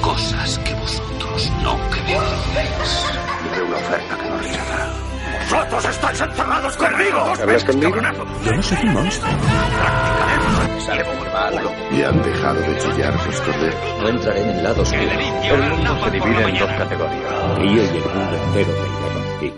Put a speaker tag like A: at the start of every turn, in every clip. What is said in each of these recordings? A: cosas que vosotros no creéis. Tendré una oferta que no rechazará. ¡Vosotros estáis encerrados conmigo!
B: ¿Hablas conmigo?
C: Yo no soy un monstruo.
B: Y han dejado de chillar los corderos.
D: No entraré en el lado oscuro.
A: El mundo se divide en dos categorías.
C: Río y el mundo entero reirá contigo.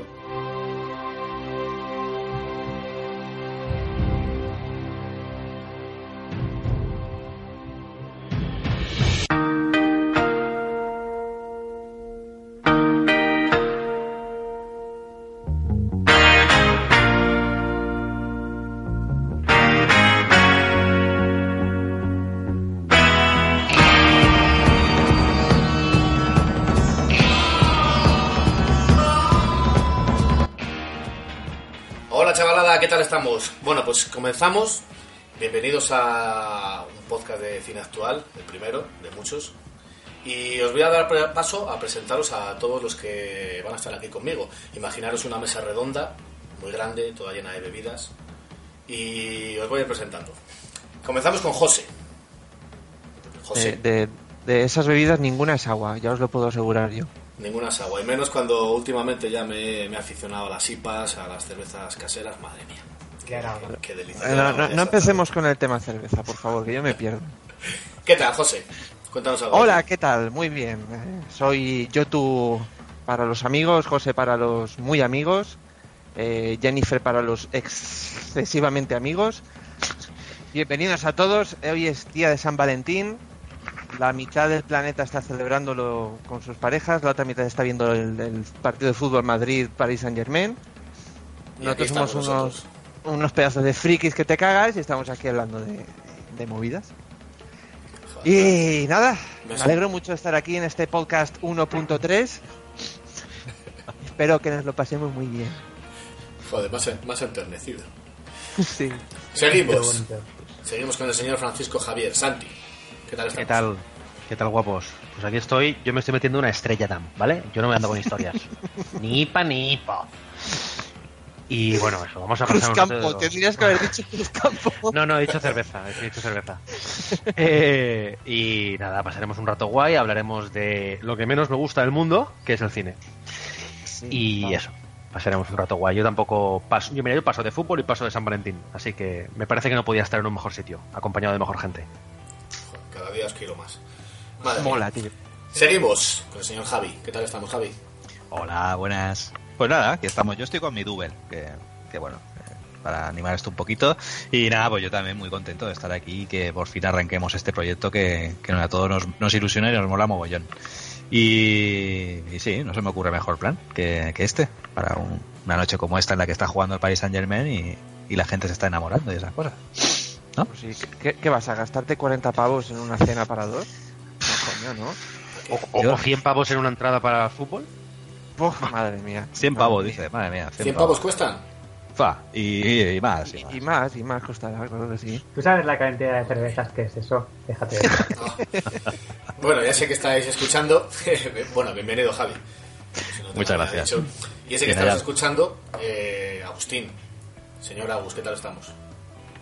E: Hola chavalada, ¿qué tal estamos? Bueno, pues comenzamos. Bienvenidos a un podcast de cine actual, el primero de muchos. Y os voy a dar pre- paso a presentaros a todos los que van a estar aquí conmigo. Imaginaros una mesa redonda, muy grande, toda llena de bebidas. Y os voy a ir presentando. Comenzamos con José. José,
F: De, Eh, de- de esas bebidas ninguna es agua, ya os lo puedo asegurar yo.
E: ninguna es agua. Y menos cuando últimamente ya me, me he aficionado a las IPAs, a las cervezas caseras. Madre mía,
G: ¿Qué hará?
E: qué delicia.
F: Eh, No,
E: Ya
F: no- no
E: está.
F: empecemos con el tema cerveza, por favor, que yo me pierdo.
E: ¿Qué tal, José? Cuéntanos algo.
F: Hola, ¿qué tal? Muy bien. eh, Soy Yotu para los amigos, José para los muy amigos, eh, Jennifer para los excesivamente amigos. Bienvenidos a todos. Hoy es día de San Valentín. La mitad del planeta está celebrándolo con sus parejas, la otra mitad está viendo el, el partido de fútbol Madrid-Paris Saint-Germain.
E: Y aquí
F: Nosotros
E: estamos
F: somos
E: nosotros.
F: unos, unos pedazos de frikis que te cagas y estamos aquí hablando de, de movidas.
E: Joder,
F: Y nada,
E: Me
F: me
E: sal-
F: alegro mucho de estar aquí en este podcast 1.3. Espero que nos lo pasemos muy bien.
E: Joder, más, en- más enternecido.
F: Sí.
E: Seguimos. Seguimos con el señor Francisco Javier. Santi, ¿qué tal
H: ¿Qué
E: estamos?
H: tal? ¿Qué tal, guapos? Pues aquí estoy, yo me estoy metiendo una estrella tam, ¿vale? Yo no me ando con historias. ni pa ni pa. Y bueno, eso, vamos a pasar un
F: Cruzcampo,
H: rato de-
F: tendrías que haber dicho Cruzcampo.
H: No, no, he dicho cerveza, he dicho cerveza. Eh, y nada, pasaremos un rato guay, hablaremos de lo que menos me gusta del mundo, que es el cine. y eso, pasaremos un rato guay. Yo tampoco paso, yo mira, yo paso de fútbol y paso de San Valentín, así que me parece que no podía estar en un mejor sitio, acompañado de mejor gente.
E: Joder, Cada día os quiero más. Madre mía.
F: Mola, tío.
E: Seguimos con el señor Javi. ¿Qué tal estamos, Javi?
D: Hola, buenas. Pues nada, aquí estamos. Yo estoy con mi Double, que, que bueno, eh, para animar esto un poquito. Y nada, pues yo también muy contento de estar aquí y que por fin arranquemos este proyecto que, que a todos nos, nos ilusiona y nos mola mogollón. Y, y sí, no se me ocurre mejor plan que, que este, para un- una noche como esta en la que está jugando el Paris Saint Germain y, y la gente se está enamorando y esas cosas.
F: Pues sí, ¿qué, qué vas a gastarte 40 pavos en una cena para dos? No, coño, ¿no?
H: O, o 100 pavos en una entrada para fútbol.
F: Buah, madre mía.
D: 100 pavos, dice, madre mía. 100,
E: ¿100 pavos cuestan?
D: Fa, y, y- y más. Y más.
F: Y, y más, y más costará, claro que sí.
G: Tú sabes la cantidad de cervezas que es eso. Déjate. de-
E: Bueno, ya sé que estáis escuchando. bueno, bienvenido, Javi. Si no te
D: Muchas
E: lo había
D: gracias.
E: dicho. Y ese que estáis
D: Bien hallado.
E: escuchando, eh, Agustín. Señor Agus, ¿qué tal estamos?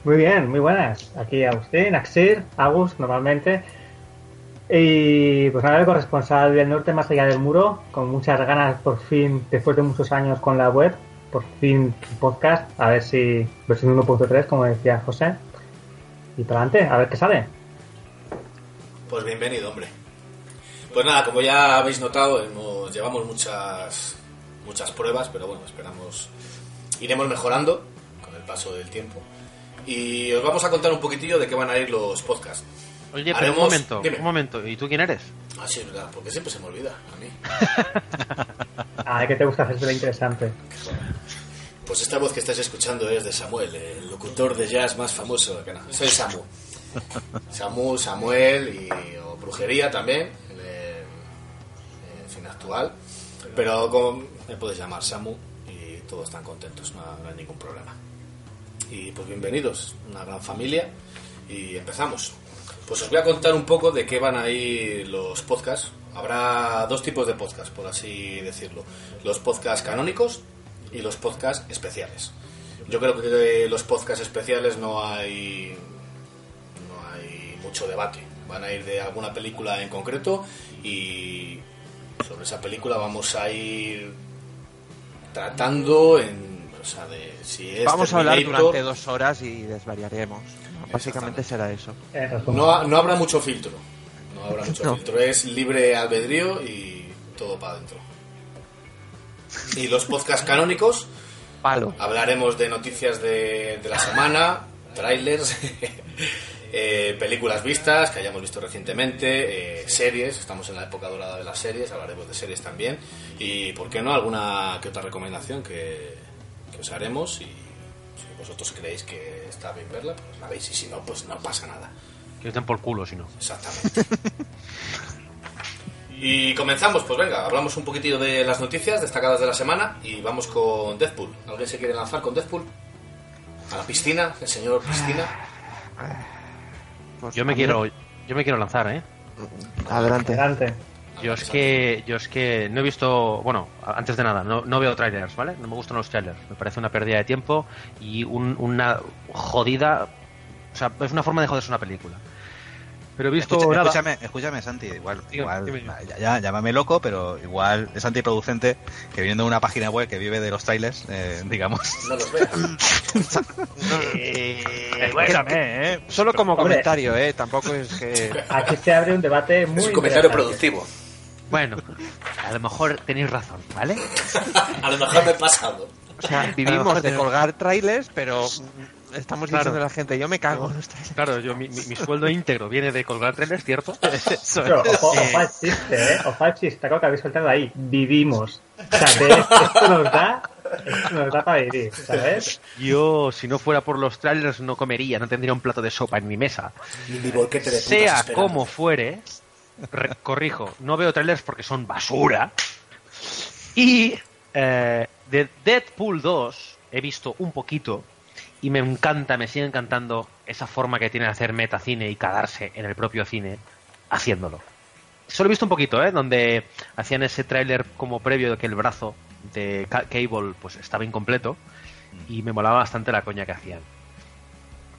G: Muy bien, muy buenas. Aquí Agustín, Axir, Agus, normalmente. Y pues nada, el corresponsal del norte más allá del muro, con muchas ganas por fin, después de muchos años con la web, por fin podcast, a ver si versión 1.3, como decía José. Y para adelante, a ver qué sale.
E: Pues bienvenido, hombre. Pues nada, como ya habéis notado, hemos- llevamos muchas muchas pruebas, pero bueno, esperamos iremos mejorando con el paso del tiempo. Y os vamos a contar un poquitillo de qué van a ir los podcasts.
H: Oye, pero
E: Haremos-
H: un momento,
E: dime.
H: un momento, ¿y tú quién eres?
E: Ah, sí, es verdad, porque siempre se me olvida a mí.
G: A ver qué te gusta hacer lo interesante.
E: Pues esta voz que estáis escuchando es de Samuel, el locutor de jazz más famoso. Que no, soy Samu. Samu, Samuel y o Brujería también, en el- en fin actual. Pero como me podéis llamar Samu y todos están contentos, no, no hay ningún problema. Y pues bienvenidos, una gran familia y empezamos. Pues os voy a contar un poco de qué van a ir los podcasts. Habrá dos tipos de podcasts, por así decirlo. Los podcasts canónicos y los podcasts especiales. Yo creo que de los podcasts especiales no hay no hay mucho debate. Van a ir de alguna película en concreto y sobre esa película vamos a ir tratando en, o sea, de si es
F: Vamos a hablar
E: Terminator,
F: durante dos horas y desvariaremos. Básicamente será eso.
G: En resumen.
E: No, ha- no habrá mucho filtro. No habrá mucho
F: No.
E: filtro. Es libre albedrío y todo para adentro. Y los podcasts canónicos,
F: Palo.
E: hablaremos de noticias de, de la semana, trailers, eh, películas vistas que hayamos visto recientemente, eh, series, estamos en la época dorada de las series, hablaremos de series también. Y, ¿por qué no? Alguna que otra recomendación que, que os haremos y si vosotros creéis que está bien verla, pues la veis y si no, pues no pasa nada.
H: Que os den por culo, si no.
E: Exactamente. Y comenzamos, pues venga, hablamos un poquitillo de las noticias destacadas de la semana y vamos con Deadpool. ¿Alguien se quiere lanzar con Deadpool? ¿A la piscina? ¿El señor piscina?
F: Pues
H: Yo me
F: a mí-
H: quiero, yo me quiero lanzar, ¿eh?
F: Adelante.
G: Adelante.
H: Yo es que, yo es que no he visto, bueno, antes de nada, no, no veo trailers, ¿vale? No me gustan los trailers. Me parece una pérdida de tiempo y un- una jodida, o sea, es una forma de joderse una película. Pero he visto
D: Escucha-
H: nada.
D: escúchame, escúchame, Santi, igual,
H: Dime,
D: igual
H: dime, dime.
D: ya, ya, llámame loco, pero igual es antiproducente que viniendo de una página web que vive de los trailers, eh, digamos.
E: No los veas.
D: Escúchame, ¿eh?
F: Solo como
G: Hombre.
F: comentario, ¿eh? Tampoco es que...
G: Aquí se abre un debate muy.
E: Es un comentario
G: interesante.
E: productivo.
H: Bueno, a lo mejor tenéis razón, ¿vale?
E: A lo mejor me he pasado.
F: O sea,
H: A lo mejor
F: vivimos de
H: te-
F: colgar trailers, pero mm, estamos
H: Claro.
F: diciendo a la gente, yo me cago en los trailers.
H: Claro, yo mi, mi- mi sueldo íntegro viene de colgar trailers, ¿cierto? Eso
G: Pero,
H: es.
G: ojo, ojo al chiste, ¿eh? Ojo al chistaco que habéis soltado ahí. Vivimos. O sea, de- esto nos da, esto nos da para vivir, ¿sabes?
H: Yo, si no fuera por los trailers, no comería, no tendría un plato de sopa en mi mesa.
E: Ni volquete de putas
H: sea
E: esperando.
H: como fuere, re- corrijo, no veo trailers porque son basura. Y eh, de Deadpool 2 he visto un poquito y me encanta, me sigue encantando esa forma que tiene de hacer metacine y cagarse en el propio cine haciéndolo. Solo he visto un poquito, ¿eh? Donde hacían ese tráiler como previo de que el brazo de Ca- Cable pues estaba incompleto y me molaba bastante la coña que hacían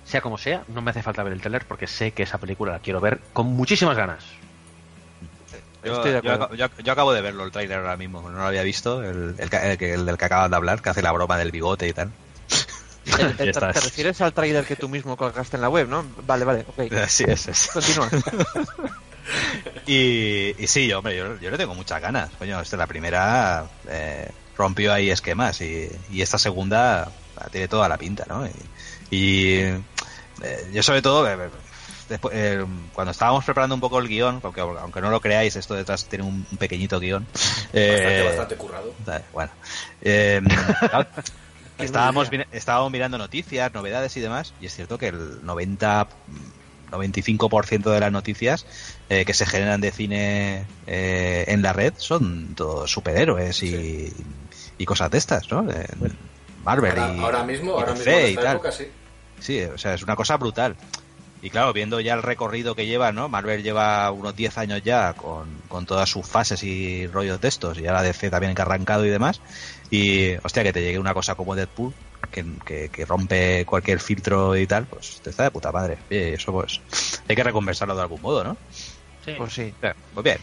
H: sea como sea, no me hace falta ver el trailer porque sé que esa película la quiero ver con muchísimas ganas.
D: Yo,
F: Estoy de
D: yo
F: acuerdo.
D: ac- yo ac- yo acabo de verlo el trailer ahora mismo, no lo había visto, el, el ca- el que- el del que acaban de hablar, que hace la broma del bigote y tal.
F: El- el-
D: Ya
F: te,
D: estás.
F: te refieres al trailer que tú mismo colgaste en la web, ¿no? Vale, vale, ok.
D: Así es, es.
F: Continúa.
D: Y, y sí, hombre, yo, yo le tengo muchas ganas. Coño, este, la primera eh, rompió ahí esquemas y, y esta segunda ah, tiene toda la pinta, ¿no? Y, y, eh, yo sobre todo, eh, después, eh, cuando estábamos preparando un poco el guión, porque aunque no lo creáis, esto detrás tiene un un pequeñito guión.
E: Bastante,
D: eh,
E: bastante currado.
D: Da- Bueno. Eh, claro, estábamos, mi- estábamos mirando noticias, novedades y demás, y es cierto que el 90, 95% de las noticias eh, que se generan de cine eh, en la red son todos superhéroes y, y cosas de estas, ¿no? En Marvel
E: Ahora,
D: y,
E: ahora mismo,
D: y
E: ahora mismo
D: DC
E: en
D: y
E: esta
D: tal.
E: época sí.
D: Sí, eh, o sea, es una cosa brutal. Y claro, viendo ya el recorrido que lleva, ¿no? Marvel lleva unos 10 años ya con, con todas sus fases y rollos de estos, y ahora DC también que ha arrancado y demás. Y, hostia, que te llegue una cosa como Deadpool, que, que- que rompe cualquier filtro y tal, pues te está de puta madre. Oye, eso pues hay que recompensarlo de algún modo, ¿no?
F: Pues sí.
D: Pues bien.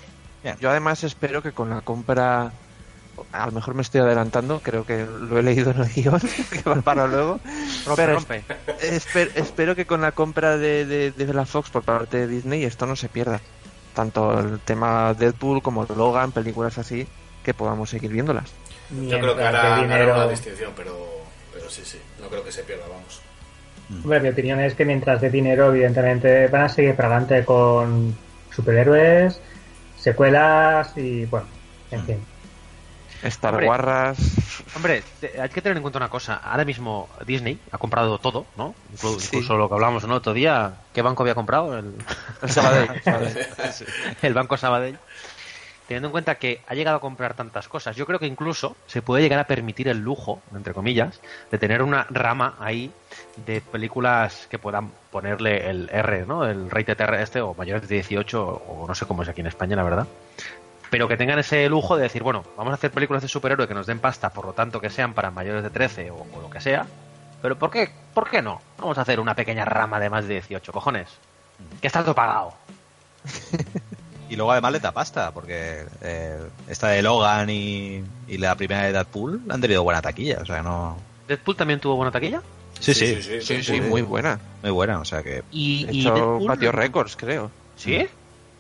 F: Yo además espero que con la compra, a lo mejor me estoy adelantando, creo que lo he leído en el guión, que va para luego.
H: Rompe,
F: Pero es-
H: rompe.
F: esper- espero que con la compra de, de- de la Fox por parte de Disney esto no se pierda. Tanto el tema Deadpool como Logan, películas así, que podamos seguir viéndolas.
E: Yo creo que
G: Mientras
E: ahora,
G: de
E: ahora
G: dinero-
E: una distinción, pero, pero sí, sí. No creo que se pierda, vamos.
G: Hombre, mi opinión es que mientras de dinero, evidentemente, van a seguir para adelante con superhéroes, secuelas y, bueno, en fin.
F: Star
H: Hombre.
F: Warras,
H: Hombre, te- hay que tener en cuenta una cosa. Ahora mismo Disney ha comprado todo, ¿no? Inclu- Incluso lo que hablamos el otro día. ¿Qué banco había comprado? El,
F: el Sabadell, el Sabadell.
H: el Banco Sabadell. Teniendo en cuenta que ha llegado a comprar tantas cosas, yo creo que incluso se puede llegar a permitir el lujo, entre comillas, de tener una rama ahí de películas que puedan ponerle el R, ¿no? El rated R este, o mayores de 18, o no sé cómo es aquí en España, la verdad. Pero que tengan ese lujo de decir, bueno, vamos a hacer películas de superhéroe que nos den pasta, por lo tanto que sean para mayores de 13 o, o lo que sea. Pero ¿por qué, ¿por qué no? Vamos a hacer una pequeña rama de más de 18, cojones. Que está todo pagado.
D: Y luego además le da pasta, porque eh, esta de Logan y, y la primera de Deadpool han tenido buena taquilla, o sea, no...
H: Deadpool también tuvo buena taquilla.
D: Sí, sí,
F: Sí, sí, muy buena.
D: muy buena, o sea que...
H: Y,
F: De
H: y
F: hecho,
H: Deadpool.
F: batió récords, creo.
H: ¿Sí?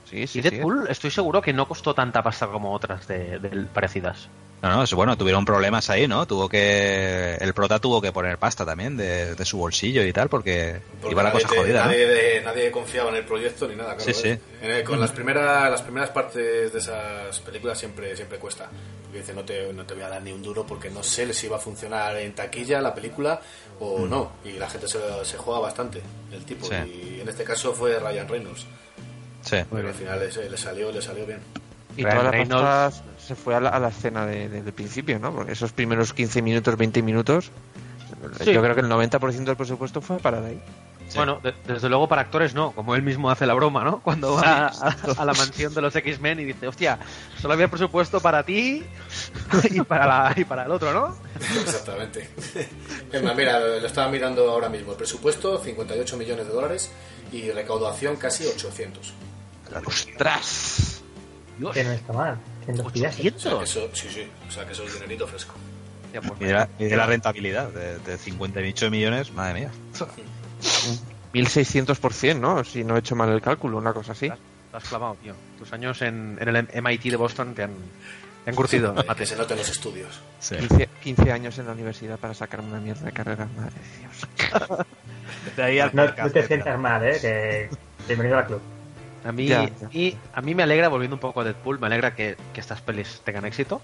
F: Sí, sí,
H: y
F: sí.
H: Deadpool estoy seguro que no costó tanta pasta como otras de, del- parecidas.
D: No, no, es bueno, tuvieron problemas ahí, ¿no? Tuvo que... El prota tuvo que poner pasta también de, de su bolsillo y tal, porque,
E: Porque
D: iba la
E: nadie
D: cosa
E: te-
D: jodida, ¿no?
E: nadie, de- nadie confiaba en el proyecto ni nada, claro.
D: Sí, sí.
E: ¿eh? En el- con las primeras, las primeras partes de esas películas siempre, siempre cuesta. Porque dice, no te, no te voy a dar ni un duro porque no sé si va a funcionar en taquilla la película o no. Y la gente se, se juega bastante, el tipo.
D: Mm. Sí.
E: Y en este caso fue Ryan Reynolds.
D: Sí.
E: Pero al final le, le salió, le salió bien.
F: Y
H: Ryan
F: toda la
H: Reynolds.
F: pasta se fue a la, a la escena de- desde el principio, ¿no? Porque esos primeros 15 minutos, 20 minutos,
H: Sí.
F: yo creo que el 90% del presupuesto fue para ahí.
D: Sí.
H: Bueno, de- desde luego para actores no, como él mismo hace la broma, ¿no? Cuando va a, a la mansión de los X-Men y dice, hostia, solo había presupuesto para ti y para, la- y para el otro, ¿no?
E: Exactamente. Es más, mira, lo estaba mirando ahora mismo. El presupuesto, 58 millones de dólares y recaudación casi 800.
F: ¡Ostras!
E: Mm.
G: Que no está mal. Que no pillas.
E: O sea, que eso, sí, sí. O sea, que eso es dinerito fresco.
H: Hostia, pues,
D: Y de la, y de la rentabilidad de, de 58 millones, madre mía.
F: 1600%, ¿no? Si no he hecho mal el cálculo, una cosa así.
H: Te has clavado, tío. Tus años en, en el MIT de Boston te han, te han curtido.
E: Para
H: mate.
E: que se noten los estudios.
D: Sí.
F: 15, 15 años en la universidad para sacarme una mierda de carrera, madre de Dios.
D: De ahí al
G: No, no
D: podcast,
G: te
D: etcétera.
G: sientas mal, ¿eh? Que bienvenido al club.
H: A mí,
F: Ya, ya.
H: y a mí me alegra, volviendo un poco a Deadpool, me alegra que, que estas pelis tengan éxito.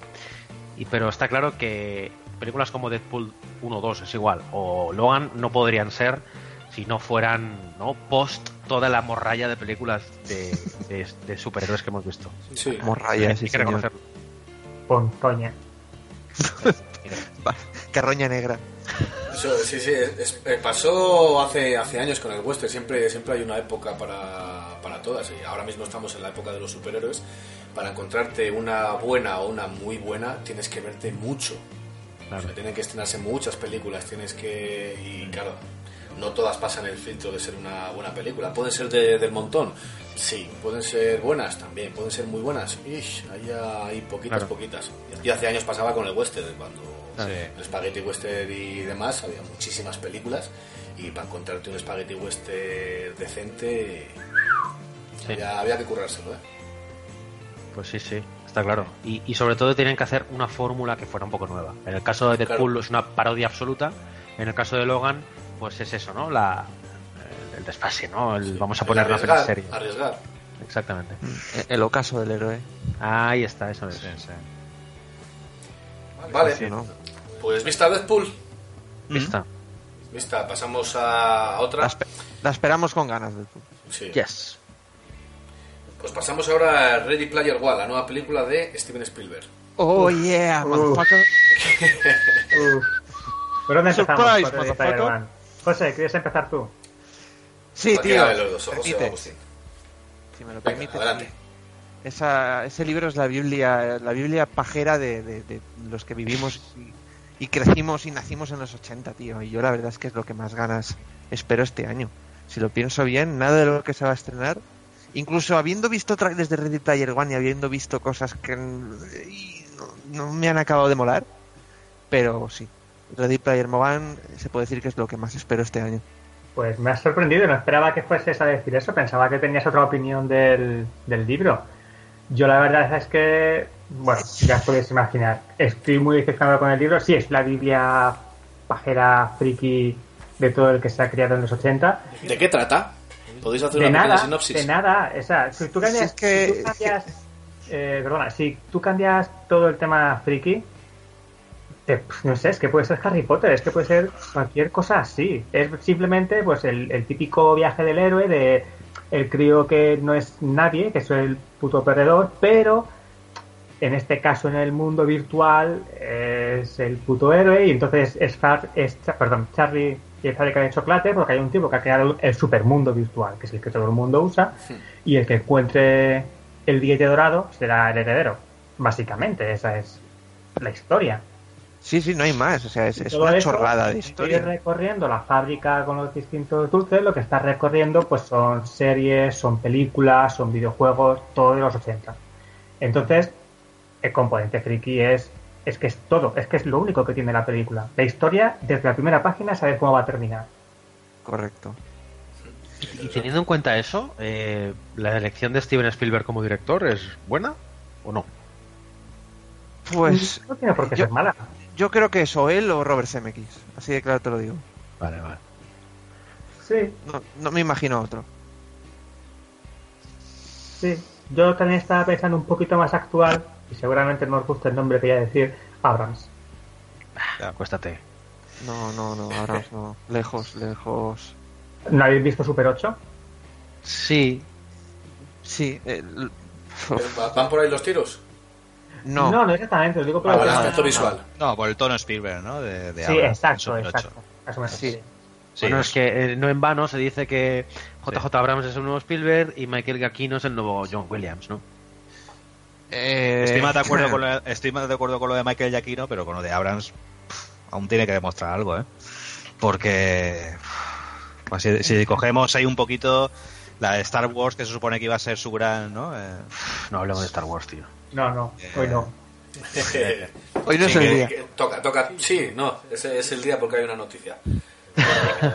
H: Y, pero está claro que películas como Deadpool 1 o 2 es igual, o Logan no podrían ser si no fueran ¿no? post toda la morralla de películas de, de- de superhéroes que hemos visto.
E: Sí.
F: Morraya, sí,
H: Hay que
F: señor.
H: reconocerlo.
G: Pontoña.
F: Carroña negra.
E: Eso, sí, sí, es- es- pasó hace, hace años con el western, siempre, siempre hay una época para, para todas y ahora mismo estamos en la época de los superhéroes. Para encontrarte una buena o una muy buena tienes que verte mucho. O sea, tienen que estrenarse muchas películas, tienes que...
H: Mm.
E: Y claro, no todas pasan el filtro de ser una buena película. Pueden ser de- del montón, sí. Pueden ser buenas también, pueden ser muy buenas. Ish, ahí hay poquitas,
H: Claro.
E: poquitas. Y hace años pasaba con el western, cuando
H: Ah, sí.
E: el Spaghetti Western y demás, había muchísimas películas y para encontrarte un Spaghetti Western decente
H: Sí.
E: había, había que currárselo, ¿eh?
H: Pues sí, sí, está claro. Y, y sobre todo tienen que hacer una fórmula que fuera un poco nueva. En el caso de Deadpool
E: Claro.
H: es una parodia absoluta. En el caso de Logan, pues es eso, ¿no? La, el, el desfase, ¿no? El, vamos a
E: El
H: poner la peli
E: arriesgar,
H: serie.
E: arriesgar.
H: Exactamente.
F: E- El ocaso del héroe.
H: Ahí está, eso es.
D: Sí, sí.
E: Vale,
F: Sí, ¿no?
E: pues vista Deadpool,
H: Está.
E: vista, pasamos a
F: La,
E: otra.
F: espe- la esperamos con ganas del fútbol.
E: Sí.
H: Yes.
E: Pues pasamos ahora a Ready Player One, la nueva película de Steven Spielberg.
F: Oh,
E: Uh.
F: yeah, motherfucker.
G: Uf. ¿Por dónde empezamos?
F: Surprise,
G: Por el
F: motherfucker.
G: Spider-Man? José, ¿quieres empezar tú?
F: Sí, tío.
E: Cualquiera de los dos, o José o
F: permite.
E: Agustín.
F: Si me lo
E: Venga,
F: permite.
E: adelante.
F: Esa- ese libro es la Biblia, la Biblia pajera de, de- de los que vivimos y, y crecimos y nacimos en los 80, tío. Y yo la verdad es que es lo que más ganas espero este año. Si lo pienso bien, nada de lo que se va a estrenar, incluso habiendo visto trailers de Ready Player One y habiendo visto cosas que mm, y no, no me han acabado de molar, pero sí. Ready Player One se puede decir que es lo que más espero este año.
G: Pues me has sorprendido, no esperaba que fueses a decir eso, pensaba que tenías otra opinión del, del libro. Yo la verdad es que, bueno, ya os podéis imaginar, estoy muy decepcionado con el libro, sí, es la Biblia pajera, friki, de todo el que se ha criado en los 80.
E: ¿De qué trata? ¿Podéis hacer
G: De
E: una pequeña
G: nada,
E: sinopsis?
G: de nada, o sea, si tú
F: Si
G: cambias,
F: es que-
G: si tú cambias, eh, perdona, si tú cambias todo el tema friki, te- pues, no sé, es que puede ser Harry Potter, es que puede ser cualquier cosa así. Es simplemente pues el, el típico viaje del héroe de el crío que no es nadie, que es el puto perdedor, pero en este caso en el mundo virtual es el puto héroe y entonces es, Char- es Cha- perdón, Charlie y el fábrica de chocolate porque hay un tipo que ha creado el supermundo virtual, que es el que todo el mundo usa y el que encuentre el billete dorado será el heredero. Básicamente, esa es la historia.
F: Sí, sí, no hay más. O sea, es, es
G: Todo
F: una
G: eso,
F: chorrada de
G: si sigues
F: historia.
G: recorriendo la fábrica con los distintos dulces, lo que estás recorriendo pues son series, son películas, son videojuegos, todo de los 80. Entonces, el componente friki es es que es todo, es que es lo único que tiene la película. La historia, desde la primera página, sabes cómo va a terminar.
F: Correcto.
H: Y teniendo en cuenta eso, eh, ¿la elección de Steven Spielberg como director es buena o no?
F: Pues
G: no tiene por qué
F: yo-
G: ser mala.
F: yo creo que es o él o Robert Zemeckis. Así de claro te lo digo.
H: Vale, vale.
G: Sí,
F: No, no me imagino otro.
G: Sí, yo también estaba pensando un poquito más actual, y seguramente no os gusta el nombre que voy a decir, Abrams.
H: Acuéstate.
F: No, no, no, ahora no. Lejos, lejos.
G: ¿No habéis visto Super 8?
H: Sí.
F: Sí, eh, l-
E: Pero va- ¿Van por ahí los tiros?
F: no.
G: no, no exactamente, os digo por
E: Ah,
G: el
E: vale,
G: tema.
E: aspecto visual.
D: No, por el tono Spielberg, ¿no? De, de
G: Sí,
D: ahora,
G: exacto,
D: Super 8.
G: exacto. Más o menos,
F: Sí.
G: sí.
D: Sí,
H: bueno, es que eh, no en vano se dice que JJ Abrams es el nuevo Spielberg y Michael Giacchino es el nuevo John Williams, ¿no?
F: Eh,
D: Estoy más de acuerdo con lo, estoy más de acuerdo con lo de Michael Giacchino, pero con lo de Abrams pf, aún tiene que demostrar algo, ¿eh? Porque pf, pues si, si cogemos ahí un poquito la de Star Wars, que se supone que iba a ser su gran, ¿no? Eh,
H: No hablemos de Star Wars, tío.
G: No, no, hoy no.
F: Hoy no es
D: Sí,
F: el
D: que-
F: día.
E: Que Toca, toca. Sí, no, ese es el día porque hay una noticia.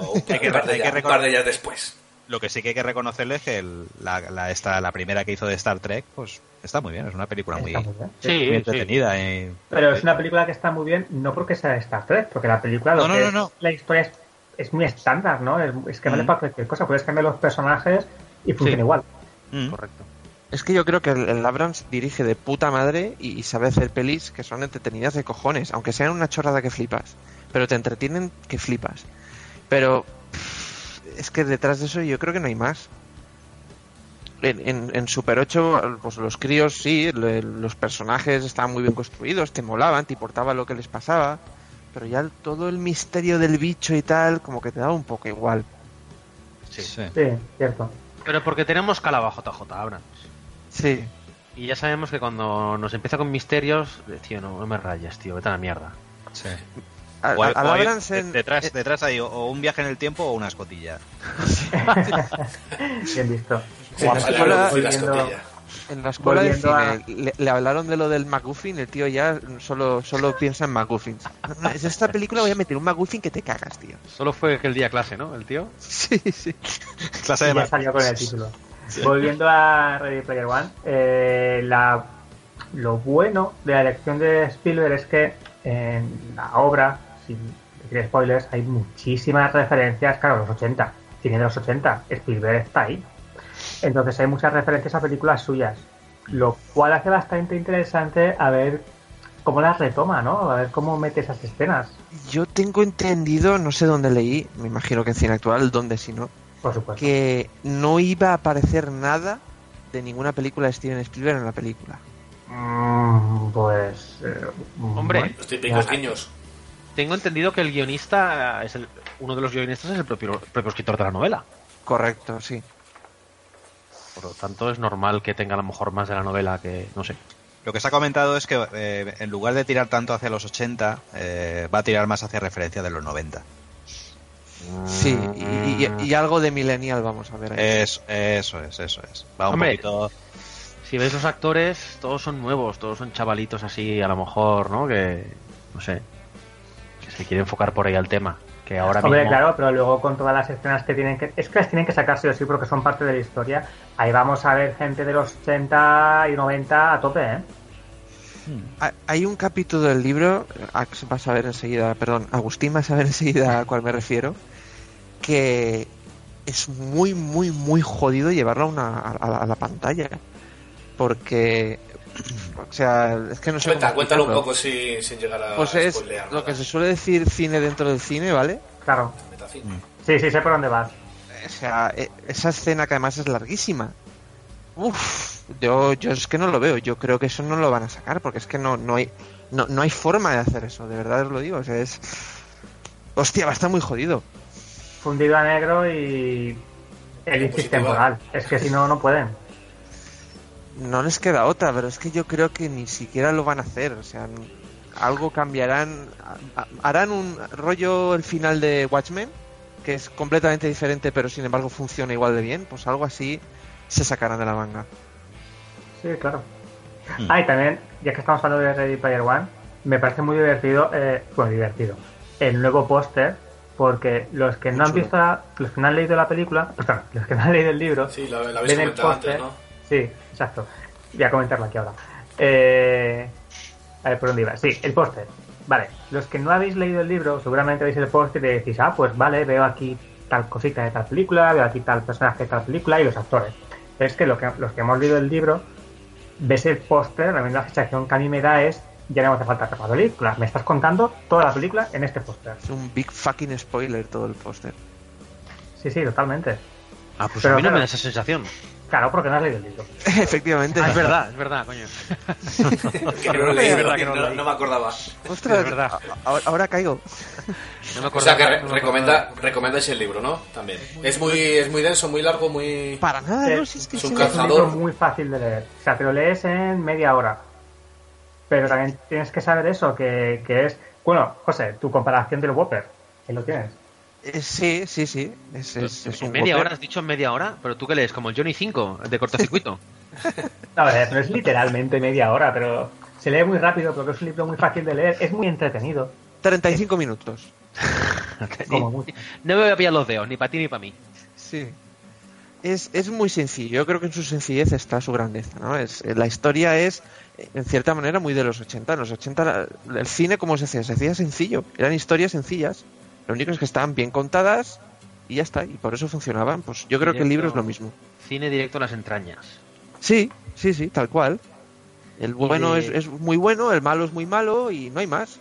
E: O un,
D: Hay que-
E: un par de
D: hay que
E: ellas- un
D: recordar-
E: par de ellas después.
D: lo que sí que hay que reconocerle es que el- la, la, esta, la primera que hizo de Star Trek, pues está muy bien, es una película muy,
G: Está muy bien.
H: Sí,
D: muy entretenida. y-
G: Pero es una película que está muy bien, no porque sea de Star Trek, porque la película, lo
D: No, no,
G: que
D: no,
G: es-
D: no.
G: la historia es, es muy estándar, ¿no? Es, es que vale para cualquier cosa, puedes cambiar los personajes y funciona
H: Sí.
G: igual.
D: Mm.
H: Correcto.
F: Es que yo creo que el, el Abrams dirige de puta madre y, y sabe hacer pelis que son entretenidas de cojones, aunque sean una chorrada que flipas, pero te entretienen que flipas. Pero pff, es que detrás de eso yo creo que no hay más. En, en- en Super 8, pues los críos sí, le- los personajes estaban muy bien construidos, te molaban, te importaba lo que les pasaba, pero ya el- todo el misterio del bicho y tal, como que te daba un poco igual.
D: Sí.
G: Sí, cierto.
H: Pero porque tenemos calaba JJ Abrams.
F: Sí,
H: Y ya sabemos que cuando nos empieza con misterios, eh, tío, no, no me rayes, tío, vete a la mierda.
D: sí.
F: A-
D: O hay-
F: al
D: o hay-
F: Abrams en- eh-
D: detrás, detrás hay o- o un viaje en el tiempo o una escotilla.
G: Bien visto.
F: Guapa,
E: Ojalá
F: hola,
E: no
F: estoy
E: fuera escotilla.
F: En la escuela de cine
G: Volviendo a-
F: le, le hablaron de lo del McGuffin, el tío ya solo, solo piensa en McGuffins. No, no, es esta película voy a meter un McGuffin que te cagas, tío.
H: Solo fue aquel día clase, ¿no? El tío.
F: Sí, sí.
D: Clase
G: Y
D: de
G: ya
D: ma-
G: salió con el título. Volviendo a Ready Player One, eh, la, lo bueno de la elección de Spielberg es que en la obra, sin decir spoilers, hay muchísimas referencias, claro, los 80, cine de los 80, Spielberg está ahí. Entonces hay muchas referencias a películas suyas, lo cual hace bastante interesante a ver cómo las retoma, ¿no? A ver cómo mete esas escenas,
F: Yo tengo entendido, no sé dónde leí, me imagino que en cine actual, dónde si no,
G: por supuesto.
F: que no iba a aparecer nada de ninguna película de Steven Spielberg en la película.
G: Mm, pues... eh,
H: Hombre,
G: bueno.
E: Los típicos guiños.
H: Tengo entendido que el guionista es el, uno de los guionistas es el propio, el propio escritor de la novela.
F: Correcto, sí.
H: Por lo tanto, es normal que tenga a lo mejor más de la novela que, no sé.
D: Lo que se ha comentado es que eh, en lugar de tirar tanto hacia los 80, eh, va a tirar más hacia referencias de los 90.
F: Sí, y, y- y algo de Millennial vamos a ver ahí.
D: Eso, eso es, eso es. Va un
H: Hombre.
D: poquito.
H: Si ves los actores, todos son nuevos, todos son chavalitos así, a lo mejor, ¿no? Que, no sé, que se quiere enfocar por ahí al tema. Que ahora
G: Hombre,
H: mismo...
G: claro, pero luego con todas las escenas que tienen que... Es que las tienen que sacar sí o sí porque son parte de la historia. Ahí vamos a ver gente de los 80 y 90 a tope, ¿eh?
F: Ha- Ah, Hay un capítulo del libro, Ax vas a ver enseguida, perdón, Agustín vas a ver enseguida a cuál me refiero, que es muy, muy, muy jodido llevarlo a, una, a, a la- a la pantalla. Porque, o sea, es que no sé.
E: Cuenta,
F: cómo
E: cuéntalo un
F: explicarlo.
E: poco si- sin llegar a
F: Pues es
E: spoilear
F: lo
E: nada.
F: que se suele decir cine dentro del cine, ¿vale?
G: Claro.
E: Metacine.
G: Sí, sí, sé por dónde vas.
F: O sea, e- esa escena que además es larguísima. Uf, yo, yo es que no lo veo. Yo creo que eso no lo van a sacar porque es que no, no hay no, no hay forma de hacer eso. De verdad os lo digo. O sea, es hostia, va a estar muy jodido.
G: Fundido a negro y... Elipsis
E: Positiva.
G: temporal. Es que si no, no pueden.
F: No les queda otra, pero es que yo creo que ni siquiera lo van a hacer. O sea, n- algo cambiarán, a- a- harán un rollo el final de Watchmen, que es completamente diferente, pero sin embargo funciona igual de bien, pues algo así se sacarán de la manga.
G: Sí, claro.
D: Mm.
H: Hmm.
G: Ah, y también, ya que estamos hablando de Ready Player One, me parece muy divertido, eh, bueno, divertido, el nuevo póster, porque los que no han visto, la- los que no han leído la película, perdón, los que no han leído el libro,
E: Sí, lo, lo habéis
G: ven el
E: comentado antes,
G: póster.
E: ¿no?
G: Sí, exacto. Voy a comentarlo aquí ahora. Eh, a ver por dónde iba. Sí, el póster. Vale, los que no habéis leído el libro, seguramente veis el póster y decís, ah, pues vale, veo aquí tal cosita de tal película, veo aquí tal personaje de tal película y los actores. Pero es que, lo que los que hemos leído el libro, ves el póster, realmente la sensación que a mí me da es, ya no me hace falta ver la película, me estás contando toda la película en este póster.
F: Es un big fucking spoiler todo el póster.
G: Sí, sí, totalmente.
H: Ah, pues
G: Pero
H: a mí no
G: claro.
H: me da esa sensación.
G: Claro, porque no has leído el libro.
F: Efectivamente.
H: Ah, es verdad, es verdad, coño.
E: Que no lo leí,
F: Es
H: verdad
E: no,
H: que no lo
E: no-
H: leí.
E: no me acordaba.
F: Ostras,
H: es verdad.
F: a- Ahora, ahora caigo.
H: No me
E: O sea, que
H: acordaba,
E: re-
H: no me
E: recomenda,
H: acordaba.
E: recomendáis el libro, ¿no? También. Es muy, es muy denso, muy largo, muy...
F: Para nada,
G: Eh,
F: ¿no? Si es que
E: es un
F: se ve-
G: Es un libro
E: Cazador.
G: muy fácil de leer. O sea, te lo lees en media hora. Pero también tienes que saber eso, que, que es... Bueno, José, tu comparación del Whopper, que lo tienes.
F: eh, sí, sí, sí. Es, es- es
H: En
F: un
H: media
F: whopper.
H: hora, has dicho en media hora, pero tú qué lees, como el Johnny 5 de cortocircuito.
G: No, a ver, no es literalmente media hora, pero se lee muy rápido porque es un libro muy fácil de leer. Es muy entretenido,
F: 35 minutos.
G: como mucho.
H: No me voy a pillar los dedos, ni para ti ni para mí.
F: Sí. Es, es muy sencillo. Yo creo que en su sencillez está su grandeza, ¿no? Es, eh, la historia es, eh, en cierta manera, muy de los 80. En los 80 la- el cine, ¿cómo se hacía? Se hacía sencillo. Eran historias sencillas. Lo único es que estaban bien contadas y ya está. Y por eso funcionaban. Pues yo creo que el libro es lo mismo.
H: Cine directo a las entrañas.
F: Sí, sí, sí, tal cual. El bueno
H: Eh,
F: es, es muy bueno, el malo es muy malo y no hay más.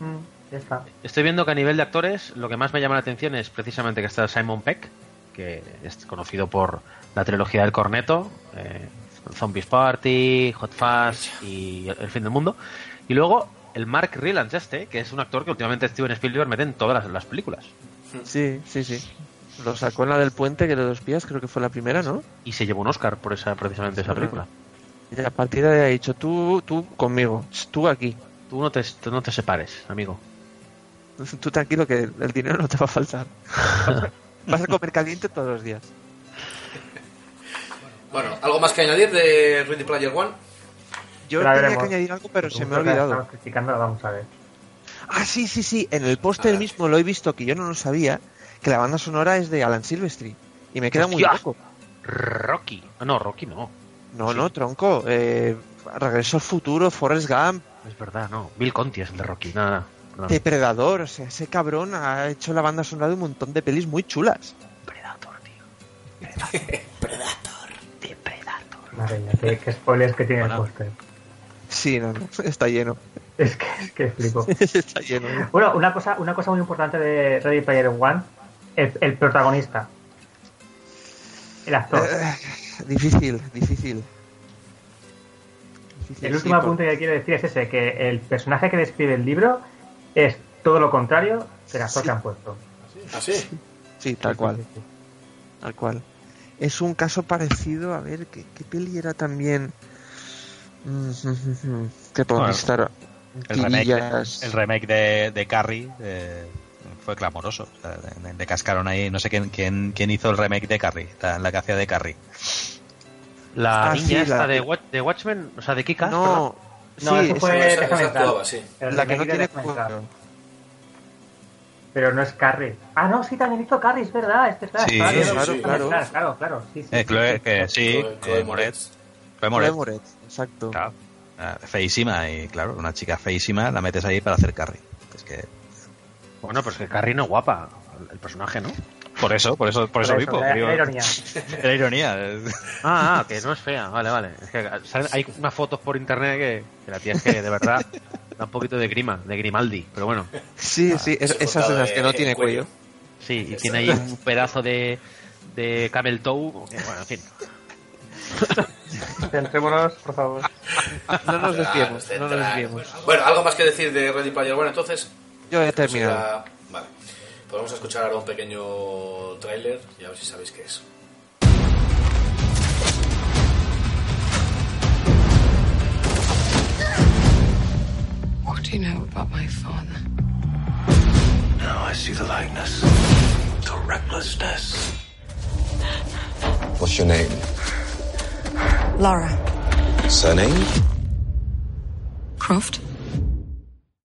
G: Mm, ya está.
H: Estoy viendo que a nivel de actores, lo que más me llama la atención es precisamente que está Simon Peck, que es conocido por la trilogía del corneto, eh, Zombies Party, Hot Fuzz y El fin del mundo. Y luego el Mark Rylance este, que es un actor que últimamente Steven Spielberg mete en todas las, las películas.
F: Sí, sí, sí. Lo sacó en la del puente, que de los pies, creo que fue la primera, ¿no?
H: Y se llevó un Oscar por esa precisamente esa película.
F: Y a partir de ahí ha dicho, tú, tú conmigo, tú aquí.
H: Tú no te, tú no te separes, amigo.
F: Tú tranquilo que el dinero no te va a faltar. Vas a comer caliente todos los días.
E: Bueno, ¿algo más que añadir de Ready Player One?
F: Yo
G: La
F: tenía
G: veremos.
F: que añadir algo, pero se me ha
G: Creo que la
F: olvidado.
G: Estamos criticando, la vamos a ver.
F: Ah, sí, sí, sí. En el póster
E: Ah.
F: mismo lo he visto, que yo no lo sabía, que la banda sonora es de Alan Silvestri. Y me queda muy
H: ¡Hostia!
F: loco.
H: Rocky. Ah, No, Rocky no.
F: No,
H: Sí.
F: no, tronco. Eh, Regreso al futuro, Forrest Gump,
H: Es verdad, no. Bill Conti es el de Rocky. Nada, nada.
F: Ah.
H: perdón.
F: Depredador. O sea, ese cabrón ha hecho la banda sonora de un montón de pelis muy chulas.
H: Predator, tío. Predator. Predator.
G: Madre mía, qué, qué spoilers que tiene el
H: Bueno.
G: póster.
F: Sí, no, no, está lleno.
G: Es que, es que flipo.
F: está lleno.
G: Bueno, una cosa, una cosa muy importante de Ready Player One, el, el protagonista. El actor.
F: Eh, difícil, difícil. Difícil,
G: El
F: sí,
G: último
F: por-
G: apunte que quiero decir es ese, que el personaje que describe el libro es todo lo contrario del actor que han puesto.
E: Así.
F: Sí, tal cual, tal cual. Es un caso parecido, a ver, ¿qué, qué peli era también? Mm, mm, mm, mm, Que podemos estar
D: El remake,
F: tirillas.
D: el remake de, de Carrie eh, fue clamoroso. O sea, le, le cascaron ahí, no sé quién, quién, quién hizo el remake de Carrie, la, la que hacía de Carrie.
H: La
F: Ah,
H: niña
F: sí, la-
H: esta de, Wat- de Watchmen, o sea, de Kika.
F: No, sí,
G: No, eso
F: esa-
G: fue- Eh,
E: Esa-
G: déjame
E: esa
G: entrar.
E: actuaba, sí.
G: El
F: la que no
G: remake de
F: tiene
G: Death Metal,
F: cuello.
G: Pero no es Carrie. Ah, no, sí, también hizo Carrie, es verdad, es verdad.
D: Sí,
G: estaba
D: sí,
G: viendo
E: claro,
G: Death
F: claro.
G: Metal, claro, claro, sí, sí.
D: Eh, Chloe, que sí,
E: Chloe- Chloe
D: eh, Moretz. Chloe
F: Chloe
D: Moretz.
F: Moretz, exacto.
D: Claro. Ah, Feísima, y claro, una chica feísima la metes ahí para hacer Carrie. Es que
H: Bueno, pues que Carrie no es guapa, el personaje, ¿no?
D: por eso, por eso, por eso,
G: Por
D: mismo.
G: la-
D: digo,
G: la ironía.
D: la ironía. es-
H: Ah, ah, que no es fea, vale, vale. Es que salen- hay unas fotos por internet que, que la tía es que de verdad da un poquito de grima, de Grimaldi, pero bueno,
F: Sí, sí, es-
E: ese
F: esas en
E: Ah, cortado
F: las que
E: de-
F: no
E: de
F: tiene
E: cuello.
F: cuello.
H: sí, y tiene ahí un pedazo de, de camel toe, que, bueno, en fin.
G: Centrémonos, por favor.
F: Ah, No nos desviemos,
E: Claro,
F: no nos
E: claro.
F: desviemos.
E: Bueno, ¿algo más que decir de Ready Player One entonces?
F: Yo he
E: Pues
F: terminado.
E: ya- Vale. Pues vamos a escuchar ahora un pequeño tráiler y a ver si sabéis qué es.
I: What do you know about my father?
A: Now I see the likeness, the recklessness.
J: What's your name?
I: Laura
J: Surname?
I: Croft.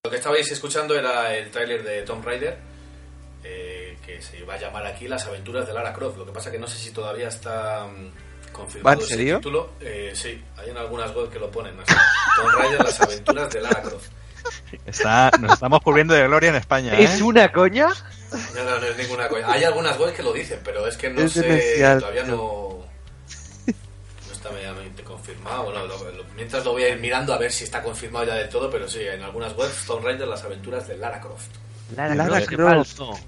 E: Lo que estabais escuchando era el tráiler de Tomb Raider, eh, que se iba a llamar aquí Las aventuras de Lara Croft. Lo que pasa que no sé si todavía está mm, confirmado
F: ¿Va en
E: ese
F: serio?
E: título. Eh, sí, hay en algunas webs que lo ponen. así. Tomb Raider, Las aventuras de Lara Croft.
D: Está, nos estamos cubriendo de gloria en España. ¿eh?
H: ¿Es una coña?
E: No, no, no es ninguna cosa. Hay algunas webs que lo dicen, pero es que no
F: Es
E: sé,
F: demasiado.
E: todavía no... No está medianamente confirmado. Bueno, lo- lo- mientras lo voy a ir mirando a ver si está confirmado ya del todo, pero sí, en algunas webs Tomb Raider, Las aventuras de Lara Croft.
H: Lara,
F: Lara
H: qué
F: Croft.
H: falso.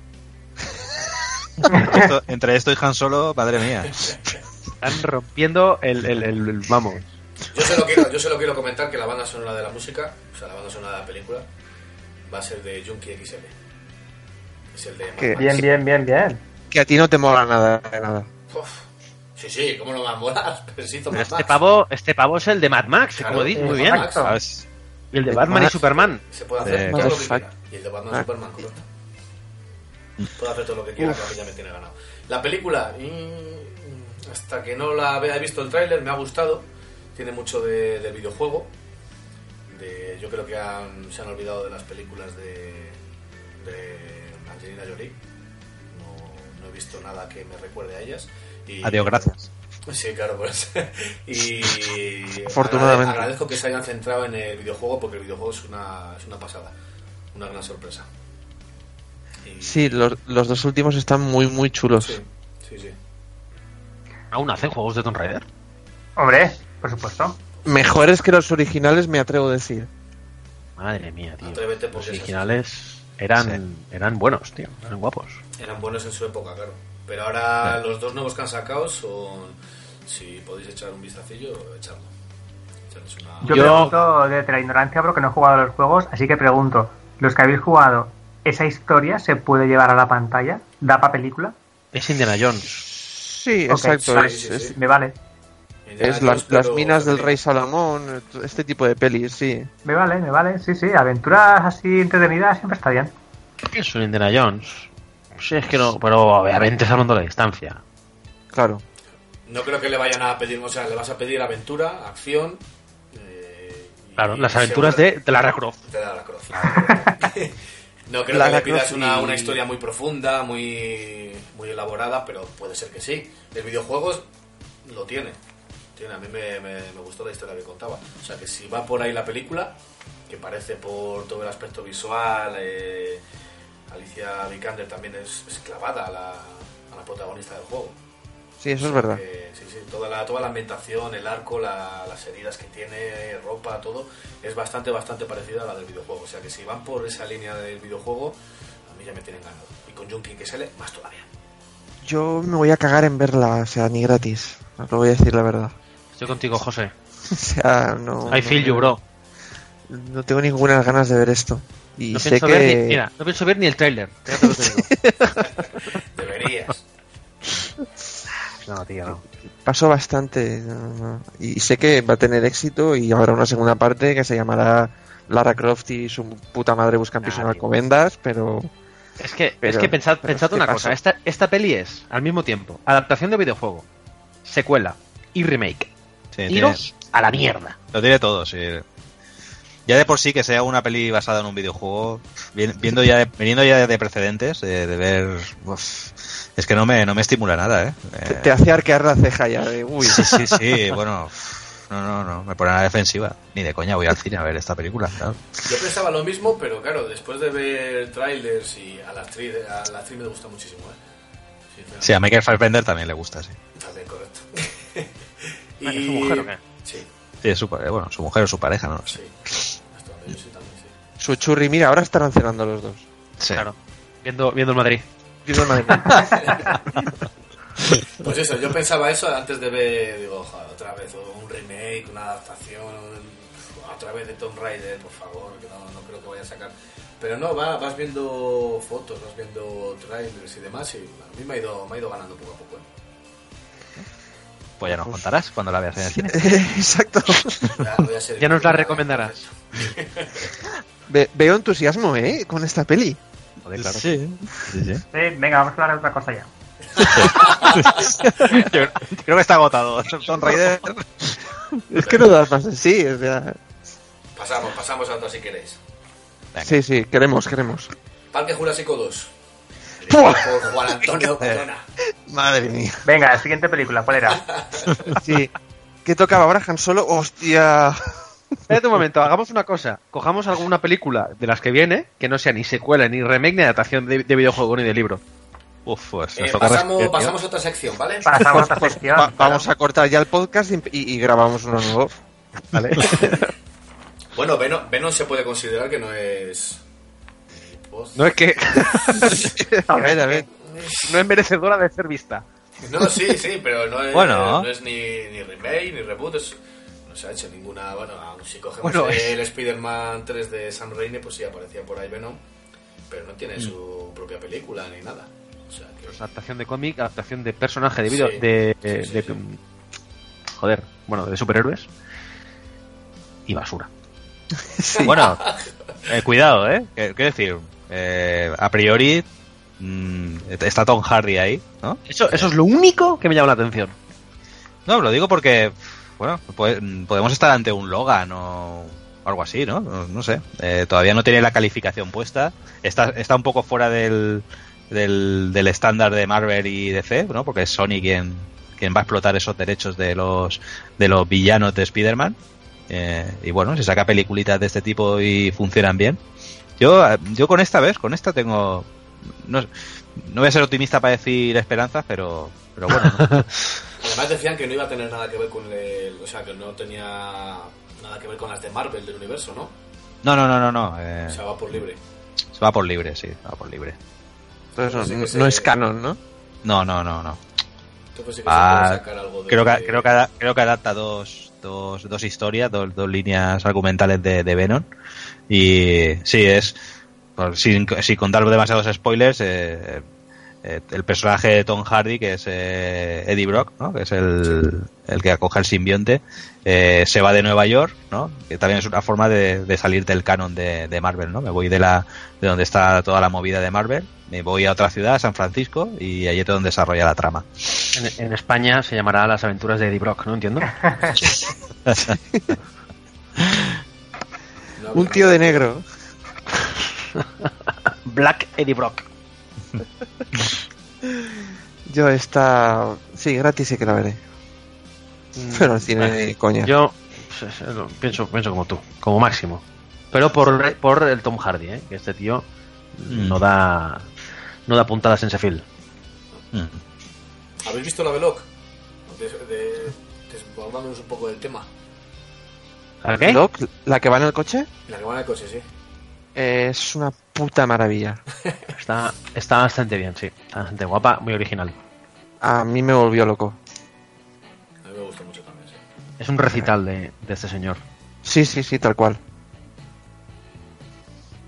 D: Esto- entre esto y Han Solo, madre mía.
H: Están rompiendo el, el- el- el- Vamos.
E: Yo solo, quiero, yo solo quiero comentar que la banda sonora de la música, o sea, la banda sonora de la película, va a ser de Junkie XL. Es el de Mad
F: ¿Qué?
E: Max.
G: Bien, bien, bien, bien.
F: Que a ti no te mola nada. nada.
E: Uf. Sí, sí, ¿cómo no va a molar? Pero sí, Mad
H: Pero este
E: Max.
H: pavo, este pavo es el de Mad Max,
E: Claro, Eh,
H: como
G: Eh,
H: dices,
E: Mad
H: muy bien.
E: Max.
G: Exacto.
D: ¿Sabes?
H: Y el de Batman y Superman.
E: Se puede hacer
D: Eh,
E: todo lo que
F: motherfucker.
E: quiera. Y el de Batman Superman, correcto. Puede hacer todo lo que quiera, que a mí ya me tiene ganado. La película, mm, hasta que no la vea, he visto el tráiler, me ha gustado. Tiene mucho de- del videojuego. De, yo creo que han- se han olvidado de las películas de, de Angelina Jolie. No, no he visto nada que me recuerde a ellas. Y-
D: Adiós, gracias.
E: Sí, claro, pues. y
F: Afortunadamente.
E: agrade- agradezco que se hayan centrado en el videojuego porque el videojuego es una, es una pasada, una gran sorpresa. Y-
F: Sí, los, los dos últimos están muy, muy chulos.
E: sí, sí, sí.
H: Aún hacen juegos de Tomb Raider.
G: Hombre, por supuesto.
F: Mejores que los originales, me atrevo a decir.
H: Madre mía, tío.
E: Atrévete,
H: Los
E: porque esas-
H: originales eran, eran buenos, tío. Eran guapos.
E: eran buenos en su época, claro. Pero ahora los dos nuevos que han sacado son. Si podéis echar un vistacillo, echadlo. Echarles una-
G: Yo,
H: Yo-
G: pregunto desde la ignorancia porque no he jugado a los juegos, así que pregunto, los que habéis jugado, ¿esa historia se puede llevar a la pantalla? ¿Da para película?
H: Es Indiana Jones.
F: Sí,
G: Ok,
F: exacto.
G: vale,
F: es-
E: sí, sí,
F: es-
E: sí.
G: Me vale,
F: es
E: Yo
F: la-
E: espero-
F: las minas del rey Salomón, este tipo de pelis, sí.
G: me vale, me vale. Sí, sí, aventuras así entretenidas siempre está bien.
H: ¿Qué es un Indiana Jones? Sí, es que no. Pero obviamente salvando la distancia.
F: Claro.
E: No creo que le vayan a pedir, o sea, le vas a pedir aventura, acción. eh, y-
H: Claro, las
E: y
H: aventuras
E: seguro-
H: de, de Lara Croft.
E: Te da la cruz. No creo
F: La
E: que le
F: Croft
E: pidas
F: y-
E: una, una historia muy profunda, muy, muy elaborada, pero puede ser que sí. El videojuegos lo tiene. tiene a mí me, me- me gustó la historia que contaba. O sea que si va por ahí la película, que parece por todo el aspecto visual, eh, Alicia Vikander también es, es clavada a la, a la protagonista del juego.
F: Sí, eso es
H: Ah.
F: verdad.
E: Eh, sí, sí, toda la, toda la ambientación, el arco, la- las heridas que tiene, ropa, todo, es bastante, bastante parecida a la del videojuego. O sea que si van por esa línea del videojuego, a mí ya me tienen ganado. Y con Junkin que sale, más todavía.
F: Yo me voy a cagar en verla, o sea, ni gratis. Os lo voy a decir la verdad.
H: Estoy contigo, José.
F: O sea, no.
H: I feel you, bro.
F: No tengo ninguna ganas de ver esto. Y
H: No
F: sé
H: pienso,
F: que.
H: ver ni, mira, no pienso ver ni el tráiler. Ya te lo digo.
E: Deberías.
H: No, tío, no.
F: pasó bastante no, no. y sé que va a tener éxito y habrá una segunda parte que se llamará Lara Croft y su puta madre buscan
H: Ah,
F: piso en
H: tío.
F: Alcobendas, pero
H: Es que,
F: Pero-
H: es que pensad,
F: pero
H: pensad
F: ¿qué
H: una
F: pasa?
H: cosa. Esta, esta peli es, al mismo tiempo, adaptación de videojuego, secuela y remake.
D: Sí, tiene-
H: Iros a la mierda.
D: Lo tiene todo, sí. Ya de por sí que sea una peli basada en un videojuego, vi- viendo ya de- viniendo ya de precedentes, eh, de ver... uf, es que no me, no me estimula nada, ¿eh?
F: te,
D: Eh,
F: te hace arquear la ceja ya de uy.
D: Sí, sí, sí, bueno... uf, No, no, no, me pone a la defensiva. Ni de coña voy al cine a ver esta película. claro.
E: Yo pensaba lo mismo, pero claro, después de ver trailers y a la actriz, a la actriz me gusta muchísimo, ¿eh? Sinceramente.
D: Sí, a Michael Fassbender también le gusta, sí.
E: También correcto.
H: Ah, ¿que es su mujer o qué?
E: Sí,
D: Sí, es su, pa- eh, bueno, su mujer o su pareja, no lo sé.
E: sí. Hasta donde yo sé también, sí.
F: Su churri, mira, ahora estarán cenando los dos.
D: Sí.
H: Claro. Viendo, viendo el Madrid.
F: Digo, madre mía.
E: Pues eso, yo pensaba eso antes de ver, digo, "Joder, otra vez un remake, una adaptación, un- otra vez de Tomb Raider, por favor, que no, no creo que vaya a sacar. Pero no, va, vas viendo fotos, vas viendo trailers y demás, y a mí me ha ido, me ha ido ganando poco a poco. ¿eh?
D: Pues ya nos contarás cuando la veas en el cine.
F: Exacto.
E: Ya, voy a ser-
H: Ya nos la recomendarás.
F: Ve- veo entusiasmo, ¿eh? Con esta peli.
H: Joder, claro.
D: Sí, sí, sí.
G: Sí, venga, vamos a hablar de otra cosa ya.
D: Yo creo creo que está agotado. Tomb Raider.
F: Es que no das más de sí. o sea,
E: Pasamos, pasamos a otra si queréis.
F: sí, sí, queremos, queremos.
E: Parque Jurásico 2. Por Juan Antonio Corona.
D: Madre mía.
G: Venga, la siguiente película, ¿cuál era?
F: Sí. ¿Qué tocaba ahora Han Solo? ¡Hostia!
H: Espérate un momento, hagamos una cosa. Cojamos alguna película de las que viene, que no sea ni secuela, ni remake, ni adaptación de, de videojuego, ni de libro.
D: Uf, pues
E: Eh,
D: nos toca
E: pasamos,
D: respirar.
E: pasamos a otra sección, ¿vale?
G: Pasamos a otra
F: Pues
G: sección.
F: va- vamos a cortar ya el podcast y, y- y grabamos uno nuevo. Vale.
E: Bueno, Venom, Venom se puede considerar que no es.
H: No es que.
F: A ver, a ver.
H: no es merecedora de ser vista.
E: No, sí, sí, pero no es,
D: Bueno.
E: no es ni, ni remake, ni reboot. es- no se ha hecho ninguna. Bueno, aún si cogemos
H: Bueno, es-
E: el Spider-Man 3 de Sam Raimi, pues sí aparecía por ahí Venom. Pero no
D: Mm.
E: tiene su propia película ni nada. O sea, que-
H: Adaptación de cómic, adaptación de personaje de video.
E: Sí,
H: de,
E: sí, sí,
H: de-
E: sí.
H: Joder, bueno, de superhéroes. Y basura.
D: Bueno, eh, cuidado, ¿eh? Eh, Quiero decir, eh, a priori mm, está Tom Hardy ahí, ¿no?
H: Eso, eso es lo único que me llama la atención.
D: No, lo digo porque, bueno, pues, mm, podemos estar ante un Logan o algo así, ¿no? No, no sé. Eh, todavía no tiene la calificación puesta. Está, está un poco fuera del, del, del estándar de Marvel y DC, ¿no? Porque es Sony quien, quien va a explotar esos derechos de los, de los villanos de Spider-Man. Eh, y bueno, si saca peliculitas de este tipo y funcionan bien. Yo, eh, yo con esta vez, con esta tengo... No, no voy a ser optimista para decir esperanzas, pero, pero bueno. ¿no?
E: Además decían que no iba a tener nada que ver con el. O sea, que no tenía nada que ver con las de Marvel del universo, ¿no?
D: No, no, no, no, no. eh,
E: O sea, va por libre.
D: se va por libre, sí, va por libre.
F: Entonces, no, no- no es canon, ¿no?
D: No, no, no, no.
E: Entonces sí que
D: Ah,
E: se puede sacar algo de.
D: Creo que, creo que, ada- creo que adapta dos, dos, dos historias, dos, dos líneas argumentales de, de Venom. Y sí, es. por- sin, sin contar demasiados spoilers, eh, eh, el personaje de Tom Hardy, que es eh, Eddie Brock, ¿no? que es el, el que acoge el simbionte, eh, se va de Nueva York, ¿no? que también es una forma de, de salir del canon de, de Marvel. ¿no? Me voy de, la, de donde está toda la movida de Marvel, me voy a otra ciudad, a San Francisco, y allí es donde desarrolla la trama.
H: En, en España se llamará Las aventuras de Eddie Brock, ¿no entiendo?
E: No habrá-
F: Un tío de negro.
H: Black Eddie Brock.
F: Yo esta... Sí, gratis sí que la veré. Pero al cine, ni coña.
H: Yo pues, eh, lo- pienso, pienso como tú, como máximo. Pero por, por el Tom Hardy, ¿eh? que este tío
D: Mm.
H: no da no da puntadas en Sheffield.
D: Mm.
E: ¿Habéis visto la Veloc? De, de- desbordándonos un poco del tema.
H: ¿A qué?
F: Doc, ¿La que va en el coche?
E: La que van al coche, sí.
F: eh, es una puta maravilla.
H: Está, está bastante bien, sí. Está bastante guapa, muy original.
F: A mí me volvió loco.
E: A mí me gusta mucho también, sí.
H: Es un recital de, de este señor.
F: Sí, sí, sí, tal cual.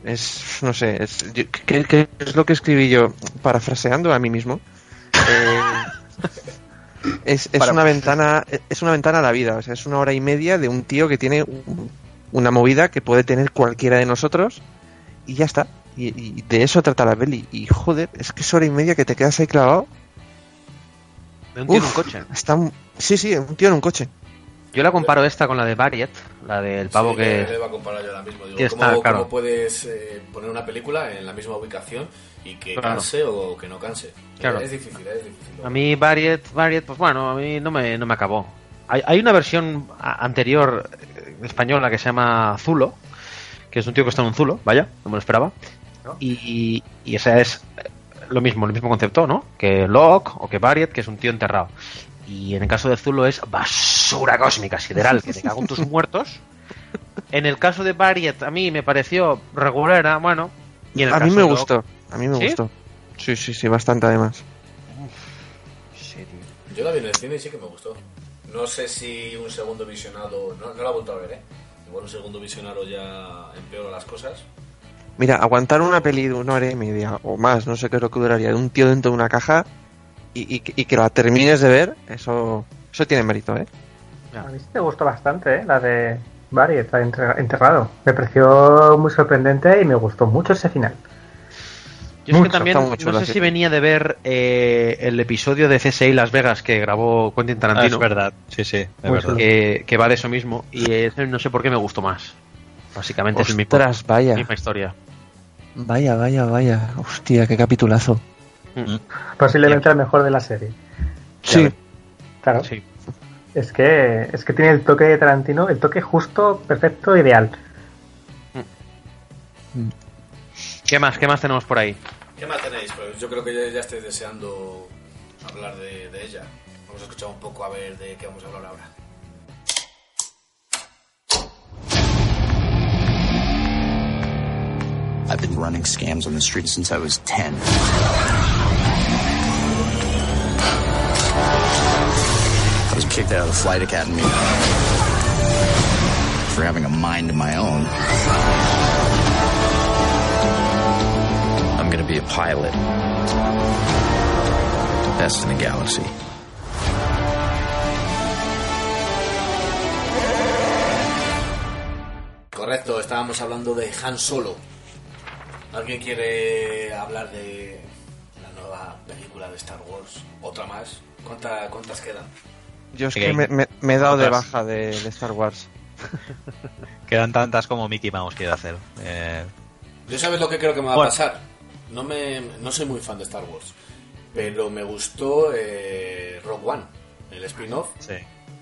F: Es, no sé, es, yo- ¿qué, qué es lo que escribí yo? Parafraseando a mí mismo. Eh, es, es una ventana, es una ventana a la vida, o sea, es una hora y media de un tío que tiene un- una movida que puede tener cualquiera de nosotros y ya está. Y, y de eso trata la peli. Y joder, es que es hora y media que te quedas ahí clavado.
H: De un tío en
F: Uf.
H: un coche.
F: Está, un- sí, sí, un tío en un coche.
H: Yo la comparo esta con la de Barriet, la del pavo
E: Sí, eh,
H: que...
E: le- le va a comparar yo ahora mismo. Digo,
H: que
E: ¿cómo,
H: está, claro.
E: cómo puedes eh, poner una película en la misma ubicación y que
H: Claro.
E: canse o que no canse?
H: Claro.
E: Es difícil, es difícil.
H: A mí Barriet, Barriet, pues bueno, a mí no me, no me acabó. Hay, hay una versión a- anterior eh, española que se llama Zulo, que es un tío que está en un Zulo, vaya, no me lo esperaba. Y, y esa es eh, lo mismo, el mismo concepto, ¿no? Que Locke o que Barriet, que es un tío enterrado. Y en el caso de Zulo es basura cósmica, sideral, que te cago en tus muertos. En el caso de Barriet, a mí me pareció regulera, bueno. Y en el
F: A mí
H: caso
F: me
H: de Locke-
F: gustó, a mí me
H: ¿Sí?
F: gustó. Sí, sí, sí, bastante además.
H: Sí, tío.
E: Yo la vi en el cine y sí que me gustó. No sé si un segundo visionado... No, no la he vuelto a ver, ¿eh? Igual un segundo visionado ya empeora las cosas.
F: Mira, aguantar una peli de una hora y media o más, no sé qué es lo que duraría, de un tío dentro de una caja y, y que- y que la termines de ver, eso, eso tiene mérito, ¿eh?
G: A mí sí te gustó bastante, ¿eh? La de Vale, está enterra- enterrado. Me pareció muy sorprendente y me gustó mucho ese final.
H: Yo es que
F: Mucho,
H: también,
F: está muy
H: no
F: chula,
H: sé
F: sí.
H: si venía de ver eh, el episodio de CSI Las Vegas que grabó Quentin
D: Ah,
H: Tarantino.
D: es verdad. Sí, Pues sí, es
G: Muy
D: verdad.
A: Eh,
H: que, que va de eso mismo. Y ese no sé por qué me gustó más. Básicamente es el mismo-
F: Ostras, vaya.
H: misma historia.
F: Vaya, vaya, vaya. Hostia, qué capitulazo.
G: Posiblemente el mejor de la serie.
F: Sí,
G: Claro.
H: Sí.
G: Es que es que tiene el toque de Tarantino, el toque justo, perfecto, ideal.
H: ¿Qué más? ¿Qué más tenemos por ahí?
E: ¿Qué más tenéis? Pues yo creo que ya, ya estáis deseando hablar de, de ella. Vamos a escuchar un poco a ver de qué vamos a hablar ahora.
A: I've been running scams on the street since I was 10. I was kicked out of the flight academy for having a mind of my own. I'm gonna be a pilot. Best in the galaxy.
E: Correcto, estábamos hablando de Han Solo. ¿Alguien quiere hablar de la nueva película de Star Wars? ¿Otra más? ¿Cuánta- ¿Cuántas quedan?
F: yo es
D: Ok.
F: que me, me- me he dado de
D: Otras.
F: baja de, de Star Wars.
D: Quedan tantas como Mickey Mouse quiere hacer. Eh,
E: Yo sabes lo que creo que me va a
D: Bueno.
E: pasar. No me no soy muy fan de Star Wars, pero me gustó eh, Rogue One, el spin-off.
D: sí.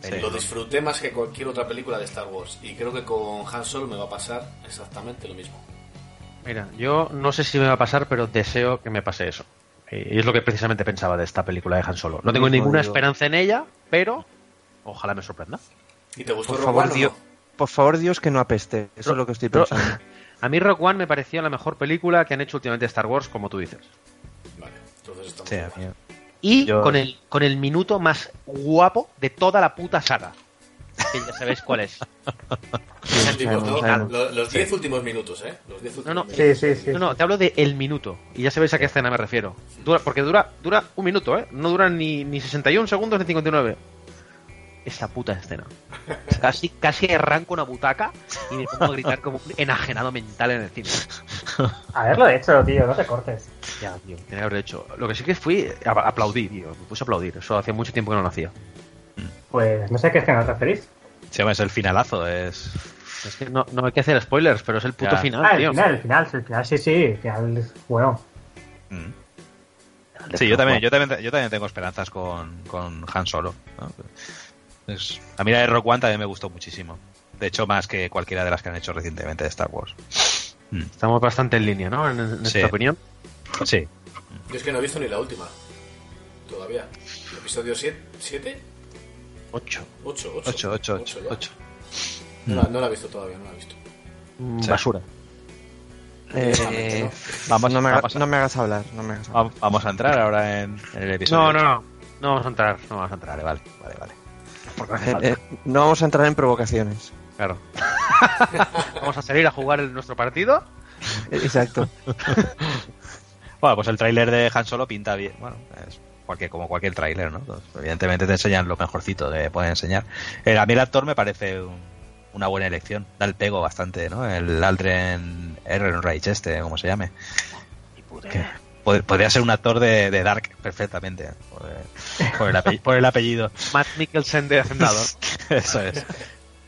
D: sí.
E: Lo disfruté más que cualquier otra película de Star Wars y creo que con Han Solo me va a pasar exactamente lo mismo.
H: Mira, yo no sé si me va a pasar, pero deseo que me pase eso. Eh, Y es lo que precisamente pensaba de esta película de Han Solo. No tengo
F: Mismo
H: ninguna
F: digo.
H: esperanza en ella, pero ojalá me sorprenda.
E: ¿Y te gustó
F: Por
E: Rogue
F: favor,
E: One? o
F: Dios,
E: no?
F: por favor, Dios, que no apeste. Eso es lo que estoy
H: Ro-
F: pensando.
H: A mí Rock One me parecía la mejor película que han hecho últimamente Star Wars, como tú dices.
E: Vale, entonces estamos
D: Sí, a
E: igual.
D: mí-
H: Y
D: Yo-
H: con, el, con el minuto más guapo de toda la puta saga. Que ya sabéis cuál es.
E: Los últimos,
F: sabemos,
E: ¿no?
F: sabemos.
E: Lo- Los 10 últimos minutos, ¿eh? Los 10 últimos
H: No, no,
E: minutos.
G: Sí, sí, sí.
H: No, no, te hablo de el minuto. Y ya sabéis a qué escena me refiero. Dura, porque dura, dura un minuto, ¿eh? No dura ni, ni 61 segundos ni 59. Esa puta escena. Casi, casi arranco una butaca y me pongo a gritar como un enajenado mental en el cine.
G: Haberlo hecho, tío, no te cortes.
H: Ya, tío, tenía que haberlo hecho. Lo que sí que fui, a- aplaudí, tío. Me puse a aplaudir. Eso hacía mucho tiempo que no lo hacía.
G: Pues no sé a qué escena os referís.
D: Sí, hombre, es el finalazo, es...
H: Es que no, no hay que hacer spoilers, pero es el puto
D: Ya.
H: final,
G: Ah, el
H: tío.
G: final, el final, el final, sí, sí, el final es bueno.
D: Mm. Sí, yo también, yo también, yo también tengo esperanzas con, con Han Solo. ¿no? Es- a mí la de Rock One también me gustó muchísimo. De hecho, más que cualquiera de las que han hecho recientemente de Star Wars.
H: Estamos bastante en línea, ¿no? En, en
D: Sí.
H: esta opinión.
D: Sí.
E: Yo es que no he visto ni la última. Todavía. ¿El episodio 7?
H: 8.
E: 8, 8.
D: 8, 8, 8, 8.
E: No, la- no la he visto todavía, no la he visto.
D: Sí.
H: Basura.
E: Precisamente,
F: Eh,
E: ¿no?
D: Vamos,
F: no, me haga-
D: vamos, a,
F: no me hagas hablar, no me hagas hablar.
D: va- vamos a entrar ahora en, en el episodio.
H: No, no, no. No vamos a entrar, no vamos a entrar.
D: Vale, vale, vale, vale.
H: Porque hace falta.
F: Eh, eh, no vamos a entrar en provocaciones.
H: Claro. Vamos a salir a jugar el- nuestro partido.
F: Exacto.
D: Bueno, pues el tráiler de Han Solo pinta bien. Bueno, es cualquier, como cualquier tráiler, ¿no? Pues, evidentemente te enseñan lo mejorcito que pueden enseñar. Eh, a mí el actor me parece un- una buena elección. Da el pego bastante, ¿no? El Aldrin Ehrenreich este, como se llame. Que pod- Podría ser un actor de, de Dark perfectamente, por, eh, por el, ape- por el apellido.
H: Matt Mikkelsen de Hacendador.
D: Eso es.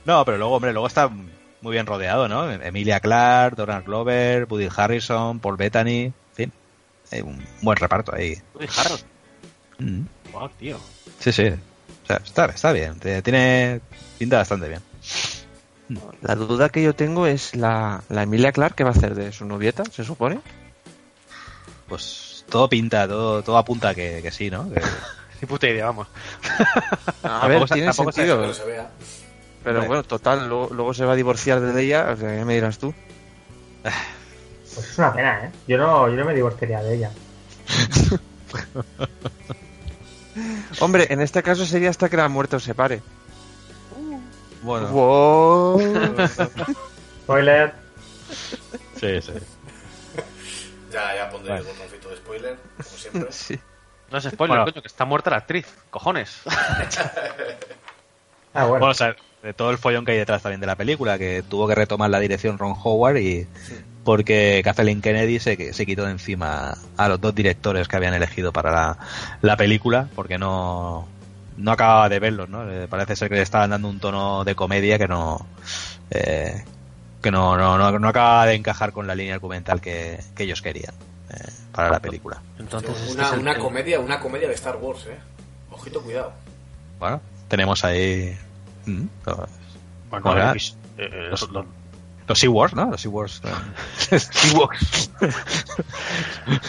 D: No, pero luego, hombre, luego está muy bien rodeado, ¿no? Emilia Clarke, Donald Glover, Woody Harrison, Paul Bettany, en fin. Hay un buen reparto ahí.
H: Uy, Harold.
D: Mm.
H: Guau, tío.
D: Sí, sí. O sea, está, está bien. Te- Tiene pinta bastante bien.
F: La duda que yo tengo es la, la Emilia Clark que va a hacer de su novieta, se supone.
D: Pues todo pinta, todo, todo apunta que, que sí, ¿no? Que-
H: Ni puta idea, vamos.
F: A ver,
D: se-
F: tiene
D: tampoco se-
E: Que
F: sentido.
E: no se vea.
F: Pero bueno, total, luego, luego se va a divorciar de ella, o sea, ya me dirás tú.
G: Pues es una pena, ¿eh? Yo no, yo no me divorciaría de ella.
F: Hombre, en este caso sería hasta que la muerte os separe.
D: Bueno,
F: Wow.
G: Spoiler,
D: sí, sí.
E: Ya, ya pondré
D: Vale.
E: el botoncito de spoiler, como siempre.
F: Sí.
H: No es spoiler,
D: Bueno.
H: coño, que está muerta la actriz. Cojones.
G: Ah, bueno.
D: Bueno, sa- de todo el follón que hay detrás también de la película, que tuvo que retomar la dirección Ron Howard y porque Kathleen Kennedy se, se quitó de encima a los dos directores que habían elegido para la, la película, porque no, no acababa de verlos, ¿no? Eh, parece ser que le estaban dando un tono de comedia que no eh, que no, no, no, no acababa de encajar con la línea argumental que, que ellos querían eh, para la película.
H: Entonces, este
E: Una,
H: es el
E: una
H: que-
E: comedia, una comedia de Star Wars, eh. Ojito, cuidado.
D: Bueno, tenemos ahí mm, los,
H: Bueno,
D: ¿Cómo era?
H: eh, eh, los- los-
D: los Seawords, ¿no? Los eh, Seawords.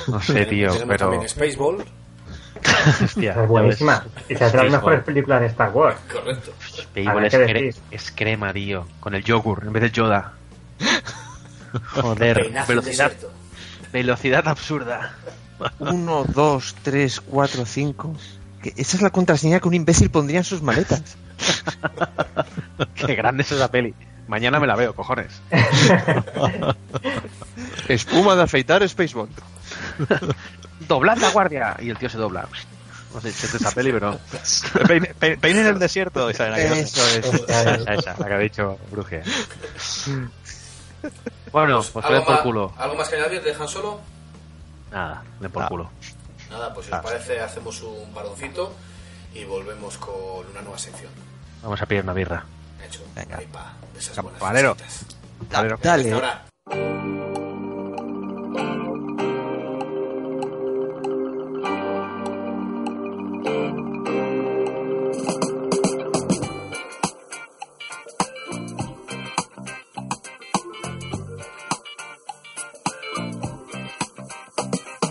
H: no sé, tío,
E: Tenemos
H: pero.
E: también Spaceball.
H: Hostia,
G: Esa es buenísima. Y se de las mejores películas de Star Wars.
E: Correcto.
H: Spaceball
G: Habrá
H: es,
G: que
H: cre-
G: decir.
H: es crema, tío. Con el yogur en vez del Yoda. Joder,
E: Peinazo en
H: velocidad,
E: desierto.
H: velocidad absurda.
F: 1, 2, 3, 4, 5. Esa es la contraseña que un imbécil pondría en sus maletas.
H: Qué grande es esa peli. Mañana me la veo, cojones.
F: Espuma de afeitar Spaceball.
H: Doblad la guardia. Y el tío se dobla. No sé si es de esa peli, pero.
D: Peine, pe- peine en el desierto. y salen aquí los-
F: Eso es.
H: esa, esa, la que ha dicho Bruje. Bueno, pues le den por
E: más,
H: culo.
E: ¿Algo más que añadir? ¿Te dejan solo?
H: Nada, le den por
D: Ah.
H: culo.
E: Nada, pues si
D: Ah.
E: os parece, hacemos un varoncito y volvemos con una nueva sección.
H: Vamos a pedir una birra.
E: Hecho.
D: Venga.
E: Ahí pa, de esas buenas
D: Campanero.
E: fresquitas.
D: A ver,
E: Hasta
F: Dale.
E: ahora.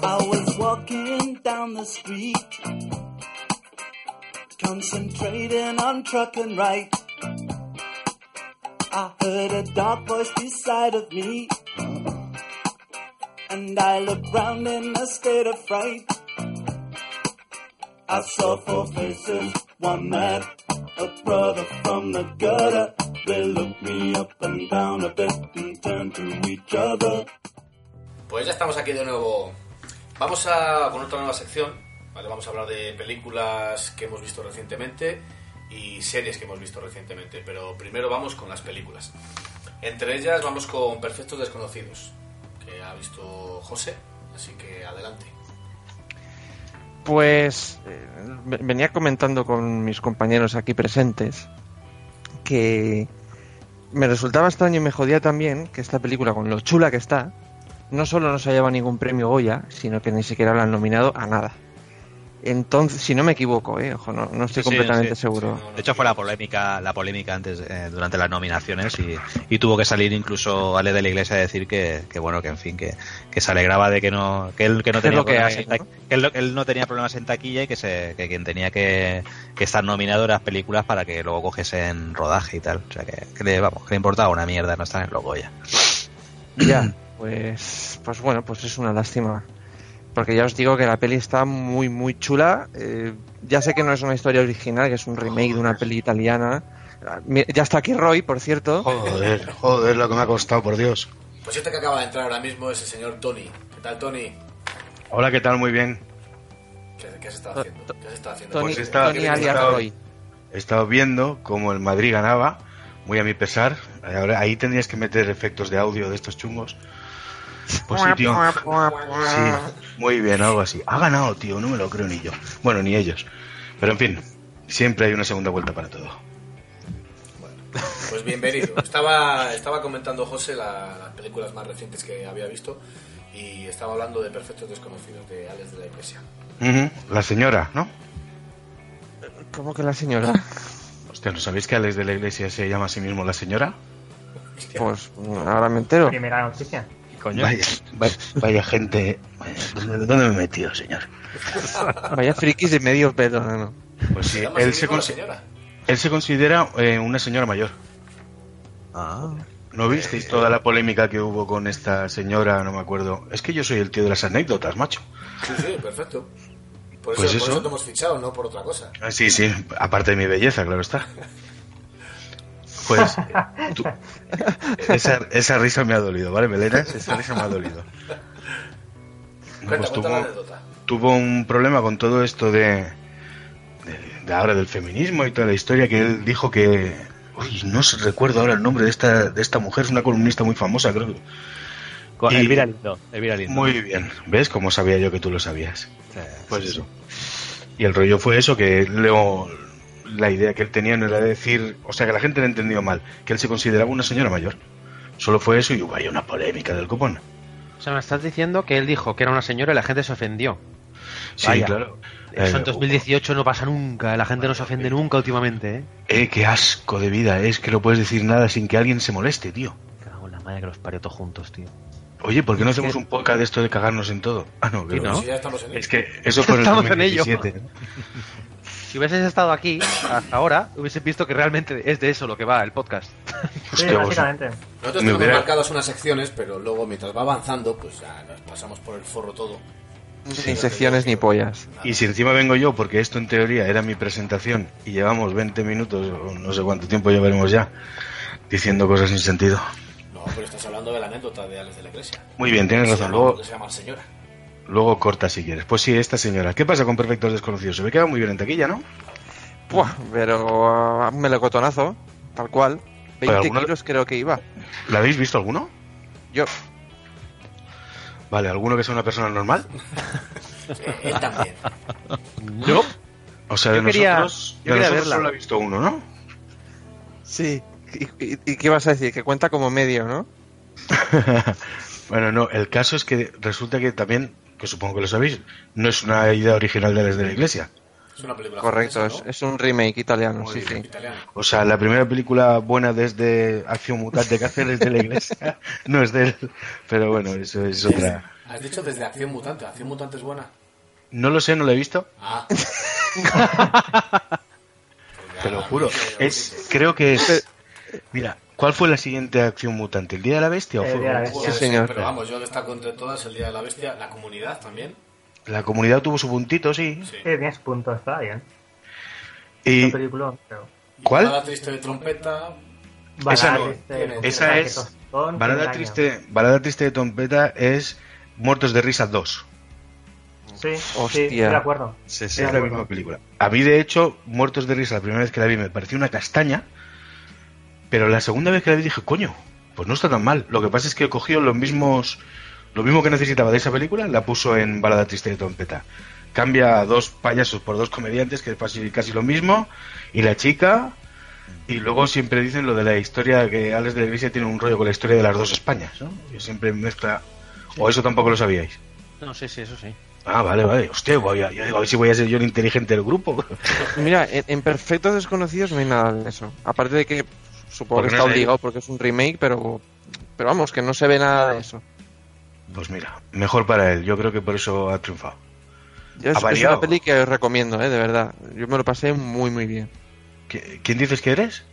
J: I was walking down the street, concentrating on truck and right. I heard a dark voice beside of me, and I looked round in a state of fright. I saw four faces, one mad, a brother from the gutter. They looked me up and down a bit and turned to each other.
E: Pues ya estamos aquí de nuevo. Vamos a con otra nueva sección. ¿vale? Vamos a hablar de películas que hemos visto recientemente y series que hemos visto recientemente. Pero primero vamos con las películas. Entre ellas vamos con Perfectos Desconocidos, que ha visto José. Así que adelante.
F: Pues eh, ve- venía comentando con mis compañeros aquí presentes que me resultaba extraño y me jodía también que esta película, con lo chula que está, no solo no se ha llevado ningún premio Goya, sino que ni siquiera la han nominado a nada. Entonces, si no me equivoco, eh, ojo, no, no estoy
D: Sí, sí,
F: completamente
D: sí,
F: seguro.
D: De hecho fue la polémica, la polémica antes eh, durante las nominaciones y, y tuvo que salir incluso Ale de la Iglesia a decir que, que bueno que en fin que, que se alegraba de que no que él que no
F: Es
D: tenía
F: lo que
D: problemas
F: hay,
D: en ta-
F: ¿no?
D: que él, no- él no tenía problemas en taquilla y que se que quien tenía que, que estar nominado eran películas para que luego cogiesen rodaje y tal o sea que, que le vamos que le importaba una mierda no estar en los Goya
F: Ya, pues, pues bueno, pues es una lástima. Porque ya os digo que la peli está muy, muy chula. Eh, ya sé que no es una historia original, que es un remake de una peli italiana. Ah, mi- Ya está aquí Roy, por cierto.
K: Joder, joder, lo que me ha costado, por Dios.
E: Pues este que acaba de entrar ahora mismo es el señor Tony. ¿Qué tal, Tony?
K: Hola, ¿qué tal? Muy bien.
E: ¿Qué, qué has estado haciendo? ¿Qué has estado haciendo?
F: Tony,
K: Pues está-
F: Tony
E: ¿qué-
F: alias
K: está-
F: Roy.
K: He estado viendo cómo el Madrid ganaba, muy a mi pesar. Ahora, ahí tendrías que meter efectos de audio de estos chungos. Pues sí, tío. Sí, muy bien, algo así. Ha ganado, tío, no me lo creo ni yo. Bueno, ni ellos. Pero en fin, siempre hay una segunda vuelta para todo.
E: Pues bienvenido. Estaba, estaba comentando José la- las películas más recientes que había visto y estaba hablando de Perfectos Desconocidos de Alex de la Iglesia.
K: Ujú, La señora, ¿no?
F: ¿Cómo que la señora?
K: Hostia, ¿no sabéis que Alex de la Iglesia se llama a sí mismo la señora?
F: Pues ahora me entero.
G: Primera noticia.
K: Vaya, vaya, vaya gente. vaya, ¿Dónde, dónde me he metido, señor?
F: Vaya frikis de medio pelo, no.
K: Pues sí,
E: ¿Se llama
K: él
E: así
K: se,
E: mismo la
K: consi-
E: señora?
K: él se considera eh, una señora mayor. ¿No visteis toda la polémica que hubo con esta señora? No me acuerdo. Es que yo soy el tío de las anécdotas, macho.
E: Sí, sí, perfecto. Por eso,
K: Pues
E: por
K: eso.
E: eso te hemos fichado, no por otra cosa.
K: Ah, Sí, sí, aparte de mi belleza, claro está. Pues tú- esa, esa risa me ha dolido, ¿vale, Melenas? Esa risa me ha dolido. No,
E: Cuenta,
K: pues
E: cuenta la
K: tuvo-
E: anécdota.
K: tuvo un problema con todo esto de, de, de ahora del feminismo y toda la historia que él dijo que
J: Uy, no se- recuerdo ahora el nombre de esta, de esta mujer, es una columnista muy famosa, creo. que-
H: Con
J: Y-
H: Elvira Lindo. Elvira Lindo.
J: Muy bien, ¿ves? Como sabía yo que tú lo sabías. Pues eso. Y el rollo fue eso, que luego la idea que él tenía no era decir, o sea, que la gente le entendió mal, que él se consideraba una señora mayor. Solo fue eso y hubo ahí una polémica del copón.
H: O sea, me estás diciendo que él dijo que era una señora y la gente se ofendió.
J: Sí,
H: Vaya,
J: claro.
H: Eso en
J: Eh,
H: 2018 no pasa nunca. La gente no se ofende nunca últimamente, ¿eh?
J: Eh, qué asco de vida,
K: eh.
J: es que no puedes decir nada sin que alguien se moleste, tío.
H: Cago en la madre que los parió todos juntos, tío.
J: Oye, ¿por qué no hacemos un podcast de esto de cagarnos en todo? Ah, no,
H: Sí,
J: creo
H: ¿no?
J: que
E: Sí, ya estamos en ello.
J: Es que eso fue en el
H: Estamos en ello.
J: 2017. ¿no?
H: Si hubieses estado aquí hasta ahora, hubieses visto que realmente es de eso lo que va el podcast.
G: Sí,
J: Hostia, vos-
K: pues,
G: básicamente.
E: Nosotros
J: Me
E: tenemos
J: hubiera-
E: marcadas unas secciones, pero luego mientras va avanzando, pues ya nos pasamos por el forro todo.
F: Ni secciones ni pollas.
J: Y si encima vengo yo, porque esto en teoría era mi presentación, y llevamos 20 minutos, o no sé cuánto tiempo llevaremos ya, diciendo cosas sin sentido.
E: No, pero estás hablando de la anécdota de Alex de la Iglesia.
J: Muy bien, tienes
E: Sí,
J: razón.
E: algo
J: Luego,
E: que se llama señora.
J: luego corta si quieres. Pues sí, esta señora. ¿Qué pasa con Perfectos Desconocidos? Se me queda muy bien en taquilla, ¿no?
F: Buah, pero ah, un melocotonazo, tal cual. 20
J: alguna-
F: kilos creo que iba.
J: ¿La habéis visto alguno?
F: Yo,
J: Vale, ¿alguno que sea una persona normal?
E: Él también.
H: Yo,
J: O sea, de
H: Yo quería-
J: nosotros,
H: yo quería
J: de nosotros
H: verla.
J: solo ha visto uno, ¿no?
F: sí. ¿Y, y- y qué vas a decir? Que cuenta como medio, ¿no?
J: Bueno, no, el caso es que resulta que también, que supongo que lo sabéis, no es una idea original de desde la iglesia.
E: Es una película
F: Correcto, es,
E: francesa, ¿no?
F: es un remake italiano,
J: Muy
F: sí,
J: bien.
F: sí.
E: Italiana.
J: O sea, la primera película buena desde Acción Mutante que hacen es de la iglesia, no es de él. Pero bueno, eso es otra.
E: Has dicho desde Acción Mutante. ¿Acción Mutante es buena?
J: No lo sé, no lo he visto,
E: Ah.
J: te lo juro. Es, creo que es. Mira, ¿cuál fue la siguiente Acción Mutante? ¿El Día de la Bestia o
G: El
J: fue
G: Día de la Bestia.
E: Puede ser,
F: señor.
E: Pero vamos, yo que está contra todas, el Día de la Bestia, la comunidad también.
J: La comunidad tuvo su puntito, sí.
E: Sí.
G: Sí, tienes puntos, está bien.
J: Y
G: Una película, pero...
J: ¿Cuál?
E: Balada triste de trompeta.
J: Esa
G: Balada
J: no.
G: triste,
J: Esa
G: Balada
J: es
G: eh, que tostón,
J: Balada
G: peldaño.
J: triste, balada triste de trompeta es Muertos de Risa 2.
G: Sí, sí,
F: Hostia.
G: estoy de acuerdo.
D: Sí, sí.
J: Es la misma película. A mí, de hecho, Muertos de Risa, la primera vez que la vi me pareció una castaña, pero la segunda vez que la vi dije, coño, pues no está tan mal. Lo que pasa es que cogió los mismos, lo mismo que necesitaba de esa película, la puso en Balada Triste de Trompeta. Cambia a dos payasos por dos comediantes, que es casi, casi lo mismo, y la chica, y luego siempre dicen lo de la historia, que Alex de la Iglesia tiene un rollo con la historia de las dos Españas, ¿no? Que siempre mezcla... O eso tampoco lo sabíais.
H: No sé si eso sí.
J: Ah, vale, vale. Hostia, voy a, yo digo, a ver si voy a ser yo el inteligente del grupo.
F: Mira, en, en Perfectos Desconocidos no hay nada de eso. Aparte de que supongo
J: Porque
F: que
J: no
F: está
J: es de
F: obligado porque es un remake, pero, pero vamos, que no se ve nada de eso.
J: Pues mira, mejor para él. Yo creo que por eso ha triunfado.
F: Yo Es,
J: Ha
F: es
J: variado.
F: una peli que os recomiendo, eh, de verdad. Yo me lo pasé muy, muy bien.
J: ¿Qui- ¿Quién dices que eres?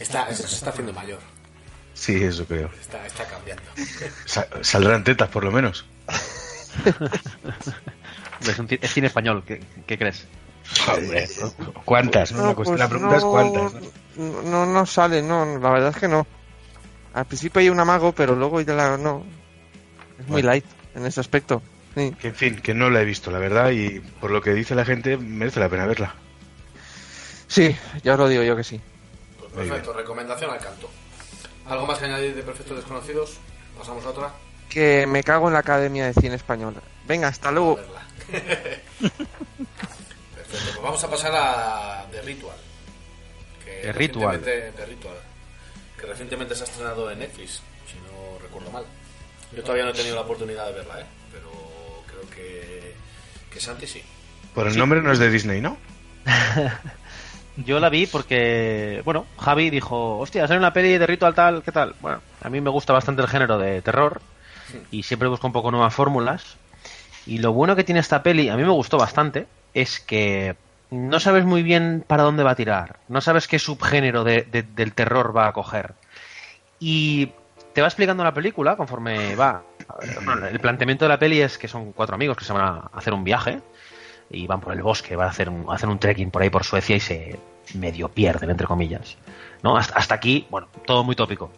E: Está, se está haciendo mayor.
J: Sí, eso creo.
E: Está, está cambiando.
J: Sa- saldrán tetas, por lo menos.
H: Es, un ci- es cine español, ¿qué, qué crees?
J: Joder, ¿no? ¿Cuántas?
F: Ah,
J: no? La, cuest- la pregunta es cuántas. ¿no?
F: pues No, no, no sale, no, la verdad es que no. Al principio hay un amago, pero luego ya la, no. Es muy light en ese aspecto. Sí.
J: Que, en fin, que no la he visto, la verdad, y por lo que dice la gente, merece la pena verla.
F: sí, ya os lo digo yo que sí.
E: Pues
J: Muy
E: perfecto, recomendación al canto. ¿Algo más que añadir de Perfectos Desconocidos? Pasamos a otra.
F: Que me cago en la Academia de Cine Española. Venga, hasta
E: A
F: luego.
E: verla. Perfecto, pues vamos a pasar a The Ritual. Que
H: The Ritual.
E: recientemente- The Ritual. Que recientemente se ha estrenado en Netflix, si no recuerdo mal. Yo todavía no he tenido la oportunidad de verla, ¿eh? pero creo que, que Santi sí.
J: Por el nombre no es de Disney, ¿no?
H: Yo la vi porque, bueno, Javi dijo, hostia, sale una peli de ritual tal, ¿qué tal? Bueno, a mí me gusta bastante el género de terror y siempre busco un poco nuevas fórmulas. Y lo bueno que tiene esta peli, a mí me gustó bastante, es que no sabes muy bien para dónde va a tirar, no sabes qué subgénero de- de- del terror va a coger. Y te va explicando la película conforme va. Bueno, El planteamiento de la peli es que son cuatro amigos que se van a hacer un viaje y van por el bosque, van a hacer un, hacen un trekking por ahí por Suecia y se medio pierden, entre comillas. ¿No? Hasta, hasta aquí, bueno, todo muy tópico.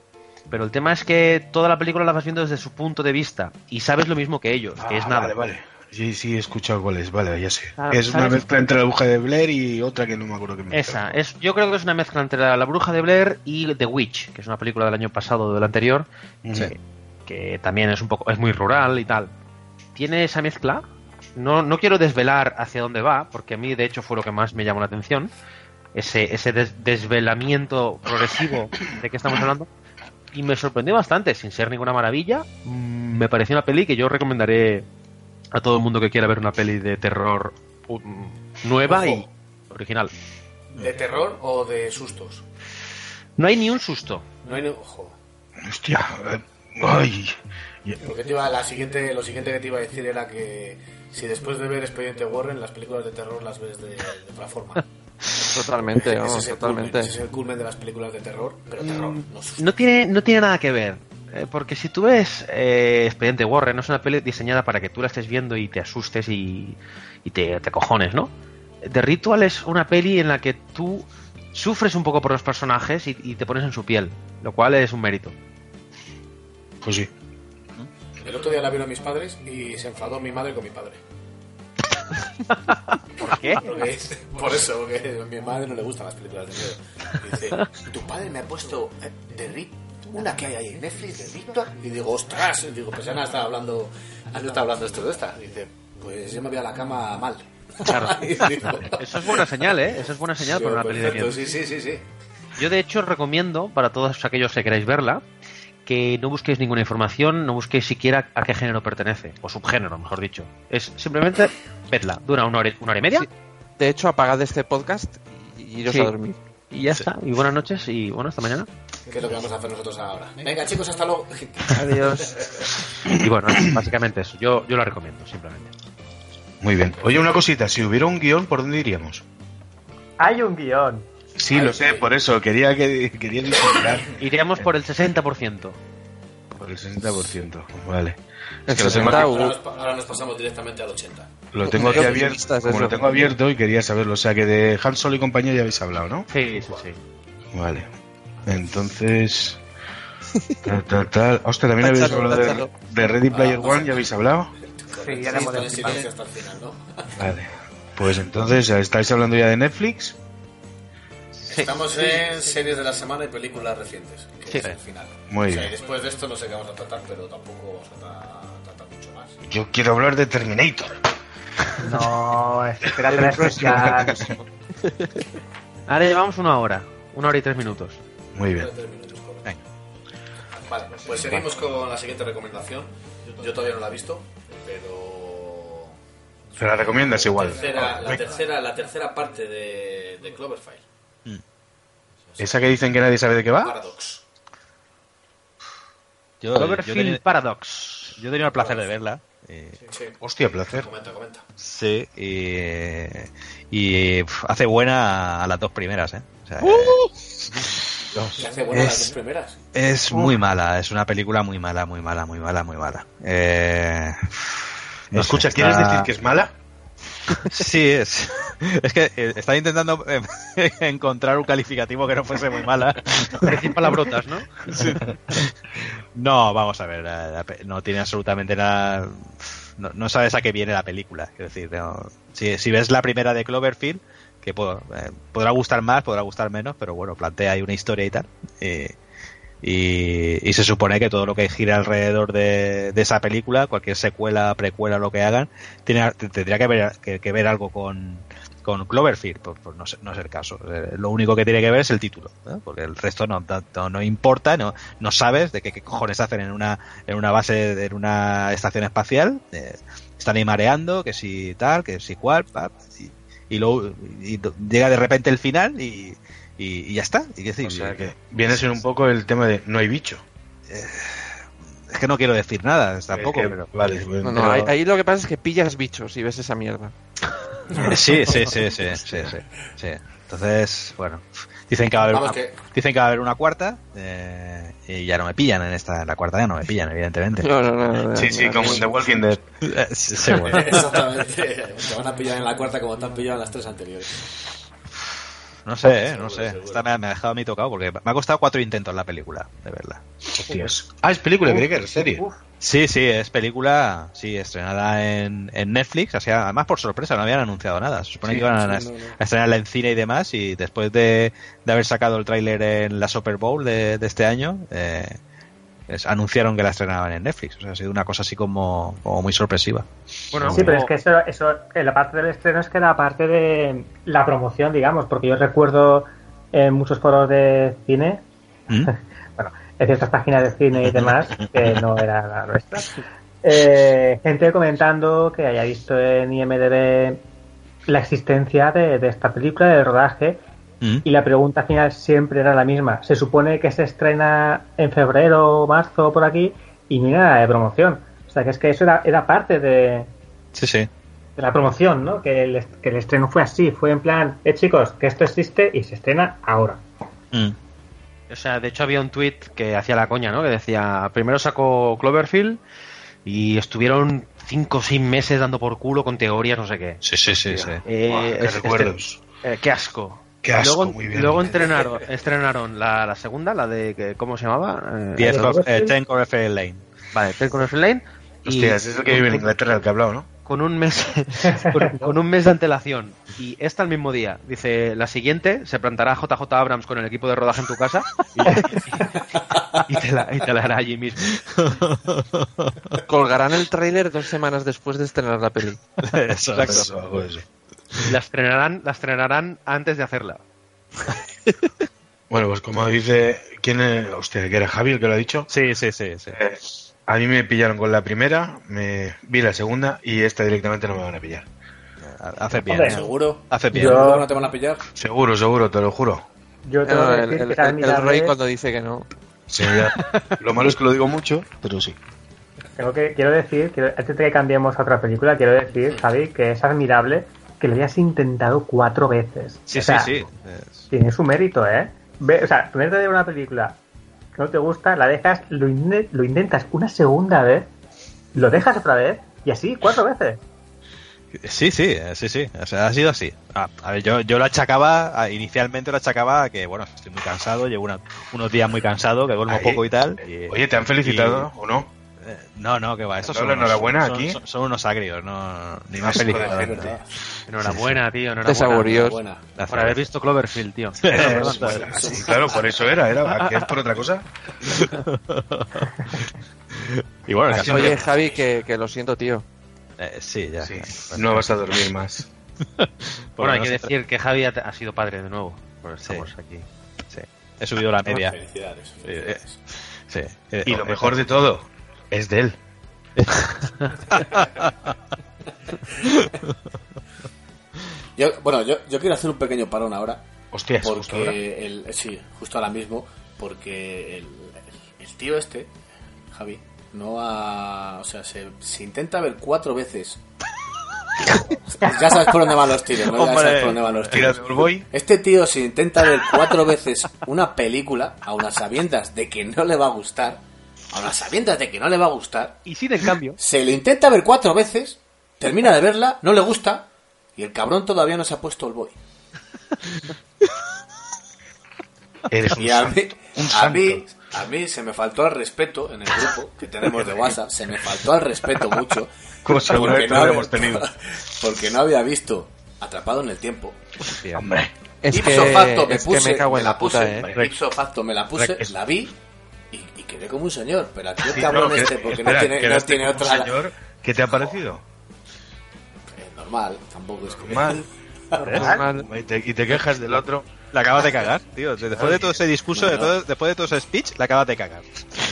H: Pero el tema es que toda la película la vas viendo desde su punto de vista y sabes lo mismo que ellos, que es
J: Ah,
H: nada.
J: Vale, vale.
K: Sí, sí, he escuchado cuál es, vale, ya sé.
H: Ah,
K: es una
H: ¿sabes?
K: mezcla entre la bruja de Blair y otra que no me acuerdo que me
H: Esa, es, yo creo que es una mezcla entre La, La Bruja de Blair y The Witch, que es una película del año pasado o del anterior,
K: Sí.
H: que, que también es un poco, es muy rural y tal. Tiene esa mezcla. No, no quiero desvelar hacia dónde va, porque a mí de hecho fue lo que más me llamó la atención. Ese, ese des- desvelamiento progresivo de que estamos hablando. Y me sorprendió bastante, sin ser ninguna maravilla. mm, Me pareció una peli que yo recomendaré a todo el mundo que quiera ver una peli de terror mm, nueva y original.
E: ¿De terror o de sustos?
H: No hay ni un susto.
E: No hay ni... Ojo.
K: Hostia, eh, ay.
E: Porque te iba, la siguiente, lo siguiente que te iba a decir era que si después de ver Expediente Warren, las películas de terror las ves de, de otra forma.
F: Totalmente,
E: Ese
F: vamos,
E: es el
F: totalmente.
E: Culmen,
F: Mm,
E: ese es el culmen de las películas de terror, pero terror, no susto.
H: No tiene, no tiene nada que ver. eh, porque si tú ves eh, Expediente Warren, no es una peli diseñada para que tú la estés viendo y te asustes y, y te, te cojones, ¿no? The Ritual es una peli en la que tú sufres un poco por los personajes y, y te pones en su piel, lo cual es un mérito.
K: Pues sí.
E: El otro día la vieron mis padres y se enfadó mi madre con mi padre.
H: ¿Por qué?
E: Porque- por eso, porque a mi madre no le gustan las películas de miedo. Y Dice, tu padre me ha puesto eh, de Rick, una que hay ahí en Netflix de Víctor. Y digo, ostras, y digo, pues ya no estaba hablando, ya no está hablando esto de esta. Y dice, pues yo me voy a la cama mal.
H: Claro.
E: Y digo,
H: Eso es buena señal, ¿eh? Eso es buena señal
E: sí, pues
H: para una
E: por
H: peli de
E: cierto,
H: miedo.
E: Sí, sí, sí, sí.
H: Yo de hecho recomiendo para todos aquellos que queráis verla que no busquéis ninguna información, no busquéis siquiera a qué género pertenece, o subgénero, mejor dicho. Es simplemente vedla. Dura una hora, una hora y media.
F: Sí. De hecho, apagad este podcast y y iros
H: Sí.
F: a dormir.
H: Y ya está. Y buenas noches y bueno, hasta mañana.
E: ¿Qué es lo que vamos a hacer nosotros ahora? Venga, chicos, hasta luego.
F: Adiós.
H: Y bueno, básicamente eso. Yo, yo la recomiendo, simplemente.
F: Eh.
K: Muy bien. Oye, una cosita, si hubiera un guión, ¿por dónde iríamos?
G: Hay un guión.
K: Sí, lo sé, por eso quería que quería disimular
H: Iríamos por el 60%.
K: por el 60%. Vale.
F: El
K: Es que lo tengo,
F: 60
K: aquí-
E: Ahora nos, pa- ahora nos pasamos directamente al 80.
K: lo tengo aquí
F: Yo-
K: abierto,
F: listas,
K: como lo
F: eso.
K: tengo abierto y quería saberlo, o sea que de Han Solo y compañía ya habéis hablado, ¿no?
H: Sí, sí, sí.
K: Vale. Entonces tal tal tal. Hostia, también habéis
F: Tachalo,
K: hablado de,
F: tachalo.
K: de Ready Player
E: Ah,
K: One, ya habéis hablado.
G: Sí, ya la hemos
E: Están en
G: descrito.
E: silencio hasta el final, ¿no?
K: Vale. Pues entonces, ¿estáis hablando ya de Netflix?
E: Estamos en series de la semana y películas recientes, que
H: Sí.
E: es el final.
K: Muy
E: O sea,
K: bien.
E: y después de esto no sé qué vamos a tratar, pero tampoco vamos a tra- tratar mucho más.
K: Yo quiero hablar de Terminator.
G: No, espérate la especial.
H: Ahora llevamos una hora. Una hora y tres minutos.
K: Muy bien.
D: Venga.
E: Vale, pues seguimos con la siguiente recomendación. Yo todavía no la he visto, pero...
K: Se la recomiendas igual.
D: Ah,
E: Tercera- la, tercera, la tercera parte de, de Cloverfile,
K: Esa que dicen que nadie sabe de qué va.
E: Paradox.
D: Yo, yo
H: Cloverfield
D: tenía-
H: Paradox.
D: yo he tenido el placer de verla. eh,
E: Sí.
K: Hostia, placer.
E: Comenta, comenta.
D: Sí, y, eh, y, pf, hace buena a las dos primeras, ¿eh? O sea, eh,
K: ¡Uh!
E: Se hace buena las
D: Es-
E: dos primeras.
D: es muy mala, es una película muy mala, muy mala, muy mala, muy mala. Eh,
K: No, escucha, ¿quieres decir que es mala?
D: Sí, es. Es que eh, estaba intentando eh, encontrar un calificativo que no fuese muy mala.
H: Decir palabrotas, ¿no?
D: No, vamos a ver, la- la pe- no tiene absolutamente nada. No, no sabes a qué viene la película. Quiero decir, no- si, si ves la primera de Cloverfield, que po- eh, podrá gustar más, podrá gustar menos, pero bueno, plantea ahí una historia y tal. eh, y, y se supone que todo lo que gira alrededor de, de esa película, cualquier secuela, precuela, lo que hagan, tiene, t- tendría que ver, que, que ver algo con, con Cloverfield, pues, pues no, es- no es el caso. Eh, Lo único que tiene que ver es el título, ¿no? porque el resto no, no, no importa, no, no sabes de qué, qué cojones hacen en una, en una base, en una estación espacial, eh, están ahí mareando, que si tal, que si cual, pa, y, y luego y do- llega de repente el final y, y- y ya está. Y, qué decir,
K: O sea que viene a ser un poco el tema de no hay bicho.
D: Es que no quiero decir nada tampoco,
K: Es que-
D: pero...
K: Vale,
F: No,
K: bueno,
F: no,
K: pero-
F: ahí, ahí lo que pasa es que pillas bichos y ves esa mierda.
D: Sí, sí, sí, sí, sí, sí, sí. Entonces, bueno, dicen que va a haber,
E: Vamos,
D: una,
E: que-
D: dicen que va a haber una cuarta eh, y ya no me pillan en esta, en la cuarta ya no me pillan, evidentemente.
F: No, no, no. no,
K: Sí,
F: no,
K: sí,
F: no.
K: como en The Walking Dead.
D: Eh, sí, sí, bueno.
E: Exactamente. Te van a pillar en la cuarta como te han pillado en las tres anteriores.
D: No sé, eh,
E: Seguro,
D: no sé.
E: seguro.
D: Esta me ha, me ha dejado a mí tocado porque me ha costado cuatro intentos la película, de verdad.
K: Hostias. Ah, es película, creía que era serie.
G: Uf,
D: Sí, sí, es película, sí, estrenada en, en Netflix, así, además por sorpresa, no habían anunciado nada. Se supone
L: Sí,
D: que iban a,
L: sí, no, no.
D: a estrenarla en cine y demás, y después de, de haber sacado el tráiler en la Super Bowl de, de este año, eh, es- anunciaron que la estrenaban en Netflix. O sea, ha sido una cosa así como, como muy sorpresiva.
G: sí, pero es que eso, eso eh, la parte del estreno es que la parte de la promoción, digamos, porque yo recuerdo en muchos foros de cine,
D: ¿Mm?
G: bueno, en ciertas páginas de cine y demás, que no era la nuestra, eh, gente comentando que haya visto en IMDB la existencia de, de esta película, del rodaje,
D: ¿Mm?
G: y la pregunta final siempre era la misma. Se supone que se estrena en febrero o marzo o por aquí y ni nada de promoción. O sea, que es que eso era, era parte de,
D: Sí, sí.
G: de la promoción, ¿no? Que el, est- que el estreno fue así, fue en plan, eh chicos, que esto existe y se estrena ahora.
D: ¿Mm?
H: O sea, de hecho había un tweet que hacía la coña, ¿no? Que decía, primero sacó Cloverfield y estuvieron cinco o seis meses dando por culo con teorías, no sé qué.
D: Sí, sí, sí, sí.
K: Buah, qué recuerdos.
H: eh, qué asco.
K: Qué asco,
H: luego
K: muy bien.
H: luego entrenaron, estrenaron la, la segunda, la de, que- ¿cómo se llamaba? Eh,
D: Diez
H: la de
D: Clover- eh,
H: Cloverfield.
D: Ten Cloverfield Lane.
H: Vale, Ten Cloverfield Lane.
K: Hostias, es el que vive en Inglaterra, el que ha hablado, ¿no?
H: Con un mes, con, con un mes de antelación. Y esta el mismo día. Dice, la siguiente se plantará JJ Abrams con el equipo de rodaje en tu casa y, y te, la, y te la hará allí mismo.
F: Colgarán el tráiler dos semanas después de estrenar la peli.
D: Eso,
K: eso, hago eso.
H: Y La estrenarán, la estrenarán antes de hacerla.
K: Bueno, pues como dice, ¿quién es? Hostia, que era Javi el que lo ha dicho.
D: Sí, sí, sí. sí.
K: Eh, a mí me pillaron con la primera, me vi la segunda y esta directamente no me van a pillar.
D: Hace
K: bien,
E: Hombre, seguro.
D: Hace
E: bien. Yo- ¿No te van a pillar?
K: Seguro, seguro, te lo juro.
G: Yo tengo
F: No,
G: que
F: el,
G: decir
F: el-
G: que la
F: el
G: mirada
F: rey
G: es-
F: cuando dice que no.
K: Sí, ya. Lo malo es que lo digo mucho, pero sí.
G: Tengo que, quiero decir, quiero- antes de que cambiemos a otra película, quiero decir, Javi, que es admirable que lo hayas intentado cuatro veces.
D: Sí,
G: O sea,
D: sí, sí. Es-
G: Tiene su mérito, ¿eh? Ve- o sea, primero te de una película que no te gusta, la dejas, lo, in- lo intentas una segunda vez, lo dejas otra vez y así cuatro veces.
D: Sí, sí, eh, sí, sí. O sea, ha sido así. Ah, a ver, yo, yo lo achacaba, a- inicialmente lo achacaba a que, bueno, estoy muy cansado, llevo una- unos días muy cansado, que duermo
K: Ahí.
D: poco y tal. y-
K: Oye, ¿te han felicitado o no?
D: eh, no, no, que va. Estos
K: ¿Te
D: son
K: hablan
D: unos,
K: enhorabuena
D: son-
K: aquí?
D: Son, son unos agrios, no, ni más
K: Asco de
D: felicitado.
K: gente.
D: tío.
H: Enhorabuena, tío. Enhorabuena.
F: Te saboreos.
E: Buena.
D: Gracias.
H: Por haber visto Cloverfield, tío.
K: Eh, bueno, sí, claro, por eso era, era. ¿a qué es por otra cosa?
D: Y bueno, el
K: Así
D: caso
F: Oye,
D: es
F: Javi, que, que lo siento, tío.
D: que- eh, sí, ya.
K: Sí,
D: ya.
K: no vas a dormir más.
H: Bueno, hay
D: no
H: que
D: sé,
H: decir que Javi ha, ha sido padre de nuevo. Bueno, estamos aquí.
D: sí. He subido la media.
E: Felicidades.
D: Eh, eh,
E: felicidades.
D: sí. Eh,
K: Y lo
D: eh,
K: mejor de todo, es de él.
E: Yo- bueno, yo, yo quiero hacer un pequeño parón ahora.
K: Hostias, justo ahora.
E: Porque el, sí, justo ahora mismo, porque el, el tío este, Javi, no ha... O sea, se, se intenta ver cuatro veces. ya sabes por dónde van los tiros, ¿no? Ya sabes por dónde van los
K: Tira
E: tiros.
K: de Urboy.
E: Este tío se intenta ver cuatro veces una película, a unas sabiendas de que no le va a gustar, a unas sabiendas de que no le va a gustar,
H: Y sin en cambio.
E: se lo intenta ver cuatro veces, termina de verla, no le gusta, y el cabrón todavía no se ha puesto el boy.
K: Eres un
E: Y a mí,
K: santo, un
E: a
K: santo.
E: mí, a mí se me faltó al respeto en el grupo que tenemos de WhatsApp, se me faltó al respeto mucho.
K: Como si alguna
E: porque
K: vez
E: no
K: lo
E: había-
K: hubiéramos tenido.
E: Porque no había visto Atrapado en el Tiempo.
K: Hombre,
F: Es que,
E: Ipso facto me
F: es que
E: puse,
F: me cago
E: me
F: en
E: la,
F: la puta,
E: puse,
F: eh.
E: ipso facto me la puse,
K: Rec-
E: la vi y, y quedé como un señor. Pero aquí el
K: sí,
E: cabrón
K: no, que-
E: este, porque
K: espera,
E: no tiene, no
K: quedaste
E: tiene
K: como un
E: otra...
K: señor, ¿Qué te ha parecido?
E: Eh, normal, tampoco es que...
K: Mal.
D: ¿eh?
F: Normal.
K: Y te, y te quejas del otro.
D: La acabas de cagar, tío. Después de todo ese discurso, de todo- después de todo ese speech, la acabas de cagar.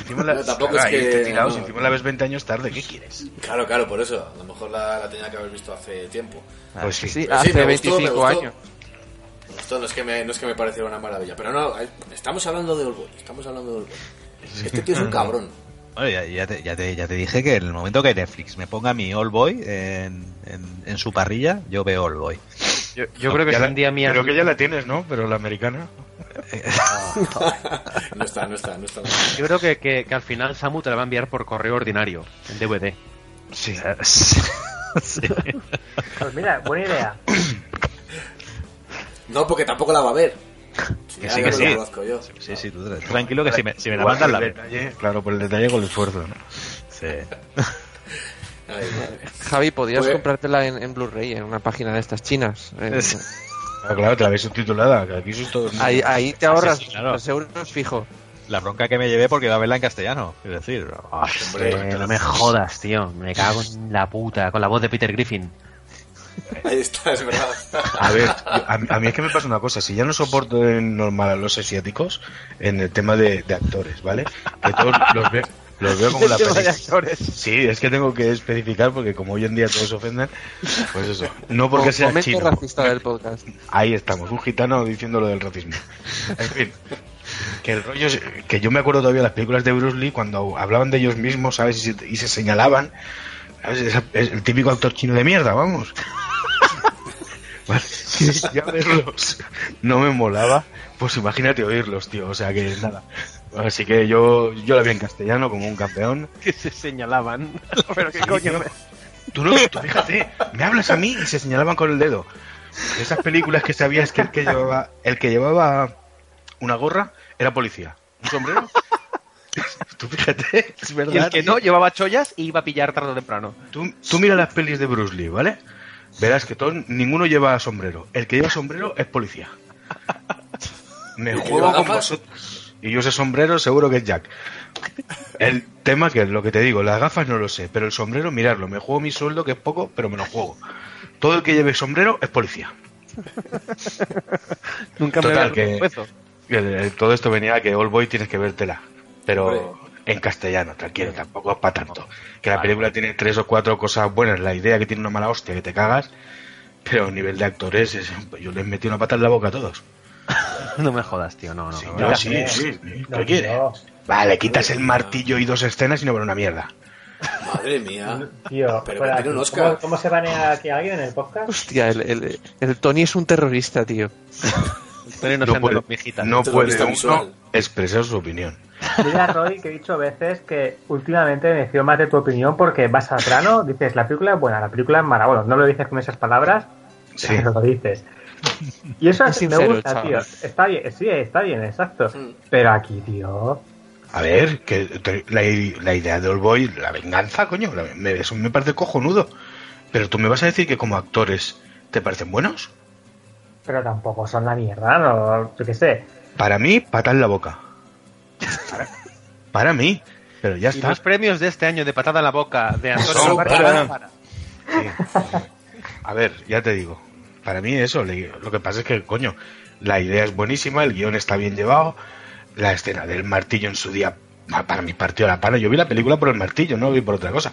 K: Encima la,
E: No, tampoco es
K: ahí
E: que-
K: te tiraos,
E: no.
K: encima la ves 20 años tarde. ¿Qué quieres?
E: Claro, claro, por eso. A lo mejor la, la tenía que haber visto hace tiempo.
D: Ah,
K: Pues sí.
F: Sí,
E: Pero sí,
F: hace
E: me gustó,
F: 25
E: me gustó.
F: años.
E: Esto no es que me, no es que me pareciera una maravilla, pero no, eh, estamos hablando de Olboy, estamos hablando de Olboy. Este tío es un cabrón.
D: Bueno, ya, ya te, ya, te, ya te dije que en el momento que Netflix me ponga mi All Boy en, en, en su parrilla, yo veo All Boy.
H: Yo, yo creo que
K: Ya
H: si
K: la-
H: un día mía.
K: Creo que ya la tienes, ¿no? Pero la americana.
E: No está, no está, no está.
H: Yo creo que, que- que al final Samu te la va a enviar por correo ordinario, en DVD.
K: Sí.
G: Pues mira, buena idea.
E: No, porque tampoco la va a ver. Sí,
D: Que sí, que sí.
E: La conozco yo.
D: Sí, sí, tú tra- tranquilo que si me, si me la
K: Igual
D: mandan
K: por
D: la
K: el
D: veo.
K: detalle, Claro, por el detalle con el esfuerzo. ¿no?
F: Javi, podías comprártela en, en Blu-ray, en una página de estas chinas. En-
K: Ah, claro, te la ves subtitulada. que Aquí sois todos-
F: ahí, ahí te ahorras
D: Sí, sí,
F: los
D: claro.
F: euros fijo.
D: La bronca que me llevé porque a verla en castellano. Es decir,
H: Hombre, no me jodas, tío. Me cago en la puta, con la voz de Peter Griffin.
E: Ahí está, es verdad.
K: A ver, a, mí- a mí es que me pasa una cosa. Si ya no soporto en normal a los asiáticos en el tema de, de actores, ¿vale? Que todos los, ve- los veo como la peli-
D: pues,
K: Sí, es que tengo que especificar porque como hoy en día todos se ofenden, pues eso. No porque
F: Mo-
K: sea
F: momento
K: chino.
F: racista del podcast.
K: Ahí estamos, un gitano diciendo lo del racismo. En fin, que el rollo es que yo me acuerdo todavía de las películas de Bruce Lee cuando hablaban de ellos mismos, ¿sabes? Y se, y se señalaban. ¿sabes? Es- es el típico actor chino de mierda, vamos. Vale, ya verlos no me molaba, pues imagínate oírlos, tío. O sea que nada. Así que yo, yo la vi en castellano como un campeón.
H: Que se señalaban. Pero qué coño.
K: Tú no, tú fíjate, me hablas a mí y se señalaban con el dedo. Esas películas que sabías que el que llevaba, el que llevaba una gorra era policía. ¿Un sombrero? Tú fíjate, es verdad.
H: Y el que
K: tío.
H: no llevaba chollas y iba a pillar tarde o temprano.
K: Tú, tú mira las pelis de Bruce Lee, ¿vale? Verás que todo, ninguno lleva sombrero. El que lleva sombrero es policía. Me
E: ¿Y que
K: juego
E: lleva
K: con
E: gafas?
K: vosotros. Y yo ese sombrero seguro que es Jack. El tema que es lo que te digo, las gafas no lo sé, pero el sombrero, mirarlo. Me juego mi sueldo, que es poco, pero me lo juego. Todo el que lleve sombrero es policía.
H: Nunca me
K: Total,
H: había
K: que-
H: roto un hueso.
K: El- el- todo esto venía a que All Boy tienes que vértela, pero en castellano, tranquilo, tampoco es para tanto. Que la
D: Vale.
K: película tiene tres o cuatro cosas buenas, la idea que tiene una mala hostia que te cagas, pero a nivel de actores, es- yo les metí una pata en la boca a todos.
H: No me jodas, tío. No, no.
K: Sí,
H: no.
K: no, sí,
G: también.
K: sí, sí, ¿qué
G: No,
K: quieres?
G: no,
K: Vale, quitas el martillo y dos escenas y no ver una mierda.
E: Madre mía.
G: Tío,
E: Pero
G: fuera,
E: tiene un
G: ¿cómo-
E: Oscar.
G: ¿cómo se banea aquí a alguien en el podcast?
F: Hostia, el, el- el Tony es un terrorista, tío.
H: Pero no,
K: No
H: se anda
K: puede-
H: con mijitas.
K: No
E: Terrorista
K: puede uno
E: visual.
K: expresar su opinión.
G: Dile a Roy que he dicho veces que últimamente me fío más de tu opinión porque vas al grano, dices la película es buena, la película es mala. Bueno, no lo dices con esas palabras,
K: Sí.
G: pero lo dices. Y eso
F: Es
G: es me
F: sincero,
G: gusta,
F: chaval.
G: tío. Está bien, sí, está bien, exacto.
E: Mm.
G: Pero aquí, tío.
K: A ver, que te- la, i- la idea de Oldboy, la venganza, coño, la- me, eso me parece cojonudo. Pero tú me vas a decir que como actores te parecen buenos.
G: Pero tampoco son la mierda, no, yo qué sé.
K: Para mí, pata en la boca. Para, para mí. Pero ya
H: Y
K: está.
H: los premios de este año de patada en la boca de Antonio
K: Son
H: Barra-
K: para-
H: Barra.
K: Sí. A ver, ya te digo. Para mí eso, le- lo que pasa es que, coño, la idea es buenísima, el guión está bien llevado, la escena del martillo en su día, pa- para mí partió la pana. Yo vi la película por el martillo, no vi por otra cosa.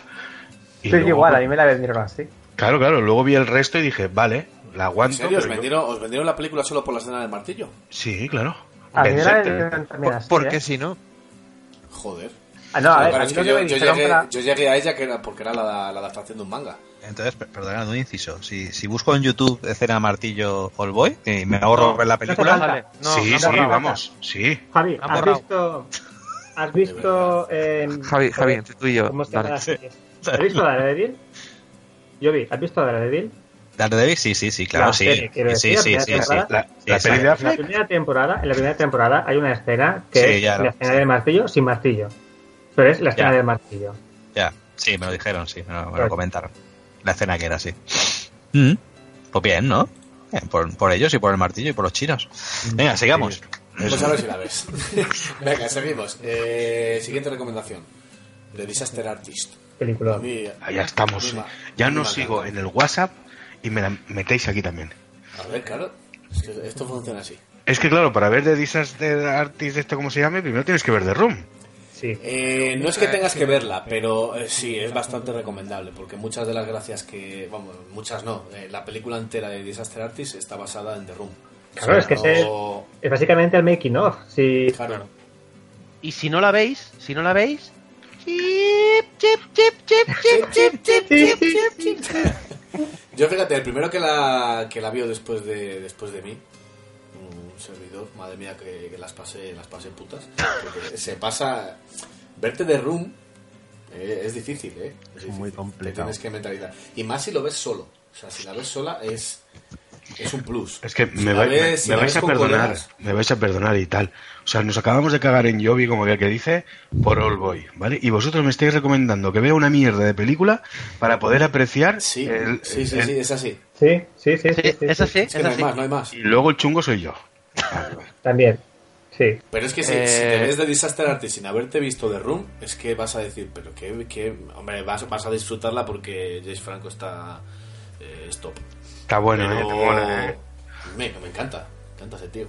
K: Y
G: Yo
K: luego-
G: igual, a mí me la vendieron así.
K: Claro, claro, luego vi el resto y dije, vale, la
E: ¿En
K: aguanto.
E: serio? ¿Os
K: pero yo-
E: vendieron, ¿Os vendieron la película solo por la escena del martillo?
K: Sí, claro.
G: A
H: Ah,
G: mí me la
K: Pensé-
G: vendieron también
F: Por-
G: así.
F: porque
G: ¿eh?
F: si no,
E: Joder.
G: Ah, no, a
E: Lo
G: ver,
E: que pasa
G: a mí
E: es
G: lo
E: que
G: que
E: yo,
G: me
E: yo
G: dijeron
E: llegué,
G: para-
E: yo llegué a ella que era porque era la, la adaptación de un manga.
D: Entonces, per- perdonad un inciso. Si, si busco en YouTube escena martillo All Boy y me ahorro ver la película,
G: falta.
H: Vale, no,
K: sí,
H: no,
K: sí,
H: no, no.
K: vamos, sí.
G: Javi,
H: Han
G: ¿has
H: borrado.
G: visto, has visto eh, en...
F: Javi, Javi, entre tú y yo.
G: ¿Cómo se llama
F: dale.
G: la serie? ¿Has visto Daredevil? Yo vi, ¿has visto Daredevil?
D: Daredevil, sí, sí, sí, claro,
G: La
D: sí.
G: serie, quiero
D: Sí,
G: decir,
D: sí,
G: la
D: sí, sí.
G: primera
K: La,
D: Sí,
K: la
D: sí.
K: peli de
G: En la
K: Affleck,
G: primera temporada, en la primera temporada hay una escena que
D: Sí,
G: es
D: ya lo-
G: la escena del martillo sin martillo. Pero es la escena
D: Ya.
G: del martillo.
D: Ya, sí, me lo dijeron, sí, me lo, me lo
G: Claro.
D: comentaron. La escena que era así. Mm, Pues bien, ¿no? Bien, por, por ellos y por el martillo y por los chinos.
G: Mm.
D: Venga, sigamos.
E: Pues a ver si la ves. Venga, seguimos. Eh, siguiente recomendación. The Disaster Artist.
G: Película.
E: A mí-
K: Ah, ya estamos.
E: Muy mal.
K: Ya
E: Muy
K: no
E: mal,
K: sigo
E: claro.
K: en el WhatsApp y me la metéis aquí también.
E: A ver, claro. Es que esto funciona así.
K: Es que claro, para ver de Disaster Artist, esto como se llame, primero tienes que ver The Room.
G: Sí.
E: Eh, no es que tengas que verla, pero eh, sí, es bastante recomendable, porque muchas de las gracias que... Vamos, muchas no. Eh, la película entera de Disaster Artist está basada en The Room.
G: Claro, es que
E: no-
G: Es básicamente el making of. Sí.
E: Claro.
H: Y si no la veis, si no la veis. Chip, chip, chip, chip, chip, chip, chip, chip, chip, chip.
E: Yo fíjate, el primero que la, que la vio después de, después de mí, un servidor, madre mía que, que las pasé, las pasé putas, porque se pasa verte de room eh, es difícil, eh. Es difícil.
H: muy
E: Te
H: complicado.
E: tienes que mentalizar. Y más si lo ves solo. O sea, si la ves sola es Es un plus.
K: Es que me,
E: Si la
K: va-
E: ves-
K: me-
E: si
K: me
E: la
K: vais
E: ves
K: a
E: con
K: perdonar,
E: colegas.
K: me vais a perdonar y tal. O sea, nos acabamos de cagar en Yobi, como el que dice, por Old Boy, ¿vale? Y vosotros me estáis recomendando que vea una mierda de película para poder apreciar el-
E: Sí, sí,
K: el-
E: sí, es así.
G: Sí, sí, sí. sí, sí, sí.
E: Es que no hay más, no hay más.
K: Y luego el chungo soy yo.
G: También. Sí.
E: Pero es que si,
G: Eh,
E: si te ves de Disaster Artist sin haberte visto The Room, es que vas a decir, pero que, hombre, vas, vas a disfrutarla porque James Franco está eh, es top.
K: Está bueno,
E: Pero-
K: ¿eh? Te mola, ¿eh?
E: Me, me encanta, me encanta ese tío.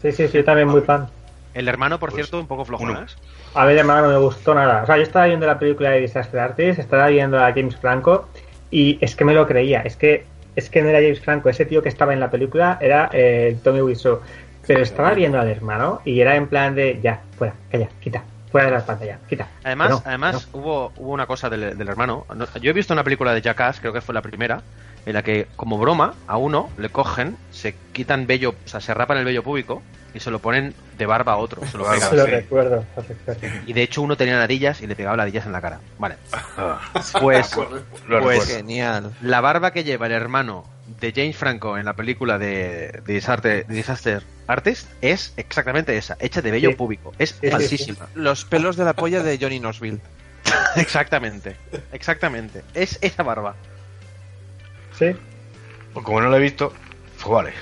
G: Sí, sí, sí, yo también muy fan.
H: El hermano,
K: Pues
H: por cierto, un poco flojonas.
G: A ver, hermano, no me gustó nada. O sea, yo estaba viendo la película de Disaster Artist, estaba viendo a James Franco y es que me lo creía. Es que es que no era James Franco, ese tío que estaba en la película era eh, Tommy Wiseau. Pero estaba viendo al hermano y era en plan de ya, fuera, calla, quita, fuera de la pantalla, quita.
H: Además,
G: No,
H: además Hubo, hubo una cosa del, del hermano. No- Yo he visto una película de Jackass, creo que fue la primera, en la que, como broma, a uno le cogen, se quitan vello, o sea, se rapan el vello público y se lo ponen de barba a otro. Se lo
G: Eso
H: pegan.
G: lo recuerdo, lo recuerdo.
H: Y de hecho, uno tenía ladillas y le pegaba ladillas en la cara. Vale. Pues,
K: Ah. Lo
H: pues
K: recuerdo.
F: Genial.
H: la barba que lleva el hermano de James Franco en la película de, de Disaster, Disaster Artist es exactamente esa, hecha de vello
F: Sí.
H: público. Es
F: sí, sí.
H: falsísima.
F: Los pelos de la polla de Johnny Knoxville.
H: Exactamente, exactamente. Es esa barba.
G: Sí.
K: O Como no lo he visto, pues vale.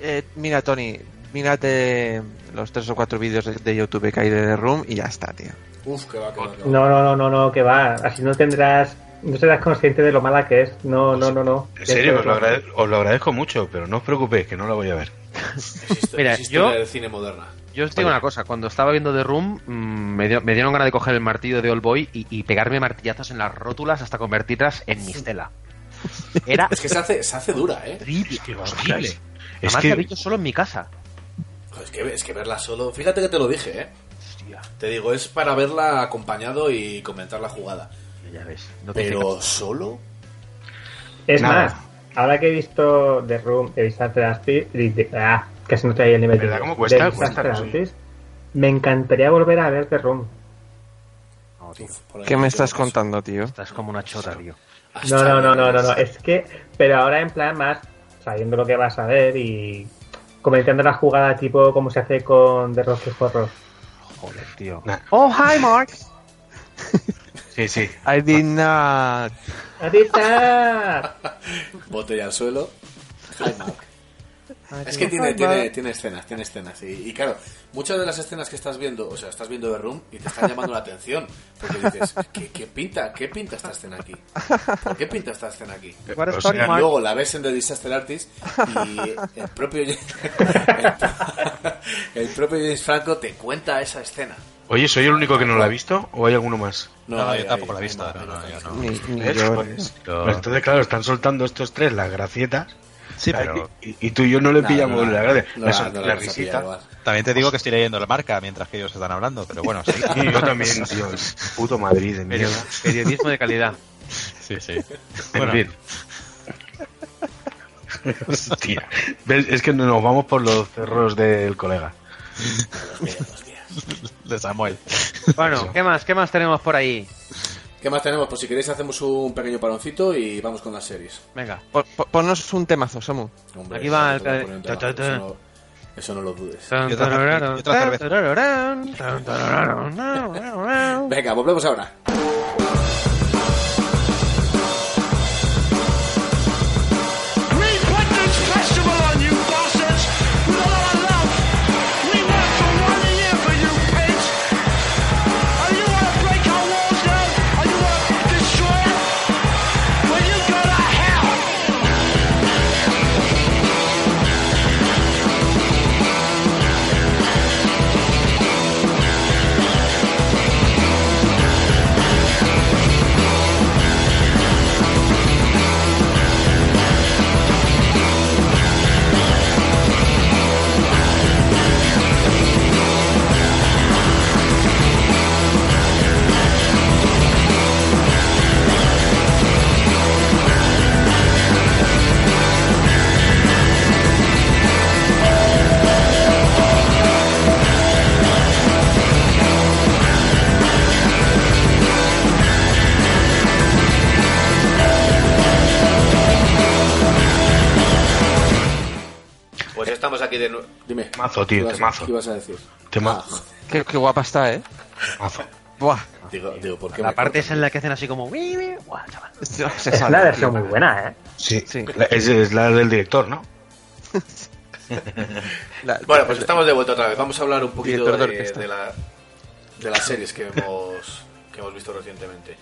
F: Eh, mira, Tony, mírate los tres o cuatro vídeos de, de YouTube que hay de The Room y ya está, tío.
E: Uf, que va, que va, que va.
G: No, no, no, no, no, que va. Así no tendrás, no serás consciente de lo mala que es. No, no, no, no.
K: En serio, os lo, agrade- os lo agradezco mucho, pero no os preocupéis, que no lo voy a ver.
E: Existe,
H: Mira,
E: existe
H: yo-
E: el cine moderna.
H: Yo os digo una cosa, cuando estaba viendo The Room mm, me, dio- me dieron ganas de coger el martillo de Old Boy y, y pegarme martillazos en las rótulas hasta convertirlas en mistela. Era
E: Es que se hace, se hace dura, ¿eh?
H: horrible, horrible.
K: Es
H: Además
K: que-
H: la he visto solo en mi casa.
E: Es que, es que verla solo. Fíjate que te lo dije, ¿eh? Te digo, es para verla acompañado y comentar la jugada.
H: Ya ves. no te
E: Pero solo.
G: Es
K: Nada.
G: más, ahora que he visto The Room, he visto Artist, ah, casi no traía el nivel
K: ¿Verdad?
G: de
K: ¿Cómo cuesta?
G: de
K: Cuesta,
G: Disaster
K: sí.
G: Artist, Me encantaría volver a ver The Room.
E: Uf, por ahí
F: ¿Qué
E: yo
F: me estás
E: paso.
F: contando, tío?
H: Estás como una chota, tío.
E: Hasta
G: No, no, no, no, no, no,
E: luego.
G: es que, pero ahora en plan más sabiendo lo que vas a ver y comentando la jugada tipo como se hace con The Rocky Horror.
H: Joder, tío.
F: Oh, hi, Mark.
K: Sí, sí.
F: I did not.
G: ¡Aquí está!
E: Botella al suelo. Hi, Mark.
F: I
E: Es
F: did
E: que
F: not,
E: tiene,
F: Mark.
E: tiene, tiene escenas, tiene escenas. Y, y claro, muchas de las escenas que estás viendo, o sea, estás viendo The Room y te están llamando la atención. Porque dices, ¿qué, qué pinta, ¿qué pinta esta escena aquí? ¿Por qué pinta esta escena aquí?
F: What a
K: O
F: story,
K: sea,
F: Mark.
E: Luego la ves en The Disaster Artist y el propio, el propio James Franco te cuenta esa escena.
K: Oye, ¿soy el único que no la ha visto o hay alguno más?
E: No,
D: No,
E: hay-
D: yo tampoco
E: hay-
D: la he
E: hay
D: visto.
E: más,
D: No,
E: hay
D: no,
E: más, hay
D: yo
E: más.
D: no.
F: Ni, ni
K: ¿Ves?
F: llores.
D: Yo-
K: Pues entonces, claro, están soltando estos tres las gracietas.
D: Sí,
K: claro,
D: pero
K: y, y tú y yo no le
E: No,
K: pillamos
E: no,
K: la gracia.
E: no,
K: la,
E: no,
K: sol-
E: no
K: la
E: la vas a
K: risita.
E: pillar, vas.
D: también te digo que estoy leyendo la marca mientras que ellos están hablando, pero bueno, sí.
K: Y yo también, tío. el Puto Madrid de
H: Pero-
K: mierda.
H: periodismo de calidad.
D: sí, sí.
K: En
D: Bueno,
K: fin. Hostia. ¿Ves? Es que nos vamos por los cerros del colega.
D: de Samuel.
H: Bueno, ¿qué más? ¿Qué más tenemos por ahí?
E: ¿Qué más tenemos? Pues si queréis hacemos un pequeño paroncito y vamos con las series.
H: Venga.
F: Po- po- Ponnos pues, un temazo, Samu.
E: Hombre,
H: Aquí va
E: eso no
H: el-
E: te lo ponen debajo,
H: ta, ta, ta.
E: Eso, no, eso no lo dudes.
H: Ah.
D: Y otra cerve- y otra cerveza.
E: Venga, volvemos ahora.
J: We're
E: Pues estamos aquí de nuevo. Dime.
K: Mazo, tío,
E: ¿Qué ibas-
K: temazo.
E: ¿Qué ibas a decir?
K: Temazo.
F: Qué, qué guapa está, ¿eh?
E: Ah.
F: Buah.
E: Digo, digo, ¿por qué
H: La
E: me
H: parte
E: cortas?
H: esa en la que hacen así como... "Wii, wii". Buah, chaval.
F: Se
G: Es
F: sale,
G: una versión
F: tío.
G: muy buena, ¿eh?
K: Sí,
F: Sí.
K: La- es, es la del director, ¿no?
F: La-
E: Bueno, pues estamos de vuelta otra vez. Vamos a hablar un poquito
F: Director de
E: de,
F: orquesta.
E: de la- de las series que hemos, que hemos visto recientemente.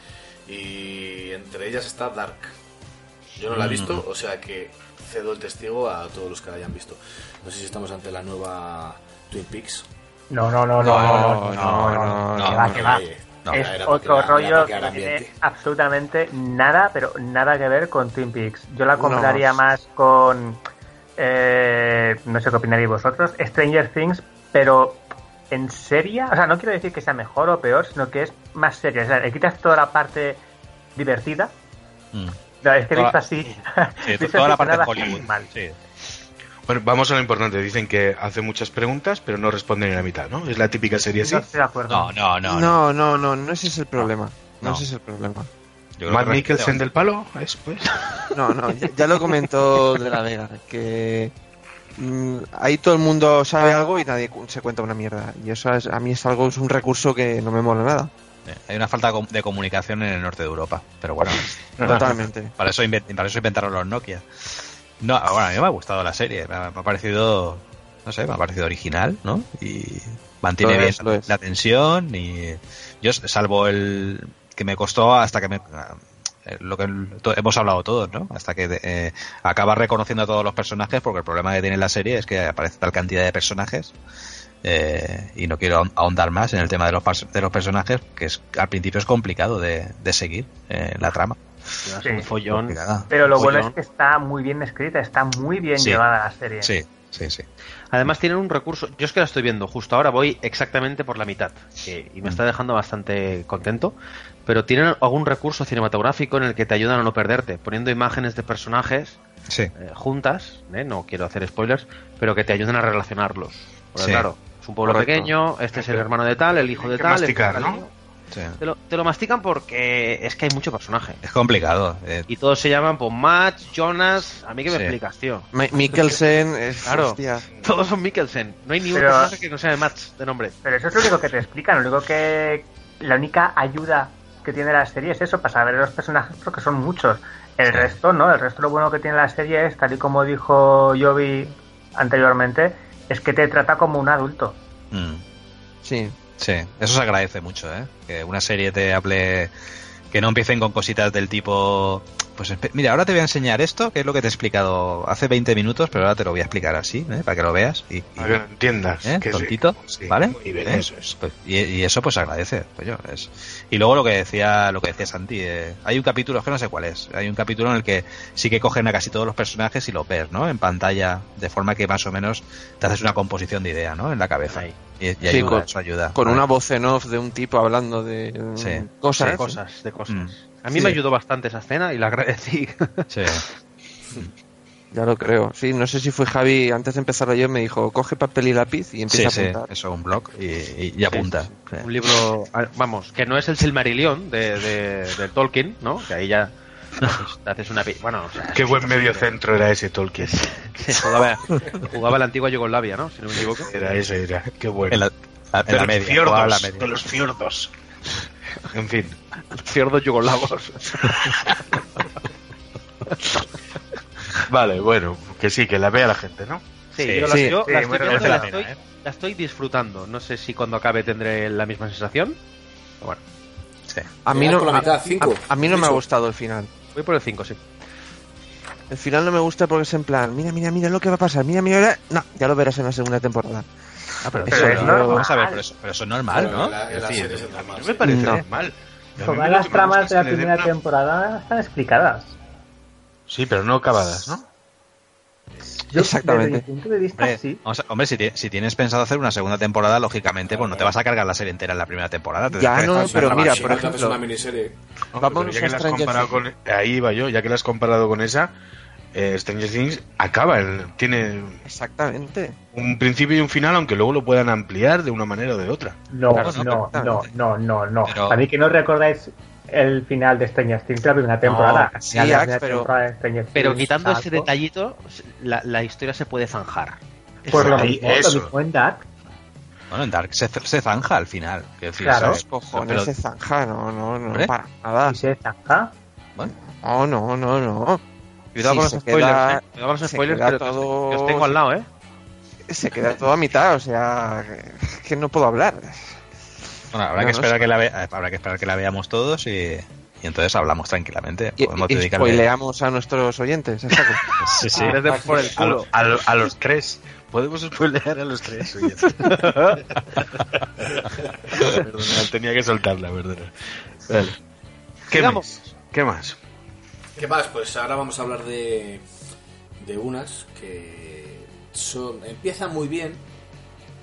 E: Y entre ellas está Dark. Yo no la he visto, o sea que cedo el testigo a todos los que la hayan visto. No sé si estamos ante la nueva Twin Peaks.
G: No, no, no, no, no, no, no,
D: no,
G: que va, que va.
E: Eh, no,
G: es
E: era porque
G: otro
E: era- era
G: rollo
E: porque
G: que
E: era
G: no tiene
E: ambiente.
G: absolutamente nada, pero nada que ver con Twin Peaks. Yo la
F: No.
G: compararía más con, eh, no sé qué opinaréis vosotros, Stranger Things, pero en seria. O sea, no quiero decir que sea mejor o peor, sino que es más seria. O sea, le quitas toda la parte divertida.
D: Mm.
G: No, es que he
D: Toda-
G: visto así.
D: Sí,
G: visto
D: toda
G: así
D: la parte de
G: nada,
D: Hollywood.
G: mal.
D: Sí.
K: Bueno, vamos a lo importante. Dicen que hace muchas preguntas, pero no responden en la mitad, ¿no? Es la típica serie así.
G: No estoy de
D: No,
G: acuerdo.
D: no, no.
F: No,
D: no.
F: no, no, no, ese es el problema. No,
D: No.
F: ese es el problema.
D: Yo creo
K: Matt
D: que
K: Mikkelsen
D: realmente-
K: del palo, es pues.
F: No, no, ya, ya lo comentó De La Vega, que mm, ahí todo el mundo sabe algo y nadie cu- se cuenta una mierda. Y eso es- a mí es algo, es un recurso que no me mola nada.
D: Eh, Hay una falta de com- de comunicación en el norte de Europa. Pero bueno,
F: Totalmente.
D: para eso, invent- para eso inventaron los Nokia. No, bueno, a mí me ha gustado la serie. Me ha, me ha parecido, no sé, me ha parecido original, ¿no? Y mantiene
F: Lo
D: bien
F: es, lo es.
D: la tensión. Y yo, salvo el que me costó hasta que me. eh, Lo que to- hemos hablado todos, ¿no? Hasta que eh, acabas reconociendo a todos los personajes, porque el problema que tiene la serie es que aparece tal cantidad de personajes eh, y no quiero ahon- ahondar más en el tema de los, pas- de los personajes, que es al principio es complicado de, de seguir eh, la trama.
G: Sí.
H: Un follón.
D: Complicada.
G: Pero lo
H: Oye,
G: bueno
H: no.
G: es que está muy bien escrita, está muy bien
D: Sí.
G: llevada la serie.
D: Sí, sí, sí.
H: Además tienen un recurso, yo es que la estoy viendo justo ahora, voy exactamente por la mitad eh, y me está dejando bastante contento, pero tienen algún recurso cinematográfico en el que te ayudan a no perderte, poniendo imágenes de personajes
D: Sí,
H: eh, juntas, ¿eh? no quiero hacer spoilers, pero que te ayudan a relacionarlos. Porque
D: Sí.
H: claro, es un pueblo
F: Correcto.
H: pequeño, este es el hermano de tal, el hijo de
K: que
H: tal... el
K: masticar,
H: tal, este
K: ¿no?
H: tal.
D: sí.
H: Te lo, te lo mastican porque es que hay mucho personaje.
D: Es complicado. eh,
H: Y todos se llaman, pues, Matt, Jonas... A mí que me
D: Sí.
H: explicas, tío.
F: Mi- Mikkelsen, es,
H: Claro.
F: hostia.
H: Todos son Mikkelsen. No hay ni un
G: Pero-
H: personaje que no sea de Matt, de nombre.
G: Pero eso es lo único que te explican, lo único que la única ayuda que tiene la serie es eso, para saber los personajes porque son muchos. El
D: Sí.
G: resto, ¿no? El resto lo bueno que tiene la serie es, tal y como dijo Jovi anteriormente, es que te trata como un adulto.
D: mm,
F: Sí.
D: sí, eso se agradece mucho, ¿eh? Que una serie te hable. Que no empiecen con cositas del tipo. Pues espe- mira, ahora te voy a enseñar esto, que es lo que te he explicado hace 20 minutos, pero ahora te lo voy a explicar así, ¿eh? para que lo veas. Y, y-
K: Para que lo entiendas.
D: ¿eh?
K: que sí,
D: tontito,
K: sí,
D: ¿vale?
K: muy bien,
D: ¿Eh?
K: eso es.
D: Pues, y, y eso pues agradece, coño, es- Y luego lo que decía, lo que decía Santi, eh, hay un capítulo es que no sé cuál es, hay un capítulo en el que sí que cogen a casi todos los personajes y los ves, ¿no? En pantalla, de forma que más o menos te haces una composición de idea, ¿no? En la cabeza.
H: Ahí.
D: Y, y
F: Sí,
D: ayuda,
F: con-
D: eso ayuda.
F: Con
D: ¿vale?
F: una voz en off de un tipo hablando de mm,
D: Sí.
F: cosas.
H: de cosas, de cosas.
D: Mm.
H: A mí
D: Sí.
H: me ayudó bastante esa escena y la agradecí.
D: Sí.
F: Ya lo creo. Sí, no sé si fue Javi, antes de empezar yo me dijo, coge papel y lápiz y
D: Sí,
F: empieza
D: sí,
F: a apuntar.
D: eso, un blog y, y- y apunta. Sí.
H: Un libro, ah, vamos, que no es el Silmarillion de, de, de Tolkien, ¿no? Que ahí ya te haces una... pi- Bueno, o sea,
K: Qué buen medio centro era ese Tolkien.
H: se jugaba, jugaba la antigua Yugoslavia, ¿no? Si no me equivoco.
K: Era ese, era. Qué bueno.
D: En la, en
K: de
D: la
K: los
D: media,
K: fiordos,
D: jugaba a la media.
K: de los fiordos. En fin.
H: Ciertos yugoslavos.
K: Vale, bueno, que sí, que la vea la gente, ¿no?
H: Sí,
D: Sí,
H: yo la,
F: sí,
H: yo la
G: sí, muy
H: estoy, viendo y la,
D: recomendable.
H: estoy, la estoy disfrutando. No sé si cuando acabe tendré la misma sensación. Pero bueno,
D: Sí.
F: A mí
E: Llegar
F: no,
E: con la
F: a-
E: mitad, cinco.
F: a- a mí no me ha
E: Dicho.
F: gustado el final.
H: voy por el 5, sí.
F: El final no me gusta porque es en plan, mira, mira, mira lo que va a pasar, mira, mira, mira. No, ya lo verás en la segunda temporada.
H: Ah, pero
G: Pero es
F: yo-
G: normal.
D: Vamos a ver, pero eso, pero eso es normal,
E: Pero
D: ¿no?
E: en la- en la
D: Es decir,
E: serie es normal,
K: No
E: sí.
K: me parece
F: No.
K: normal. A mí
G: Todas las
K: lo que me gusta este
G: tramas
K: es
G: de la
K: que le den
G: primera
K: una-
G: temporada están explicadas.
K: Sí, pero no acabadas, ¿no?
G: Yo,
F: Exactamente.
G: Desde mi punto de vista,
F: Ah,
D: Hombre,
G: sí.
D: vamos a- hombre, si, ti- si tienes pensado hacer una segunda temporada, lógicamente, pues no te vas a cargar la serie entera en la primera temporada. te
F: Ya
D: tendrás que
F: no,
D: dejar
F: pero
D: una
F: mira,
D: base.
E: Sí,
F: por
E: otra
F: ejemplo-
E: vez una miniserie.
K: Hombre, pero
F: Vámonos
K: ya
F: a
K: que la has
F: Stranger
K: comparado
F: Things.
K: con- Ahí va yo, ya que la has comparado con esa, eh, Stranger Things acaba, el- tiene
F: Exactamente.
K: un principio y un final, aunque luego lo puedan ampliar de una manera o de otra.
G: No,
D: Claro, no,
G: no, no,
F: perfectamente.
G: no, no, no.
D: Pero-
G: A mí que no recordáis el final de Stranger Things, la primera temporada. El
F: sí,
G: final de la
F: Ax,
G: primera
F: pero-
G: temporada de Stranger
H: Pero
G: Things,
H: quitando ese
G: salvo-
H: detallito, la, la historia se puede zanjar.
G: Por lo
K: Ahí,
G: mismo, lo
K: eso.
G: mismo en Dark.
D: Bueno, en Dark se, se zanja al final. quiero decir,
F: Claro,
D: ¿sabes?
F: los cojones
D: Pero-
F: se zanja, no, no, no,
D: ¿Eh?
F: para nada.
G: se Ah, zanja?
D: Bueno.
F: No, no, no, no.
H: Cuidado con
F: Sí,
H: los
F: se
H: spoilers,
F: queda-
H: eh. Cuidado con los
F: se
H: spoilers,
F: queda
H: pero que os-
F: todo-
H: que os tengo al lado, eh.
F: Se queda todo a mitad, o sea, que- que no puedo hablar.
D: Bueno, habrá,
F: No,
D: que
F: no,
D: esperar
F: sí.
D: que la vea- habrá que esperar que la veamos todos y, y entonces hablamos tranquilamente.
F: Y,
D: Podemos
F: y
D: dedicarle-
F: spoileamos a nuestros oyentes, exacto.
D: Sí, sí.
H: Desde por el
K: A,
H: culo.
K: lo- a lo- a los tres. Podemos spoilear a los tres. Oye. Perdona, tenía que soltarla, perdona. Vale. ¿Qué
H: Sigamos.
K: más? ¿Qué más?
E: ¿Qué más? Pues ahora vamos a hablar de, de unas que son empiezan muy bien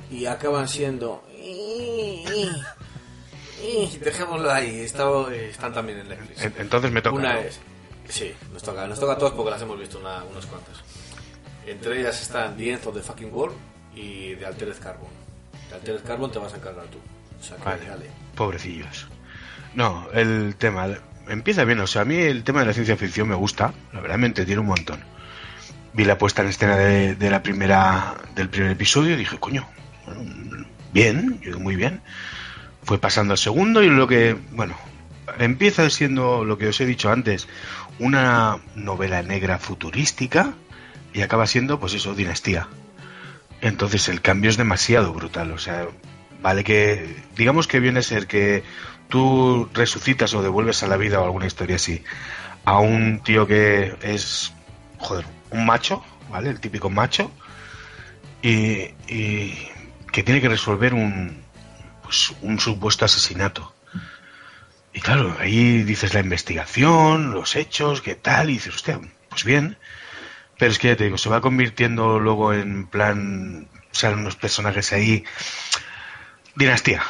E: y acaban siendo... Dejémoslo ahí, está- están también en Netflix.
K: En- entonces me toca.
E: Una es. Sí, nos toca, nos toca a todos porque las hemos visto una- unas cuantas. Entre ellas están The End of the Fucking World y The Altered Carbon. De Altered Carbon te vas a encargar tú. O sea que
K: Vale.
E: dale.
K: Pobrecillos. No, el tema empieza bien. O sea, a mí el tema de la ciencia ficción me gusta. La verdad me entretiene un montón. Vi la puesta en escena de, de la primera del primer episodio y dije, coño, bueno, bien, yo digo, muy bien. Fue pasando al segundo y lo que, bueno, empieza siendo lo que os he dicho antes, una novela negra futurística y acaba siendo, pues eso, dinastía. Entonces el cambio es demasiado brutal. O sea, vale que digamos que viene a ser que tú resucitas o devuelves a la vida o alguna historia así a un tío que es, joder, un macho, ¿vale? El típico macho y, y eh, que tiene que resolver un, pues, un supuesto asesinato. Y claro, ahí dices la investigación, los hechos, qué tal, y dices, hostia, pues bien. Pero es que ya te digo, se va convirtiendo luego en plan. Salen unos personajes ahí. Dinastía.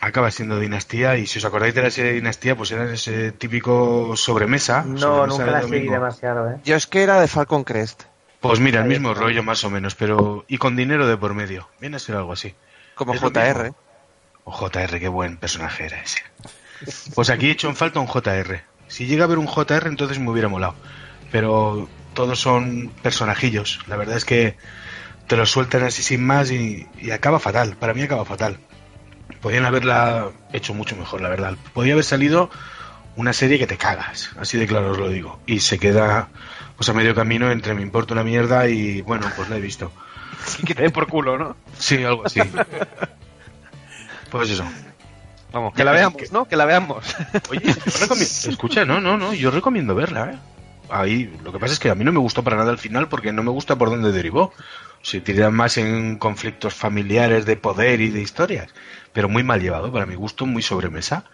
K: Acaba siendo Dinastía, y si os acordáis de la serie Dinastía, pues era ese típico sobremesa.
G: No,
K: sobremesa
G: nunca
K: de
G: la seguí
K: domingo.
G: demasiado, ¿eh?
F: Yo es que era de Falcon Crest,
K: Pues mira, el
G: Ahí
K: mismo
G: está.
K: rollo más o menos, pero. Y con dinero de por medio. Viene a ser algo así.
F: como
K: Es lo
F: JR.
K: mismo. O JR, qué buen personaje era ese. Pues aquí he hecho en falta un JR. Si llega a haber un JR, entonces me hubiera molado. Pero todos son personajillos. La verdad es que te los sueltan así sin más y, y acaba fatal. Para mí acaba fatal. Podían haberla hecho mucho mejor, la verdad. Podía haber salido una serie que te cagas. Así de claro os lo digo. Y se queda pues a medio camino entre me importa una mierda y bueno, pues la he visto.
H: Que te den por culo, ¿no?
K: Sí, algo así. Pues eso.
H: Vamos, que la veamos, ¿no? Que la veamos.
K: Oye, yo recomi- escucha, no, no, no, yo recomiendo verla, ¿eh? Ahí, lo que pasa es que a mí no me gustó para nada al final porque no me gusta por dónde derivó. Se tiran más en conflictos familiares de poder y de historias, pero muy mal llevado, para mi gusto, muy sobremesa.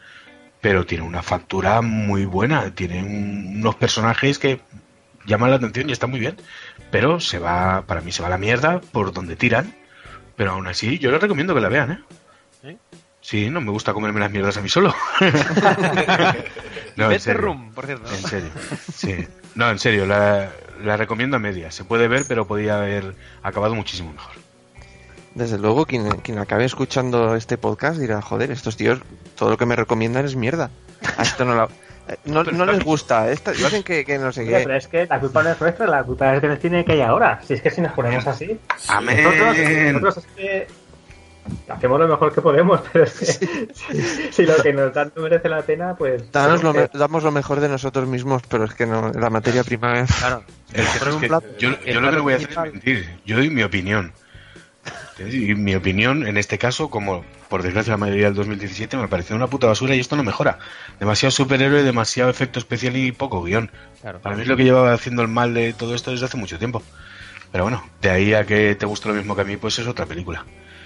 K: Pero tiene una factura muy buena, tiene un- unos personajes que llaman la atención y está muy bien. Pero se va, para mí se va a la mierda por donde tiran. Pero aún así, yo les recomiendo que la vean, ¿eh? Sí, no me gusta comerme las mierdas a mí solo. No,
F: Pues
K: en
H: Vete
K: serio.
H: room, por cierto.
K: En serio. Sí. No, en serio, la, la recomiendo a media. Se puede ver, pero podía haber acabado muchísimo mejor.
F: Desde luego, quien, quien acabe escuchando este podcast dirá, joder, estos tíos, todo lo que me recomiendan es mierda. A esto no la- eh, No, no les gusta, esta- dicen que, que no sé
G: Oye,
F: qué.
G: pero es que la culpa no es nuestra, la culpa es del cine que hay ahora. Si es que si nos ponemos así,
F: Eh.
K: Amén.
G: nosotros,
H: eh,
G: nosotros es que hacemos lo mejor que podemos, pero es que si, si lo que nos dan no merece la pena, pues.
F: Danos lo
K: eh,
F: me-
G: es que-
F: damos lo mejor de nosotros mismos, pero es que no, la materia prima es...
H: Claro.
K: El que-
H: Pero
K: es
H: un
K: que
H: plato-
K: yo,
H: el
K: yo lo que
H: plato
K: no voy a hacer es
H: principal.
K: mentir. Yo doy mi opinión. Y mi opinión, en este caso, como por desgracia la mayoría del 2017, me pareció una puta basura y esto no mejora. Demasiado superhéroe, demasiado efecto especial y poco guión.
H: Claro.
K: Para mí es lo que llevaba haciendo el mal de todo esto desde hace mucho tiempo. Pero bueno, de ahí a que te guste lo mismo que a mí, pues es otra película.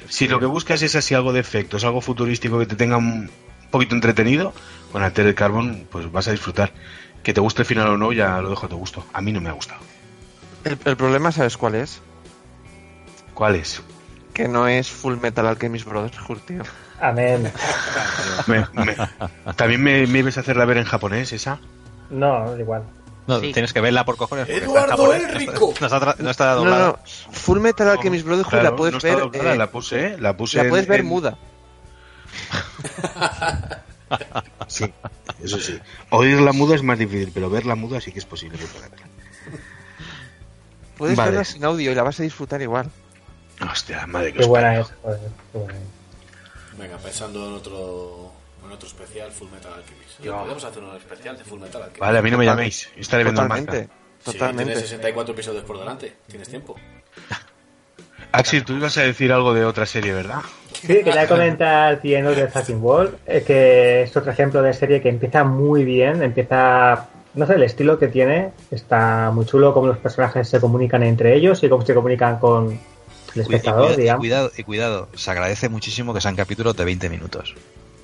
K: Si lo que buscas es así algo de efectos, algo futurístico que te tenga un poquito entretenido, con Alter Carbon, pues vas a disfrutar. Que te guste el final o no, ya lo dejo a tu gusto. A mí no me ha gustado.
F: El, el problema, ¿sabes cuál es?
K: ¿Cuál es?
F: Que no es Full Metal Alchemist Brotherhood, tío.
G: Amén.
K: Me- me- ¿También me, me ibas a hacerla ver en japonés esa?
G: No, igual.
D: No,
H: Sí.
D: tienes que verla por cojones. porque está en
E: ¡Eduardo
D: japonés,
E: el
D: no está-
E: Rico!
D: No está, tra- no está
F: No,
D: doblada.
F: no, Full Metal Alchemist Brotherhood
K: Claro,
F: la puedes
K: no está
F: ver...
K: doblada,
F: eh,
K: la puse, la puse
F: la
K: en-
F: puedes ver
K: en-
F: muda.
K: Sí, eso sí. Oírla muda es más difícil, pero verla muda sí que es posible. que pueda verla.
F: Puedes
K: Vale.
F: verla sin audio y la vas a disfrutar igual.
K: Hostia, la madre que
G: Qué
K: os
G: buena
K: parió.
G: es. joder, qué buena es.
E: Venga, pensando en otro, en otro especial, Full Metal Alchemist.
K: Yo.
E: Podemos hacer un especial de Full Metal Alchemist.
K: Vale, a mí no me llaméis. Yo estaré viendo el
F: Totalmente.
K: manga.
E: Sí,
F: Totalmente.
E: tienes 64 episodios por delante. Tienes tiempo.
K: Axel, tú ibas a decir algo de otra serie, ¿verdad?
G: Sí, quería comentar The End of the Fucking World, eh, que es otro ejemplo de serie que empieza muy bien, empieza, no sé, el estilo que tiene, está muy chulo cómo los personajes se comunican entre ellos y cómo se comunican con el
D: Cuida- y
G: espectador,
D: cuida- y
G: digamos.
D: cuidado, y cuidado, se agradece muchísimo que sean capítulos de 20 minutos.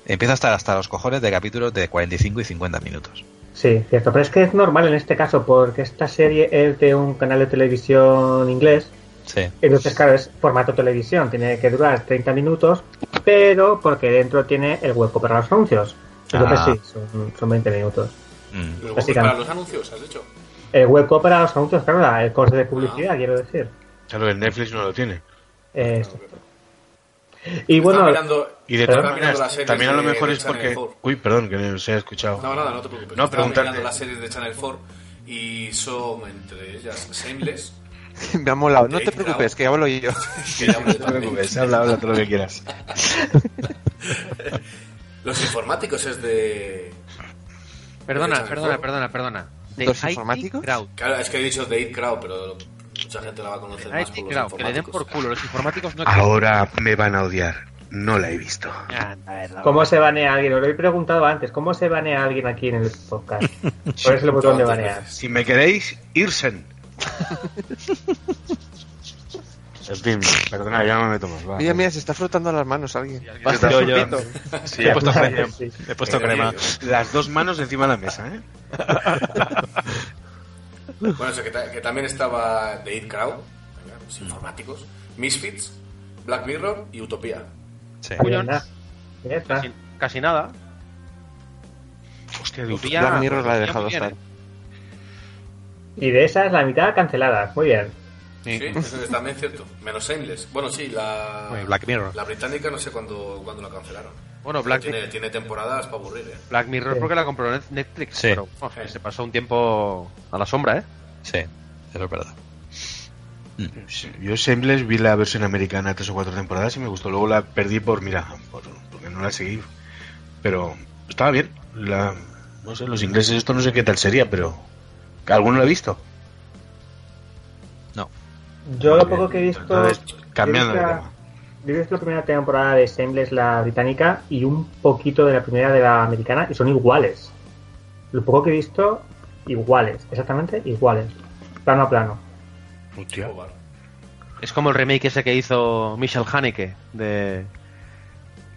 D: Empieza a estar hasta los cojones de capítulos de 45 y 50 minutos.
G: Sí, cierto, pero es que es normal en este caso porque esta serie es de un canal de televisión inglés
D: Sí.
G: Entonces, claro, es formato televisión, tiene que durar 30 minutos, pero porque dentro tiene el hueco para los anuncios. Entonces,
D: Ah.
G: sí, son, son 20 minutos.
K: Pues
D: Mm.
E: Luego,
G: Básicamente.
E: para los anuncios, has dicho.
G: El hueco para los Eh, anuncios, claro, la- el corte de publicidad, quiero decir.
K: Claro, el Netflix no lo tiene.
G: Eh,
E: Y
G: y bueno,
E: mirando,
K: Y de
G: Pero
E: estaba
K: todas
E: mirando
K: maneras,
E: las
K: también a lo
E: series de-
K: mejor
E: de
K: es porque...
E: Channel Four.
K: Uy, perdón, que no os he escuchado.
E: No, nada, no te preocupes.
K: No,
E: Estaba
K: preguntarte.
E: mirando las series de Channel 4 y son entre ellas Shameless.
F: Me ha molado. No te
E: Jake Brown.
F: preocupes, que hablo yo.
E: que ya hablé
K: No te preocupes,
E: también.
K: habla, habla todo lo que quieras.
E: Los informáticos es de.
H: Perdona,
E: Channel
H: perdona,
E: Four.
H: perdona, perdona. De
F: ¿Los
H: IT
F: informáticos?
H: Crowd.
E: Claro, es que he dicho de It Crowd, pero mucha gente la va a conocer más
H: Ah, IT
E: por los
H: Crowd, que le den por
E: informáticos.
H: culo. Los informáticos no
F: Ah, oh,
K: Ahora me van a odiar. No la he visto.
H: existen. Ah, es la
G: ¿cómo se banea a alguien? Os lo he preguntado antes, ¿cómo se banea a alguien aquí en el podcast? ¿Cuál es el botón de banear?
K: Si me queréis, Irsen. En fin, perdona, ya me meto más. va.
F: Mira, mira, se está frotando las manos alguien.
K: Basta,
D: Yo- yo-
K: Sí,
D: he puesto
G: Vale,
D: crema.
G: sí.
D: He puesto
K: Pero,
D: crema.
K: oye, Eh, Las dos manos encima de la mesa, ¿eh?
E: Bueno, eso, que, ta- que también estaba de It Crowd, venga,
H: Mm.
E: los informáticos, Misfits, Black Mirror y Utopía.
D: Sí.
G: Ahí anda. Ahí está.
H: casi, casi nada.
K: Hostia,
H: Tú
K: Dios.
H: pilla-
F: Black Mirror la ah. he
H: pilla
F: dejado
H: muy bien,
F: estar.
H: ¿eh?
G: Y de esas, la mitad canceladas. Muy bien.
E: Sí, eso es también cierto. Menos Shameless. Bueno, sí, la,
D: Black Mirror.
E: la británica no sé cuándo, cuándo la cancelaron.
H: Bueno, Black,
E: Tiene, tiene temporadas para aburrir, ¿eh?
H: Black Mirror
G: Sí.
H: porque la compró Net- Netflix.
D: Sí.
H: Pero oh, que se pasó un tiempo a la sombra, ¿eh?
D: Sí, eso es verdad.
K: Yo Shameless vi la versión americana tres o cuatro temporadas y me gustó. Luego la perdí por, mira, por- porque no la seguí. Pero estaba bien. La, no sé, los ingleses, esto no sé qué tal sería, pero... ¿Alguno lo ha visto?
G: Yo lo poco que he visto.
K: Entonces, cambiando de
G: yo he
K: tema.
G: visto- Yo he visto la primera temporada de Shameless, la británica, y un poquito de la primera de la americana, y son iguales. Lo poco que he visto, iguales, exactamente iguales. Plano a plano.
K: Hostia.
E: Joder.
H: Es como el remake ese que hizo Michel Haneke de...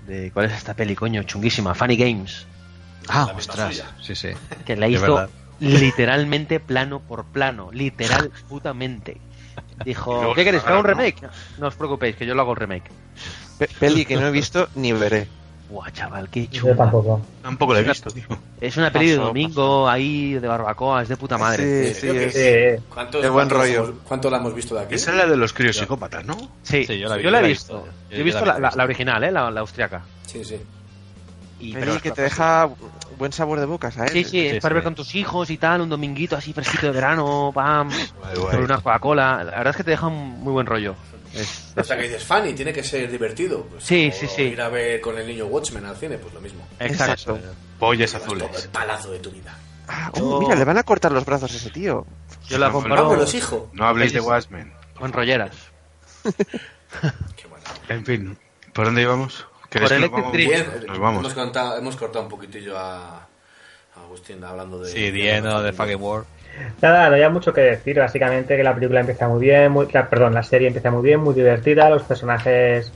H: de ¿Cuál es esta peli, coño? Chunguísima. Funny Games.
D: Ah,
E: misma
D: ostras.
E: suya.
D: Sí, sí.
H: Que la
D: Es
H: hizo
D: verdad.
H: literalmente plano por plano. Literal putamente.
K: Y
H: Dijo,
K: luego
H: ¿qué
K: se
H: queréis? ¿Que haga un
K: cagaron, ¿no?
H: remake? No os preocupéis, que yo lo hago el remake.
F: Pe- Peli que no he visto ni veré.
H: Buah, chaval, qué
G: Yo
H: chunga.
G: tampoco.
K: Tampoco la he visto, tío.
H: Es una peli de
F: Pasó,
H: domingo, ahí de barbacoa, es de puta madre.
F: Sí, sí,
E: Creo que
F: es.
E: sí.
G: Eh,
E: ¿Cuántos,
F: Qué buen
E: cuántos
F: rollo.
E: hemos- ¿Cuánto la hemos visto de aquí?
K: Esa es la de los críos psicópatas, ¿no?
H: Sí,
D: Sí,
H: yo la,
D: yo la vi-
H: he
D: yo la he
H: visto.
D: visto.
H: Yo
D: Yo-
H: he
D: yo
H: visto
D: la
H: la,
D: vi-
H: la- la original, ¿eh? La, la austriaca.
E: Sí, sí.
H: Y, pero
F: Peli
H: es
F: que
H: una-
F: te deja buen sabor de boca, ¿sabes?
H: Sí, sí, es
D: sí,
H: para ver
D: sí.
H: con tus hijos y tal, un dominguito así fresquito de verano, pam,
K: Guay,
H: con
K: guay.
H: una Coca-Cola. La verdad es que te deja un muy buen rollo. Es-
E: O sea, que dices, Fanny, tiene que ser divertido. Pues,
H: Sí,
E: o
H: sí, sí.
E: Ir a ver con el niño Watchmen al cine, pues lo mismo.
H: exacto.
K: Pollas
E: Todo el
K: azules.
E: palazo de tu vida.
F: Ah, oh, mira, le van a cortar los brazos a ese tío.
H: Yo la
K: No,
H: comparo
E: Vámonos, hijo.
K: No habléis de Watchmen.
H: con rolleras.
E: Qué bueno.
K: En fin, ¿por dónde íbamos? ¿Queréis
H: Por
K: que nos
H: Electric
K: vamos?
H: Dream.
E: Bien,
D: Pues
K: Nos
E: Hemos
K: vamos.
E: cortado, hemos cortado un poquitillo a, a Agustín hablando de.
D: Sí, The End of the Fucking World.
G: nada, no hay mucho que decir. Básicamente que la película empieza muy bien, muy, la- perdón, la serie empieza muy bien, muy divertida. Los personajes.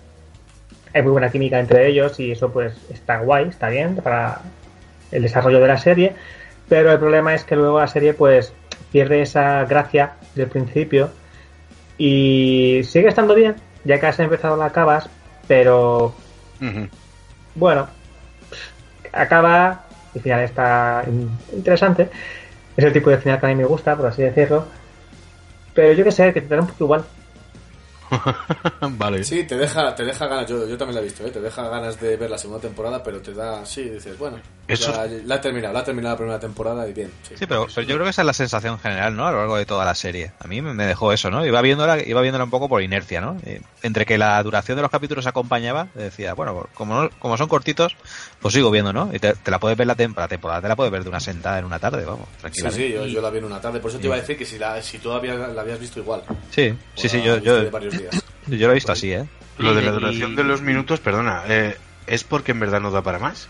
G: Hay muy buena química entre ellos y eso, pues, está guay, está bien para el desarrollo de la serie. Pero el problema es que luego la serie, pues, pierde esa gracia del principio y sigue estando bien. Ya que has empezado la acabas, pero
K: Ujú.
G: bueno, acaba, el final está in- interesante. Es el tipo de final que a mí me gusta, por así decirlo. Pero yo que sé, que te da un poco igual.
K: vale.
E: Sí, te deja, te deja ganas, yo, yo también la he visto, ¿eh? te deja ganas de ver la segunda temporada, pero te da, sí, dices, bueno,
D: Eso-
E: ya- la he terminado, la he terminado la primera temporada y bien. Sí,
D: Sí, pero, pero yo creo que esa es la sensación general, ¿no? A lo largo de toda la serie. A mí me me dejó eso, ¿no? Iba viéndola, iba viéndola un poco por inercia, ¿no? Eh, entre que la duración de los capítulos acompañaba, decía, bueno, pues, como, no- como son cortitos, pues sigo viendo, ¿no? Y te, te la puedes ver la temporada, temporada te la puedes ver de una sentada en una tarde, vamos,
E: sí,
D: tranquila.
E: sí, yo, yo la vi en una tarde, por eso te iba a decir que si, la, si todavía la habías visto igual.
D: Sí, sí, sí,
E: la
D: yo,
E: viste
D: yo,
E: de varios días.
D: yo lo he visto así, ¿eh?
K: Lo de la duración de los minutos, perdona, eh, ¿es porque en verdad no da para más?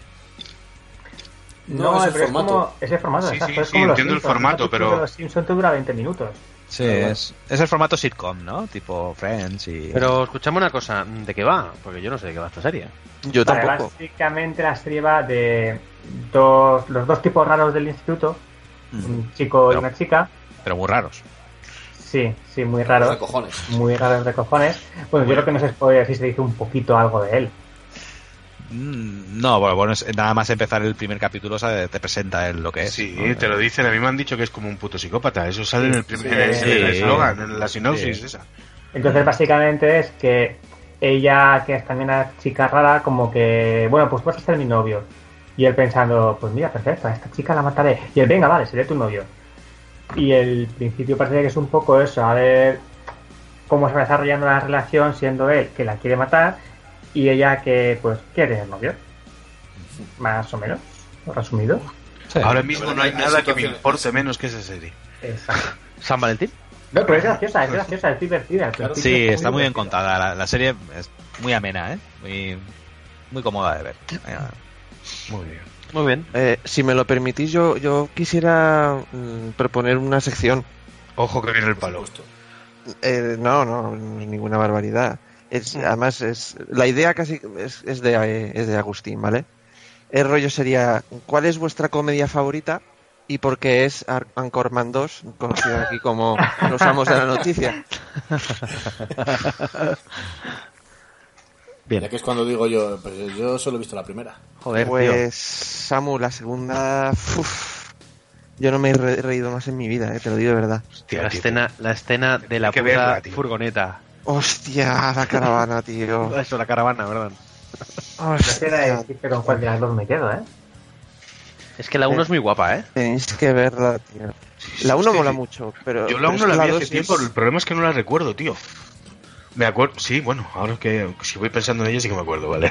G: No,
E: No, es el
G: pero es
E: formato.
G: como. Es el formato,
K: Sí,
G: exacto,
K: sí,
G: es
K: sí,
G: como los
K: entiendo el
G: Simpsons, un
K: formato,
G: capítulo
K: pero-
G: de Los Simpsons te dura 20 minutos.
D: Sí, es, es el formato sitcom, ¿no? Tipo Friends y...
H: Pero escuchame una cosa, ¿de qué va? Porque yo no sé de qué va esta serie.
F: Yo
G: Vale, básicamente la serie va de dos, los dos tipos raros del instituto, un chico y una chica.
D: Mm. Pero muy raros.
G: Sí, sí, muy raros.
E: De cojones.
G: Muy raros de cojones. Bueno, yo creo que no se puede decir si se dice un poquito algo de él.
D: Mm, No, bueno, bueno, es- nada más empezar el primer capítulo ¿sabes? te presenta él lo que es.
K: Sí,
D: ¿no?
K: te lo dicen, a mí me han dicho que es como un puto psicópata, eso sale en el primer
D: sí,
K: en el- en el
D: sí.
K: eslogan, en la sinopsis
D: Sí.
K: esa.
G: Entonces, básicamente es que ella, que es también una chica rara, como que, bueno, pues tú vas a ser mi novio. Y él pensando, pues mira, perfecto, a esta chica la mataré. Y él, venga, vale, seré tu novio. Y el principio parece que es un poco eso, a ver cómo se va desarrollando la relación siendo él que la quiere matar y ella que, pues, quiere tener novio. Más o menos, resumido.
K: Ahora mismo no hay
E: Hay
K: nada que me
E: situaciones-
K: importe menos que esa serie.
G: Exacto.
H: ¿San Valentín?
G: No, pero es graciosa, es graciosa, es divertida. al principio
D: Sí,
G: es
D: está muy bien
G: divertida.
D: contada. La, la serie es muy amena, ¿eh? Muy, muy cómoda de ver. Venga.
K: Muy bien.
H: Muy bien.
F: Eh, si me lo permitís, yo, yo quisiera mm, proponer una sección.
K: Ojo que viene el palo.
F: Eh, no, no, no es ninguna barbaridad. Es, además, es, la idea casi es, es de, eh, es de Agustín, ¿vale? El rollo sería, ¿cuál es vuestra comedia favorita y por qué es Ar- Anchorman 2, conocida aquí como Los Amos de la Noticia?
E: Ya que es cuando digo yo, pues yo solo he visto la primera.
H: Joder,
F: Pues, Samu, la segunda... uf, yo no me he re- reído más en mi vida, eh, te lo digo de verdad.
H: tío.
K: Hostia,
H: La
K: tío.
H: escena, la escena de la
K: que
H: puta
K: verla, tío.
H: furgoneta.
F: Hostia, la caravana, tío.
H: Eso, la caravana, ¿verdad?
G: No sé decir con cuál de las dos me quedo, ¿eh?
H: Es que la 1 es muy guapa, ¿eh?
F: Tenéis que verla, tío. La 1
K: sí,
F: mola
K: sí.
F: mucho, pero.
K: Yo la
F: pero es
K: uno
F: que
K: la vi hace
F: dos
K: tiempo,
F: es-
K: el problema es que no la recuerdo, tío. Me acuerdo, sí, bueno, ahora que si voy pensando en ella sí que me acuerdo, ¿vale?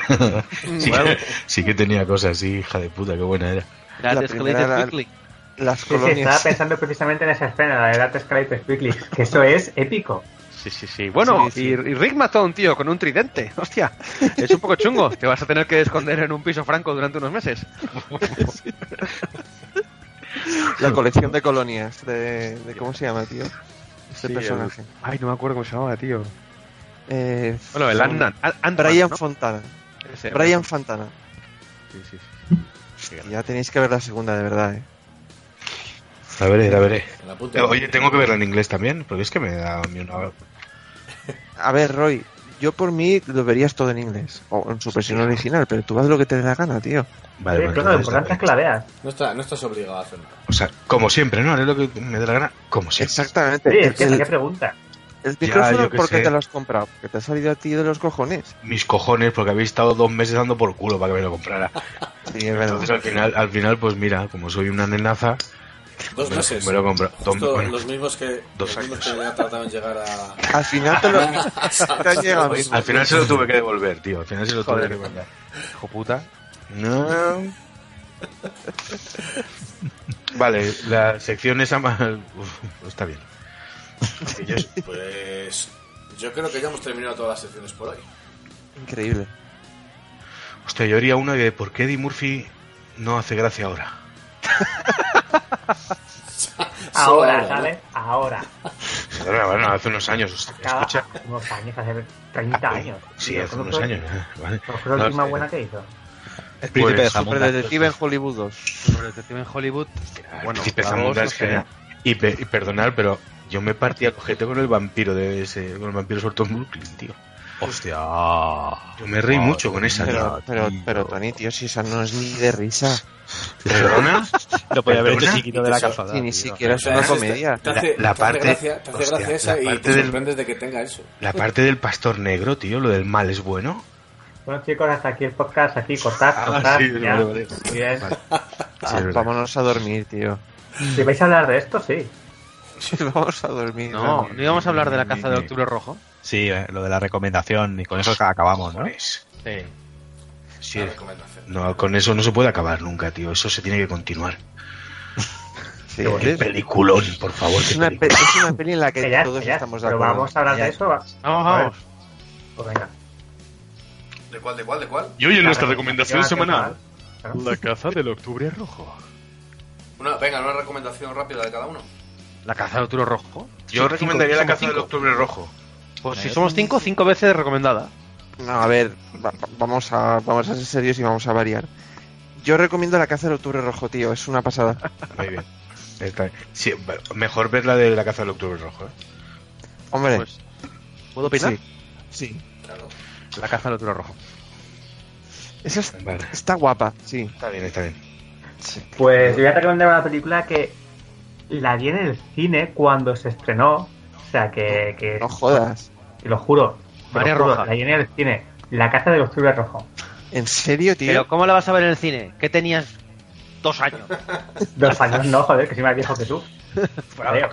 K: sí, que, sí que tenía cosas, sí, hija de puta, qué buena era.
H: That
F: La
H: escalated
F: primera, la-
H: quickly.
F: Las
G: Sí, sí, estaba
F: colonias.
G: pensando precisamente en esa escena, la de Data Skype Quickly, que eso es épico.
H: Sí, sí, sí. Bueno,
F: Sí, sí.
H: Y, y Rick mató a un tío con un tridente. Hostia, es un poco chungo. Te vas a tener que esconder en un piso franco durante unos meses.
F: la colección de colonias. De, de- ¿Cómo se llama, tío? Este
H: Sí,
F: personaje.
H: el- Ay, no me acuerdo cómo se llamaba, tío.
F: Eh,
H: Bueno, el
F: son-
H: Andan.
F: Brian Fontana. Brian Fontana.
H: Sí, sí, sí.
F: Ya tenéis que ver la segunda, de verdad, eh.
K: La veré, la veré.
E: En la punta.
K: Eh, Oye, tengo que verla en inglés también, porque es que me da a mí una hora.
F: A ver, Roy. Yo por mí lo verías todo en inglés. O en su versión original, pero tú haz lo que te dé la gana, tío.
K: Vale,
G: Sí,
K: bueno,
G: claro, lo
K: entonces
G: importante
K: está
G: es que la veas.
E: No, está, no estás obligado a hacer nada.
K: bien. O sea, como siempre, ¿no? Haré lo que me dé la gana, como siempre.
F: Exactamente.
G: Sí,
F: El,
G: es que
F: el-
G: qué pregunta.
F: el
K: Ya,
F: micrófono,
K: yo qué
F: ¿por qué
K: sé.
F: te lo has comprado? Porque te ha salido a ti de los cojones.
K: Mis cojones, porque habéis estado dos meses dando por culo para que me lo comprara.
F: Sí, es
K: Entonces al final, al final, pues mira, como soy una nenaza,
E: Dos
K: Me-
E: meses.
K: me lo compro.
E: Justo
K: Tom- bueno.
E: los mismos que,
K: Dos
E: los mismos
K: años.
E: que ya trataban de llegar a...
F: Al final te lo. te han llegado a mí.
K: al final se lo tuve que devolver, tío. Al final se lo tuve
H: Joder.
K: que devolver.
H: Hijo puta.
K: No. Vale, la sección esa más... Uf, está bien.
E: Pues yo creo que ya hemos terminado todas las secciones por hoy.
F: Increíble.
K: Hostia, yo haría una de por qué Eddie Murphy no hace gracia ahora.
G: Ahora,
E: ¿no?
G: ¿sabes? Ahora.
K: Bueno, bueno, hace unos años. hostia,
G: Cada
K: escucha.
G: unos años, hace 30 años.
K: Sí,
G: Yo
K: hace
G: creo
K: unos
G: que-
K: años. eh, Vale.
G: creo que Fue la
K: No,
G: última
K: hostia,
G: buena que hizo.
D: El príncipe
K: Pues,
D: de Zamunda.
F: Detective en Hollywood 2.
H: Sobre detective en Hollywood.
K: Bueno,
H: Bueno,
K: Príncipe
H: la
K: Zamunda
H: dos,
K: es
H: no sé.
K: genial. Y, pe- y perdonar, pero yo me partía el ojete con el vampiro de ese, con el vampiro suelto en Brooklyn, tío.
D: Hostia. Oh,
K: Yo me reí mucho con esa.
F: Pero, pero, pero, Tony, tío, si esa no es ni de risa.
K: ¿Perdona?
D: Lo podía haber hecho
K: ¿Perdona?
D: chiquito de la calzada.
F: Si ni
D: tío.
F: siquiera es
E: O sea,
F: una
E: eso
F: comedia.
E: Te, te hace,
K: La- la
E: te hace
K: parte-
E: gracia, te hace
K: hostia,
E: gracia esa
K: la
E: y
K: parte
E: te
K: del-
E: sorprendes de que tenga eso.
K: La parte del pastor negro, tío, lo del mal es bueno.
G: Bueno, chicos, hasta aquí el podcast, aquí cortad,
K: Ah,
G: cortad.
K: sí,
G: ya.
K: vale, vale.
G: Muy bien.
K: Vale.
F: Ah,
K: es verdad.
F: vámonos a dormir, tío.
G: Si vais a hablar de esto, sí.
F: Sí, vamos a dormir.
H: No, no íbamos a hablar de la caza de octubre rojo.
D: Sí, eh, lo de la recomendación y con eso acabamos, ¿no?
K: Cojones.
H: Sí.
K: Pues, Sí,
E: La recomendación.
K: no, con eso no se puede acabar nunca, tío. Eso se tiene que continuar.
F: Sí,
K: Qué
F: es,
K: peliculón, por favor. qué
F: es una pe-
K: peliculón.
F: es una peli en la que
G: Que ya,
F: todos
G: que ya,
F: estamos de
G: pero
F: acuerdo.
G: vamos a hablar de
F: Ya.
G: eso. va.
H: Vamos,
G: A ver,
H: vamos.
G: Pues venga.
E: ¿De cuál, de cuál, de cuál?
L: Y hoy en
G: La
L: nuestra recomendación semanal,
G: claro.
L: la caza del octubre rojo.
E: Una, venga, una recomendación rápida de cada uno.
H: La caza de octubre rojo.
K: Yo recomendaría la
H: somos
K: caza del
H: cinco.
K: octubre rojo.
H: Pues si somos cinco, cinco veces recomendada.
F: No, a ver, va- va- vamos, a, vamos a ser serios y vamos a variar. Yo recomiendo La Caza del Octubre Rojo, tío, es una pasada.
K: Muy bien. Está bien. Sí, bueno, mejor ver la de la caza del octubre rojo. ¿eh?
F: Hombre,
H: Pues, ¿Puedo opinar?
F: sí. Sí.
E: Claro.
H: La caza del octubre rojo.
F: Esa es-
K: Vale.
F: está guapa, sí.
K: Está bien, está bien.
G: Pues yo voy a recomendar una película que la vi en el cine cuando se estrenó. O sea, que. que
F: No jodas.
G: te lo juro. te lo
H: María
G: juro,
H: Roja.
G: La vi en el cine. La caza del octubre rojo.
F: ¿En serio,
H: Pero
F: tío?
H: ¿cómo la vas a ver en el cine? ¿Qué tenías dos años?
G: Dos años no, joder, que soy más viejo que tú. Creo.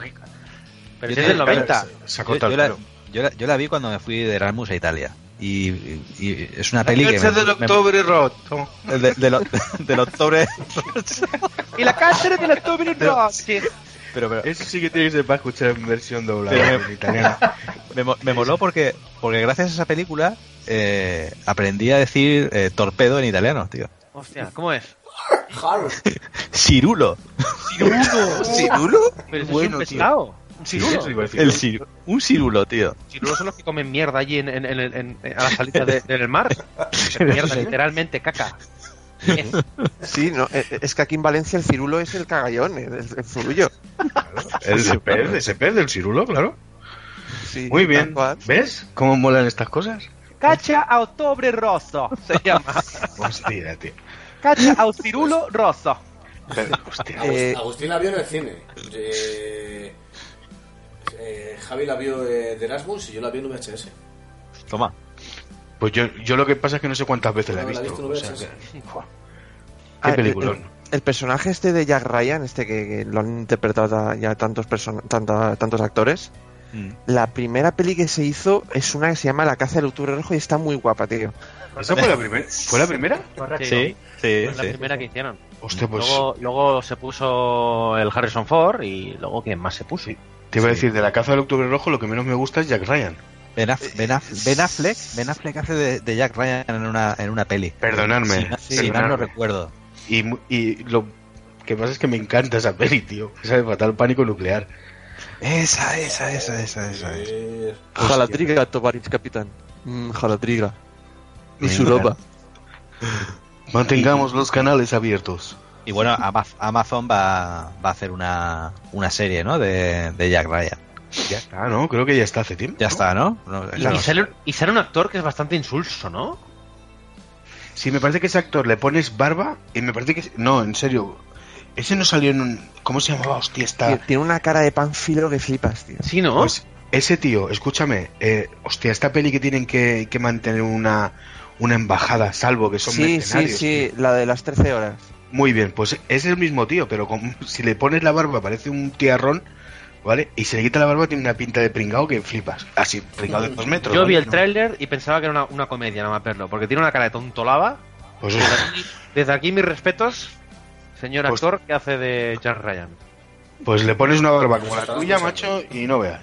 H: Pero si es del 90.
K: Se ha
D: Yo,
K: cortado
D: yo
K: el
D: la,
K: pelo.
D: yo, la, yo la vi cuando me fui de Erasmus a Italia. Y, y- y es una
K: La
D: peli que.
K: caza
D: me-
K: del
D: me-
K: octubre rojo.
D: de- del o- del octubre.
H: Y la cárcel del octubre rojo.
D: Pero, pero
K: Eso sí que tiene que ser para escuchar en versión doblada
D: Pero-
K: en italiana.
D: me, mo- me moló porque, porque gracias a esa película eh, aprendí a decir eh, torpedo en italiano, tío.
H: Hostia, ¿cómo es?
D: Cirulo.
F: ¿Cirulo?
H: Pero eso es
K: Bueno,
H: un
K: tío.
H: pescado. Un
K: Sí,
H: cirulo.
K: eso iba a decir.
D: El cir- un cirulo, tío.
H: Cirulos son los que comen mierda allí en, en- en- en- en- a la salida de- del mar. Pero mierda, literalmente, caca.
F: Sí, no, eh, eh, es que aquí en Valencia el cirulo es el cagallón, el, el zurullo.
K: El- se pierde, se pierde el cirulo, claro.
F: Sí,
K: Muy
F: tal
K: bien.
F: cual.
K: ¿Ves cómo molan estas cosas?
H: Cacha a octubre rosso. Se llama.
K: Hostia, Pues tío.
H: Cacha a cirulo rosso.
K: Hostia.
E: Agust-
F: Eh,
E: Agustín la vio en el cine. Eh, eh, Javi la vio eh, de Erasmus y yo la vi en VHS.
D: Toma.
K: Pues yo, yo lo que pasa es que no sé cuántas veces la he
E: No, la he
K: visto.
E: visto en
K: o sea
E: VHS.
K: que- Buah,
F: ah,
K: Qué
F: el-
K: peliculón.
F: El, el personaje este de Jack Ryan, este que, que lo han interpretado ta- ya tantos, person- tanta- tantos actores,
D: Mm.
F: la primera peli que se hizo es una que se llama La Caza del Octubre Rojo y está muy guapa, tío.
K: ¿Esa fue la, primera? fue la primera?
G: Correcto.
D: Sí, sí,
H: Es la
D: sí.
H: primera que hicieron.
K: Hostia, pues
H: Luego, luego se puso el Harrison Ford y luego quién más se puso.
K: te iba a decir, de la caza del octubre rojo lo que menos me gusta es Jack Ryan.
D: Ben, Aff- Ben Aff- Ben Affleck, Ben Affleck hace de, de Jack Ryan en una, en una peli.
K: Perdonadme,
D: Si, ma- si mal no
K: perdonadme.
D: recuerdo.
K: Y, mu- y lo que pasa es que me encanta esa peli, tío. Esa de Fatal Pánico Nuclear.
D: Esa, esa, esa, esa, esa. esa.
E: Eh,
F: Jalatriga, Tovarich Capitán. Jalatriga.
D: Y Suropa.
K: Mantengamos los canales abiertos.
D: Y bueno, Ama- Amazon va, va a hacer una, una serie, ¿no? De, de Jack Ryan.
K: Ya está, ¿no? Creo que ya está hace tiempo.
D: Ya
K: ¿no?
D: está, ¿no? No,
H: Y,
D: claro.
H: y sale, y sale un actor que es bastante insulso, ¿no?
K: Sí, me parece que ese actor le pones barba y me parece que... No, en serio. Ese no salió en un... ¿Cómo se llamaba? Hostia, está...
F: Tiene una cara de panfilo que flipas, tío.
H: Sí, ¿no?
K: Pues ese tío, escúchame. eh, hostia, esta peli que tienen que, que mantener una, una embajada, salvo que son
F: Sí, sí,
K: mercenarios.
F: sí, la de las 13 horas.
K: Muy bien, pues es el mismo tío, pero con- si le pones la barba parece un tiarrón, ¿vale? Y si le quita la barba tiene una pinta de pringao que flipas. Así, pringao de dos metros.
H: Yo
K: ¿vale?
H: vi el
K: No.
H: tráiler y pensaba que era una, una comedia, nada más verlo, porque tiene una cara de tontolaba.
K: Pues,
H: Desde aquí mis respetos, señor
K: Pues-
H: actor que hace de Jack Ryan.
K: pues le pones una barba como la tuya, macho, y no veas.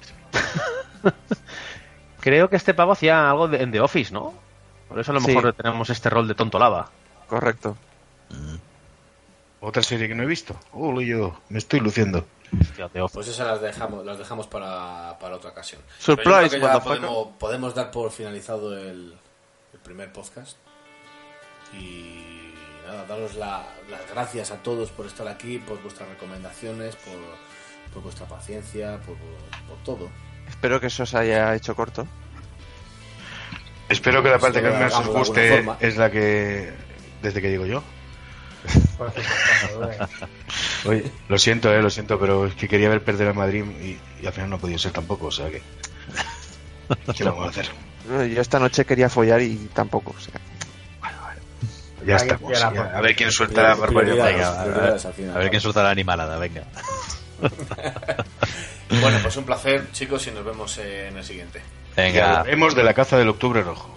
H: Creo que este pavo hacía algo de- en The Office, ¿no? Por eso a lo
F: Sí.
H: mejor tenemos este rol de tontolaba.
F: Correcto.
K: Otra serie que no he visto. Uy, yo me estoy luciendo.
H: Hostia, The Office.
E: Pues esas las dejamos, las dejamos para, para otra ocasión.
F: Surprise,
E: Pero yo creo que ya
F: motherfucker.
E: podemos, podemos dar por finalizado el, el primer podcast. Y nada, daros la- las gracias a todos por estar aquí, por vuestras recomendaciones, por, por vuestra paciencia, por, por todo.
F: Espero que eso os haya hecho corto.
K: Espero que la parte que
E: Espero
K: más os
E: hagamos de
K: guste
E: alguna forma.
K: es la que. desde que llego yo. Oye, lo siento, eh, lo siento, pero es que quería ver perder a Madrid y, y al final no ha podido ser tampoco, o sea que. ¿Qué vamos a hacer?
F: Yo esta noche quería follar y tampoco. o sea.
K: Ya
F: Ahí
K: estamos.
F: ya la
K: ya.
F: pongo.
K: A ver quién suelta la barbaridad.
M: Venga, a, ver- a ver quién suelta la animalada, venga.
E: Bueno, pues un placer, chicos, y nos vemos en el siguiente.
K: Ya hablaremos de la caza del octubre rojo.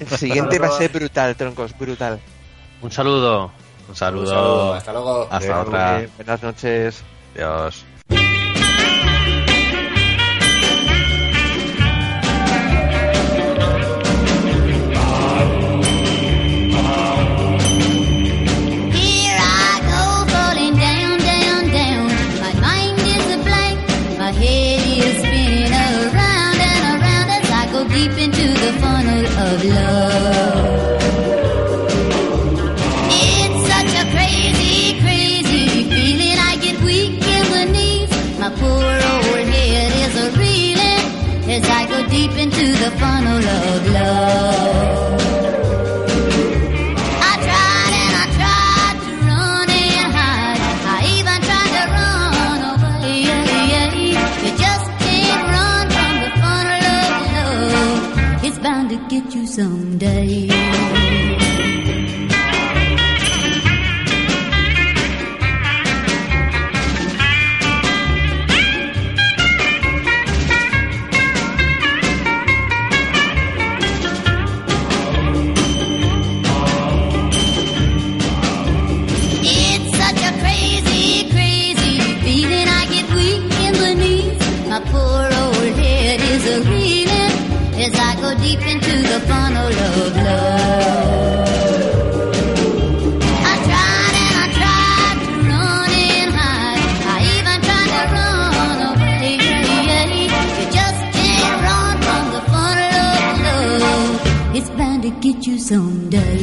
F: El siguiente va a ser brutal, troncos, brutal.
H: Un saludo.
M: Un saludo.
E: Hasta luego.
M: Hasta otra.
F: Buenas noches.
M: Adiós.
D: Here I go falling down, down, down. My mind is a blank, my head is spinning around and around as I go deep into the funnel of love. It's such a crazy, crazy feeling. I get weak in the knees. My poor old head is a reeling as I go deep into the funnel of love. I tried and I tried to run and hide. I even tried to run away. You just can't run from the funnel of love. It's bound to get you someday. It's such a crazy, crazy feeling. I get weak in the knees. My poor old head is a reeling as I go deep into the funnel of love. I tried and I tried to run and hide. I even tried to run away. You just can't run from the funnel of love. It's bound to get you someday.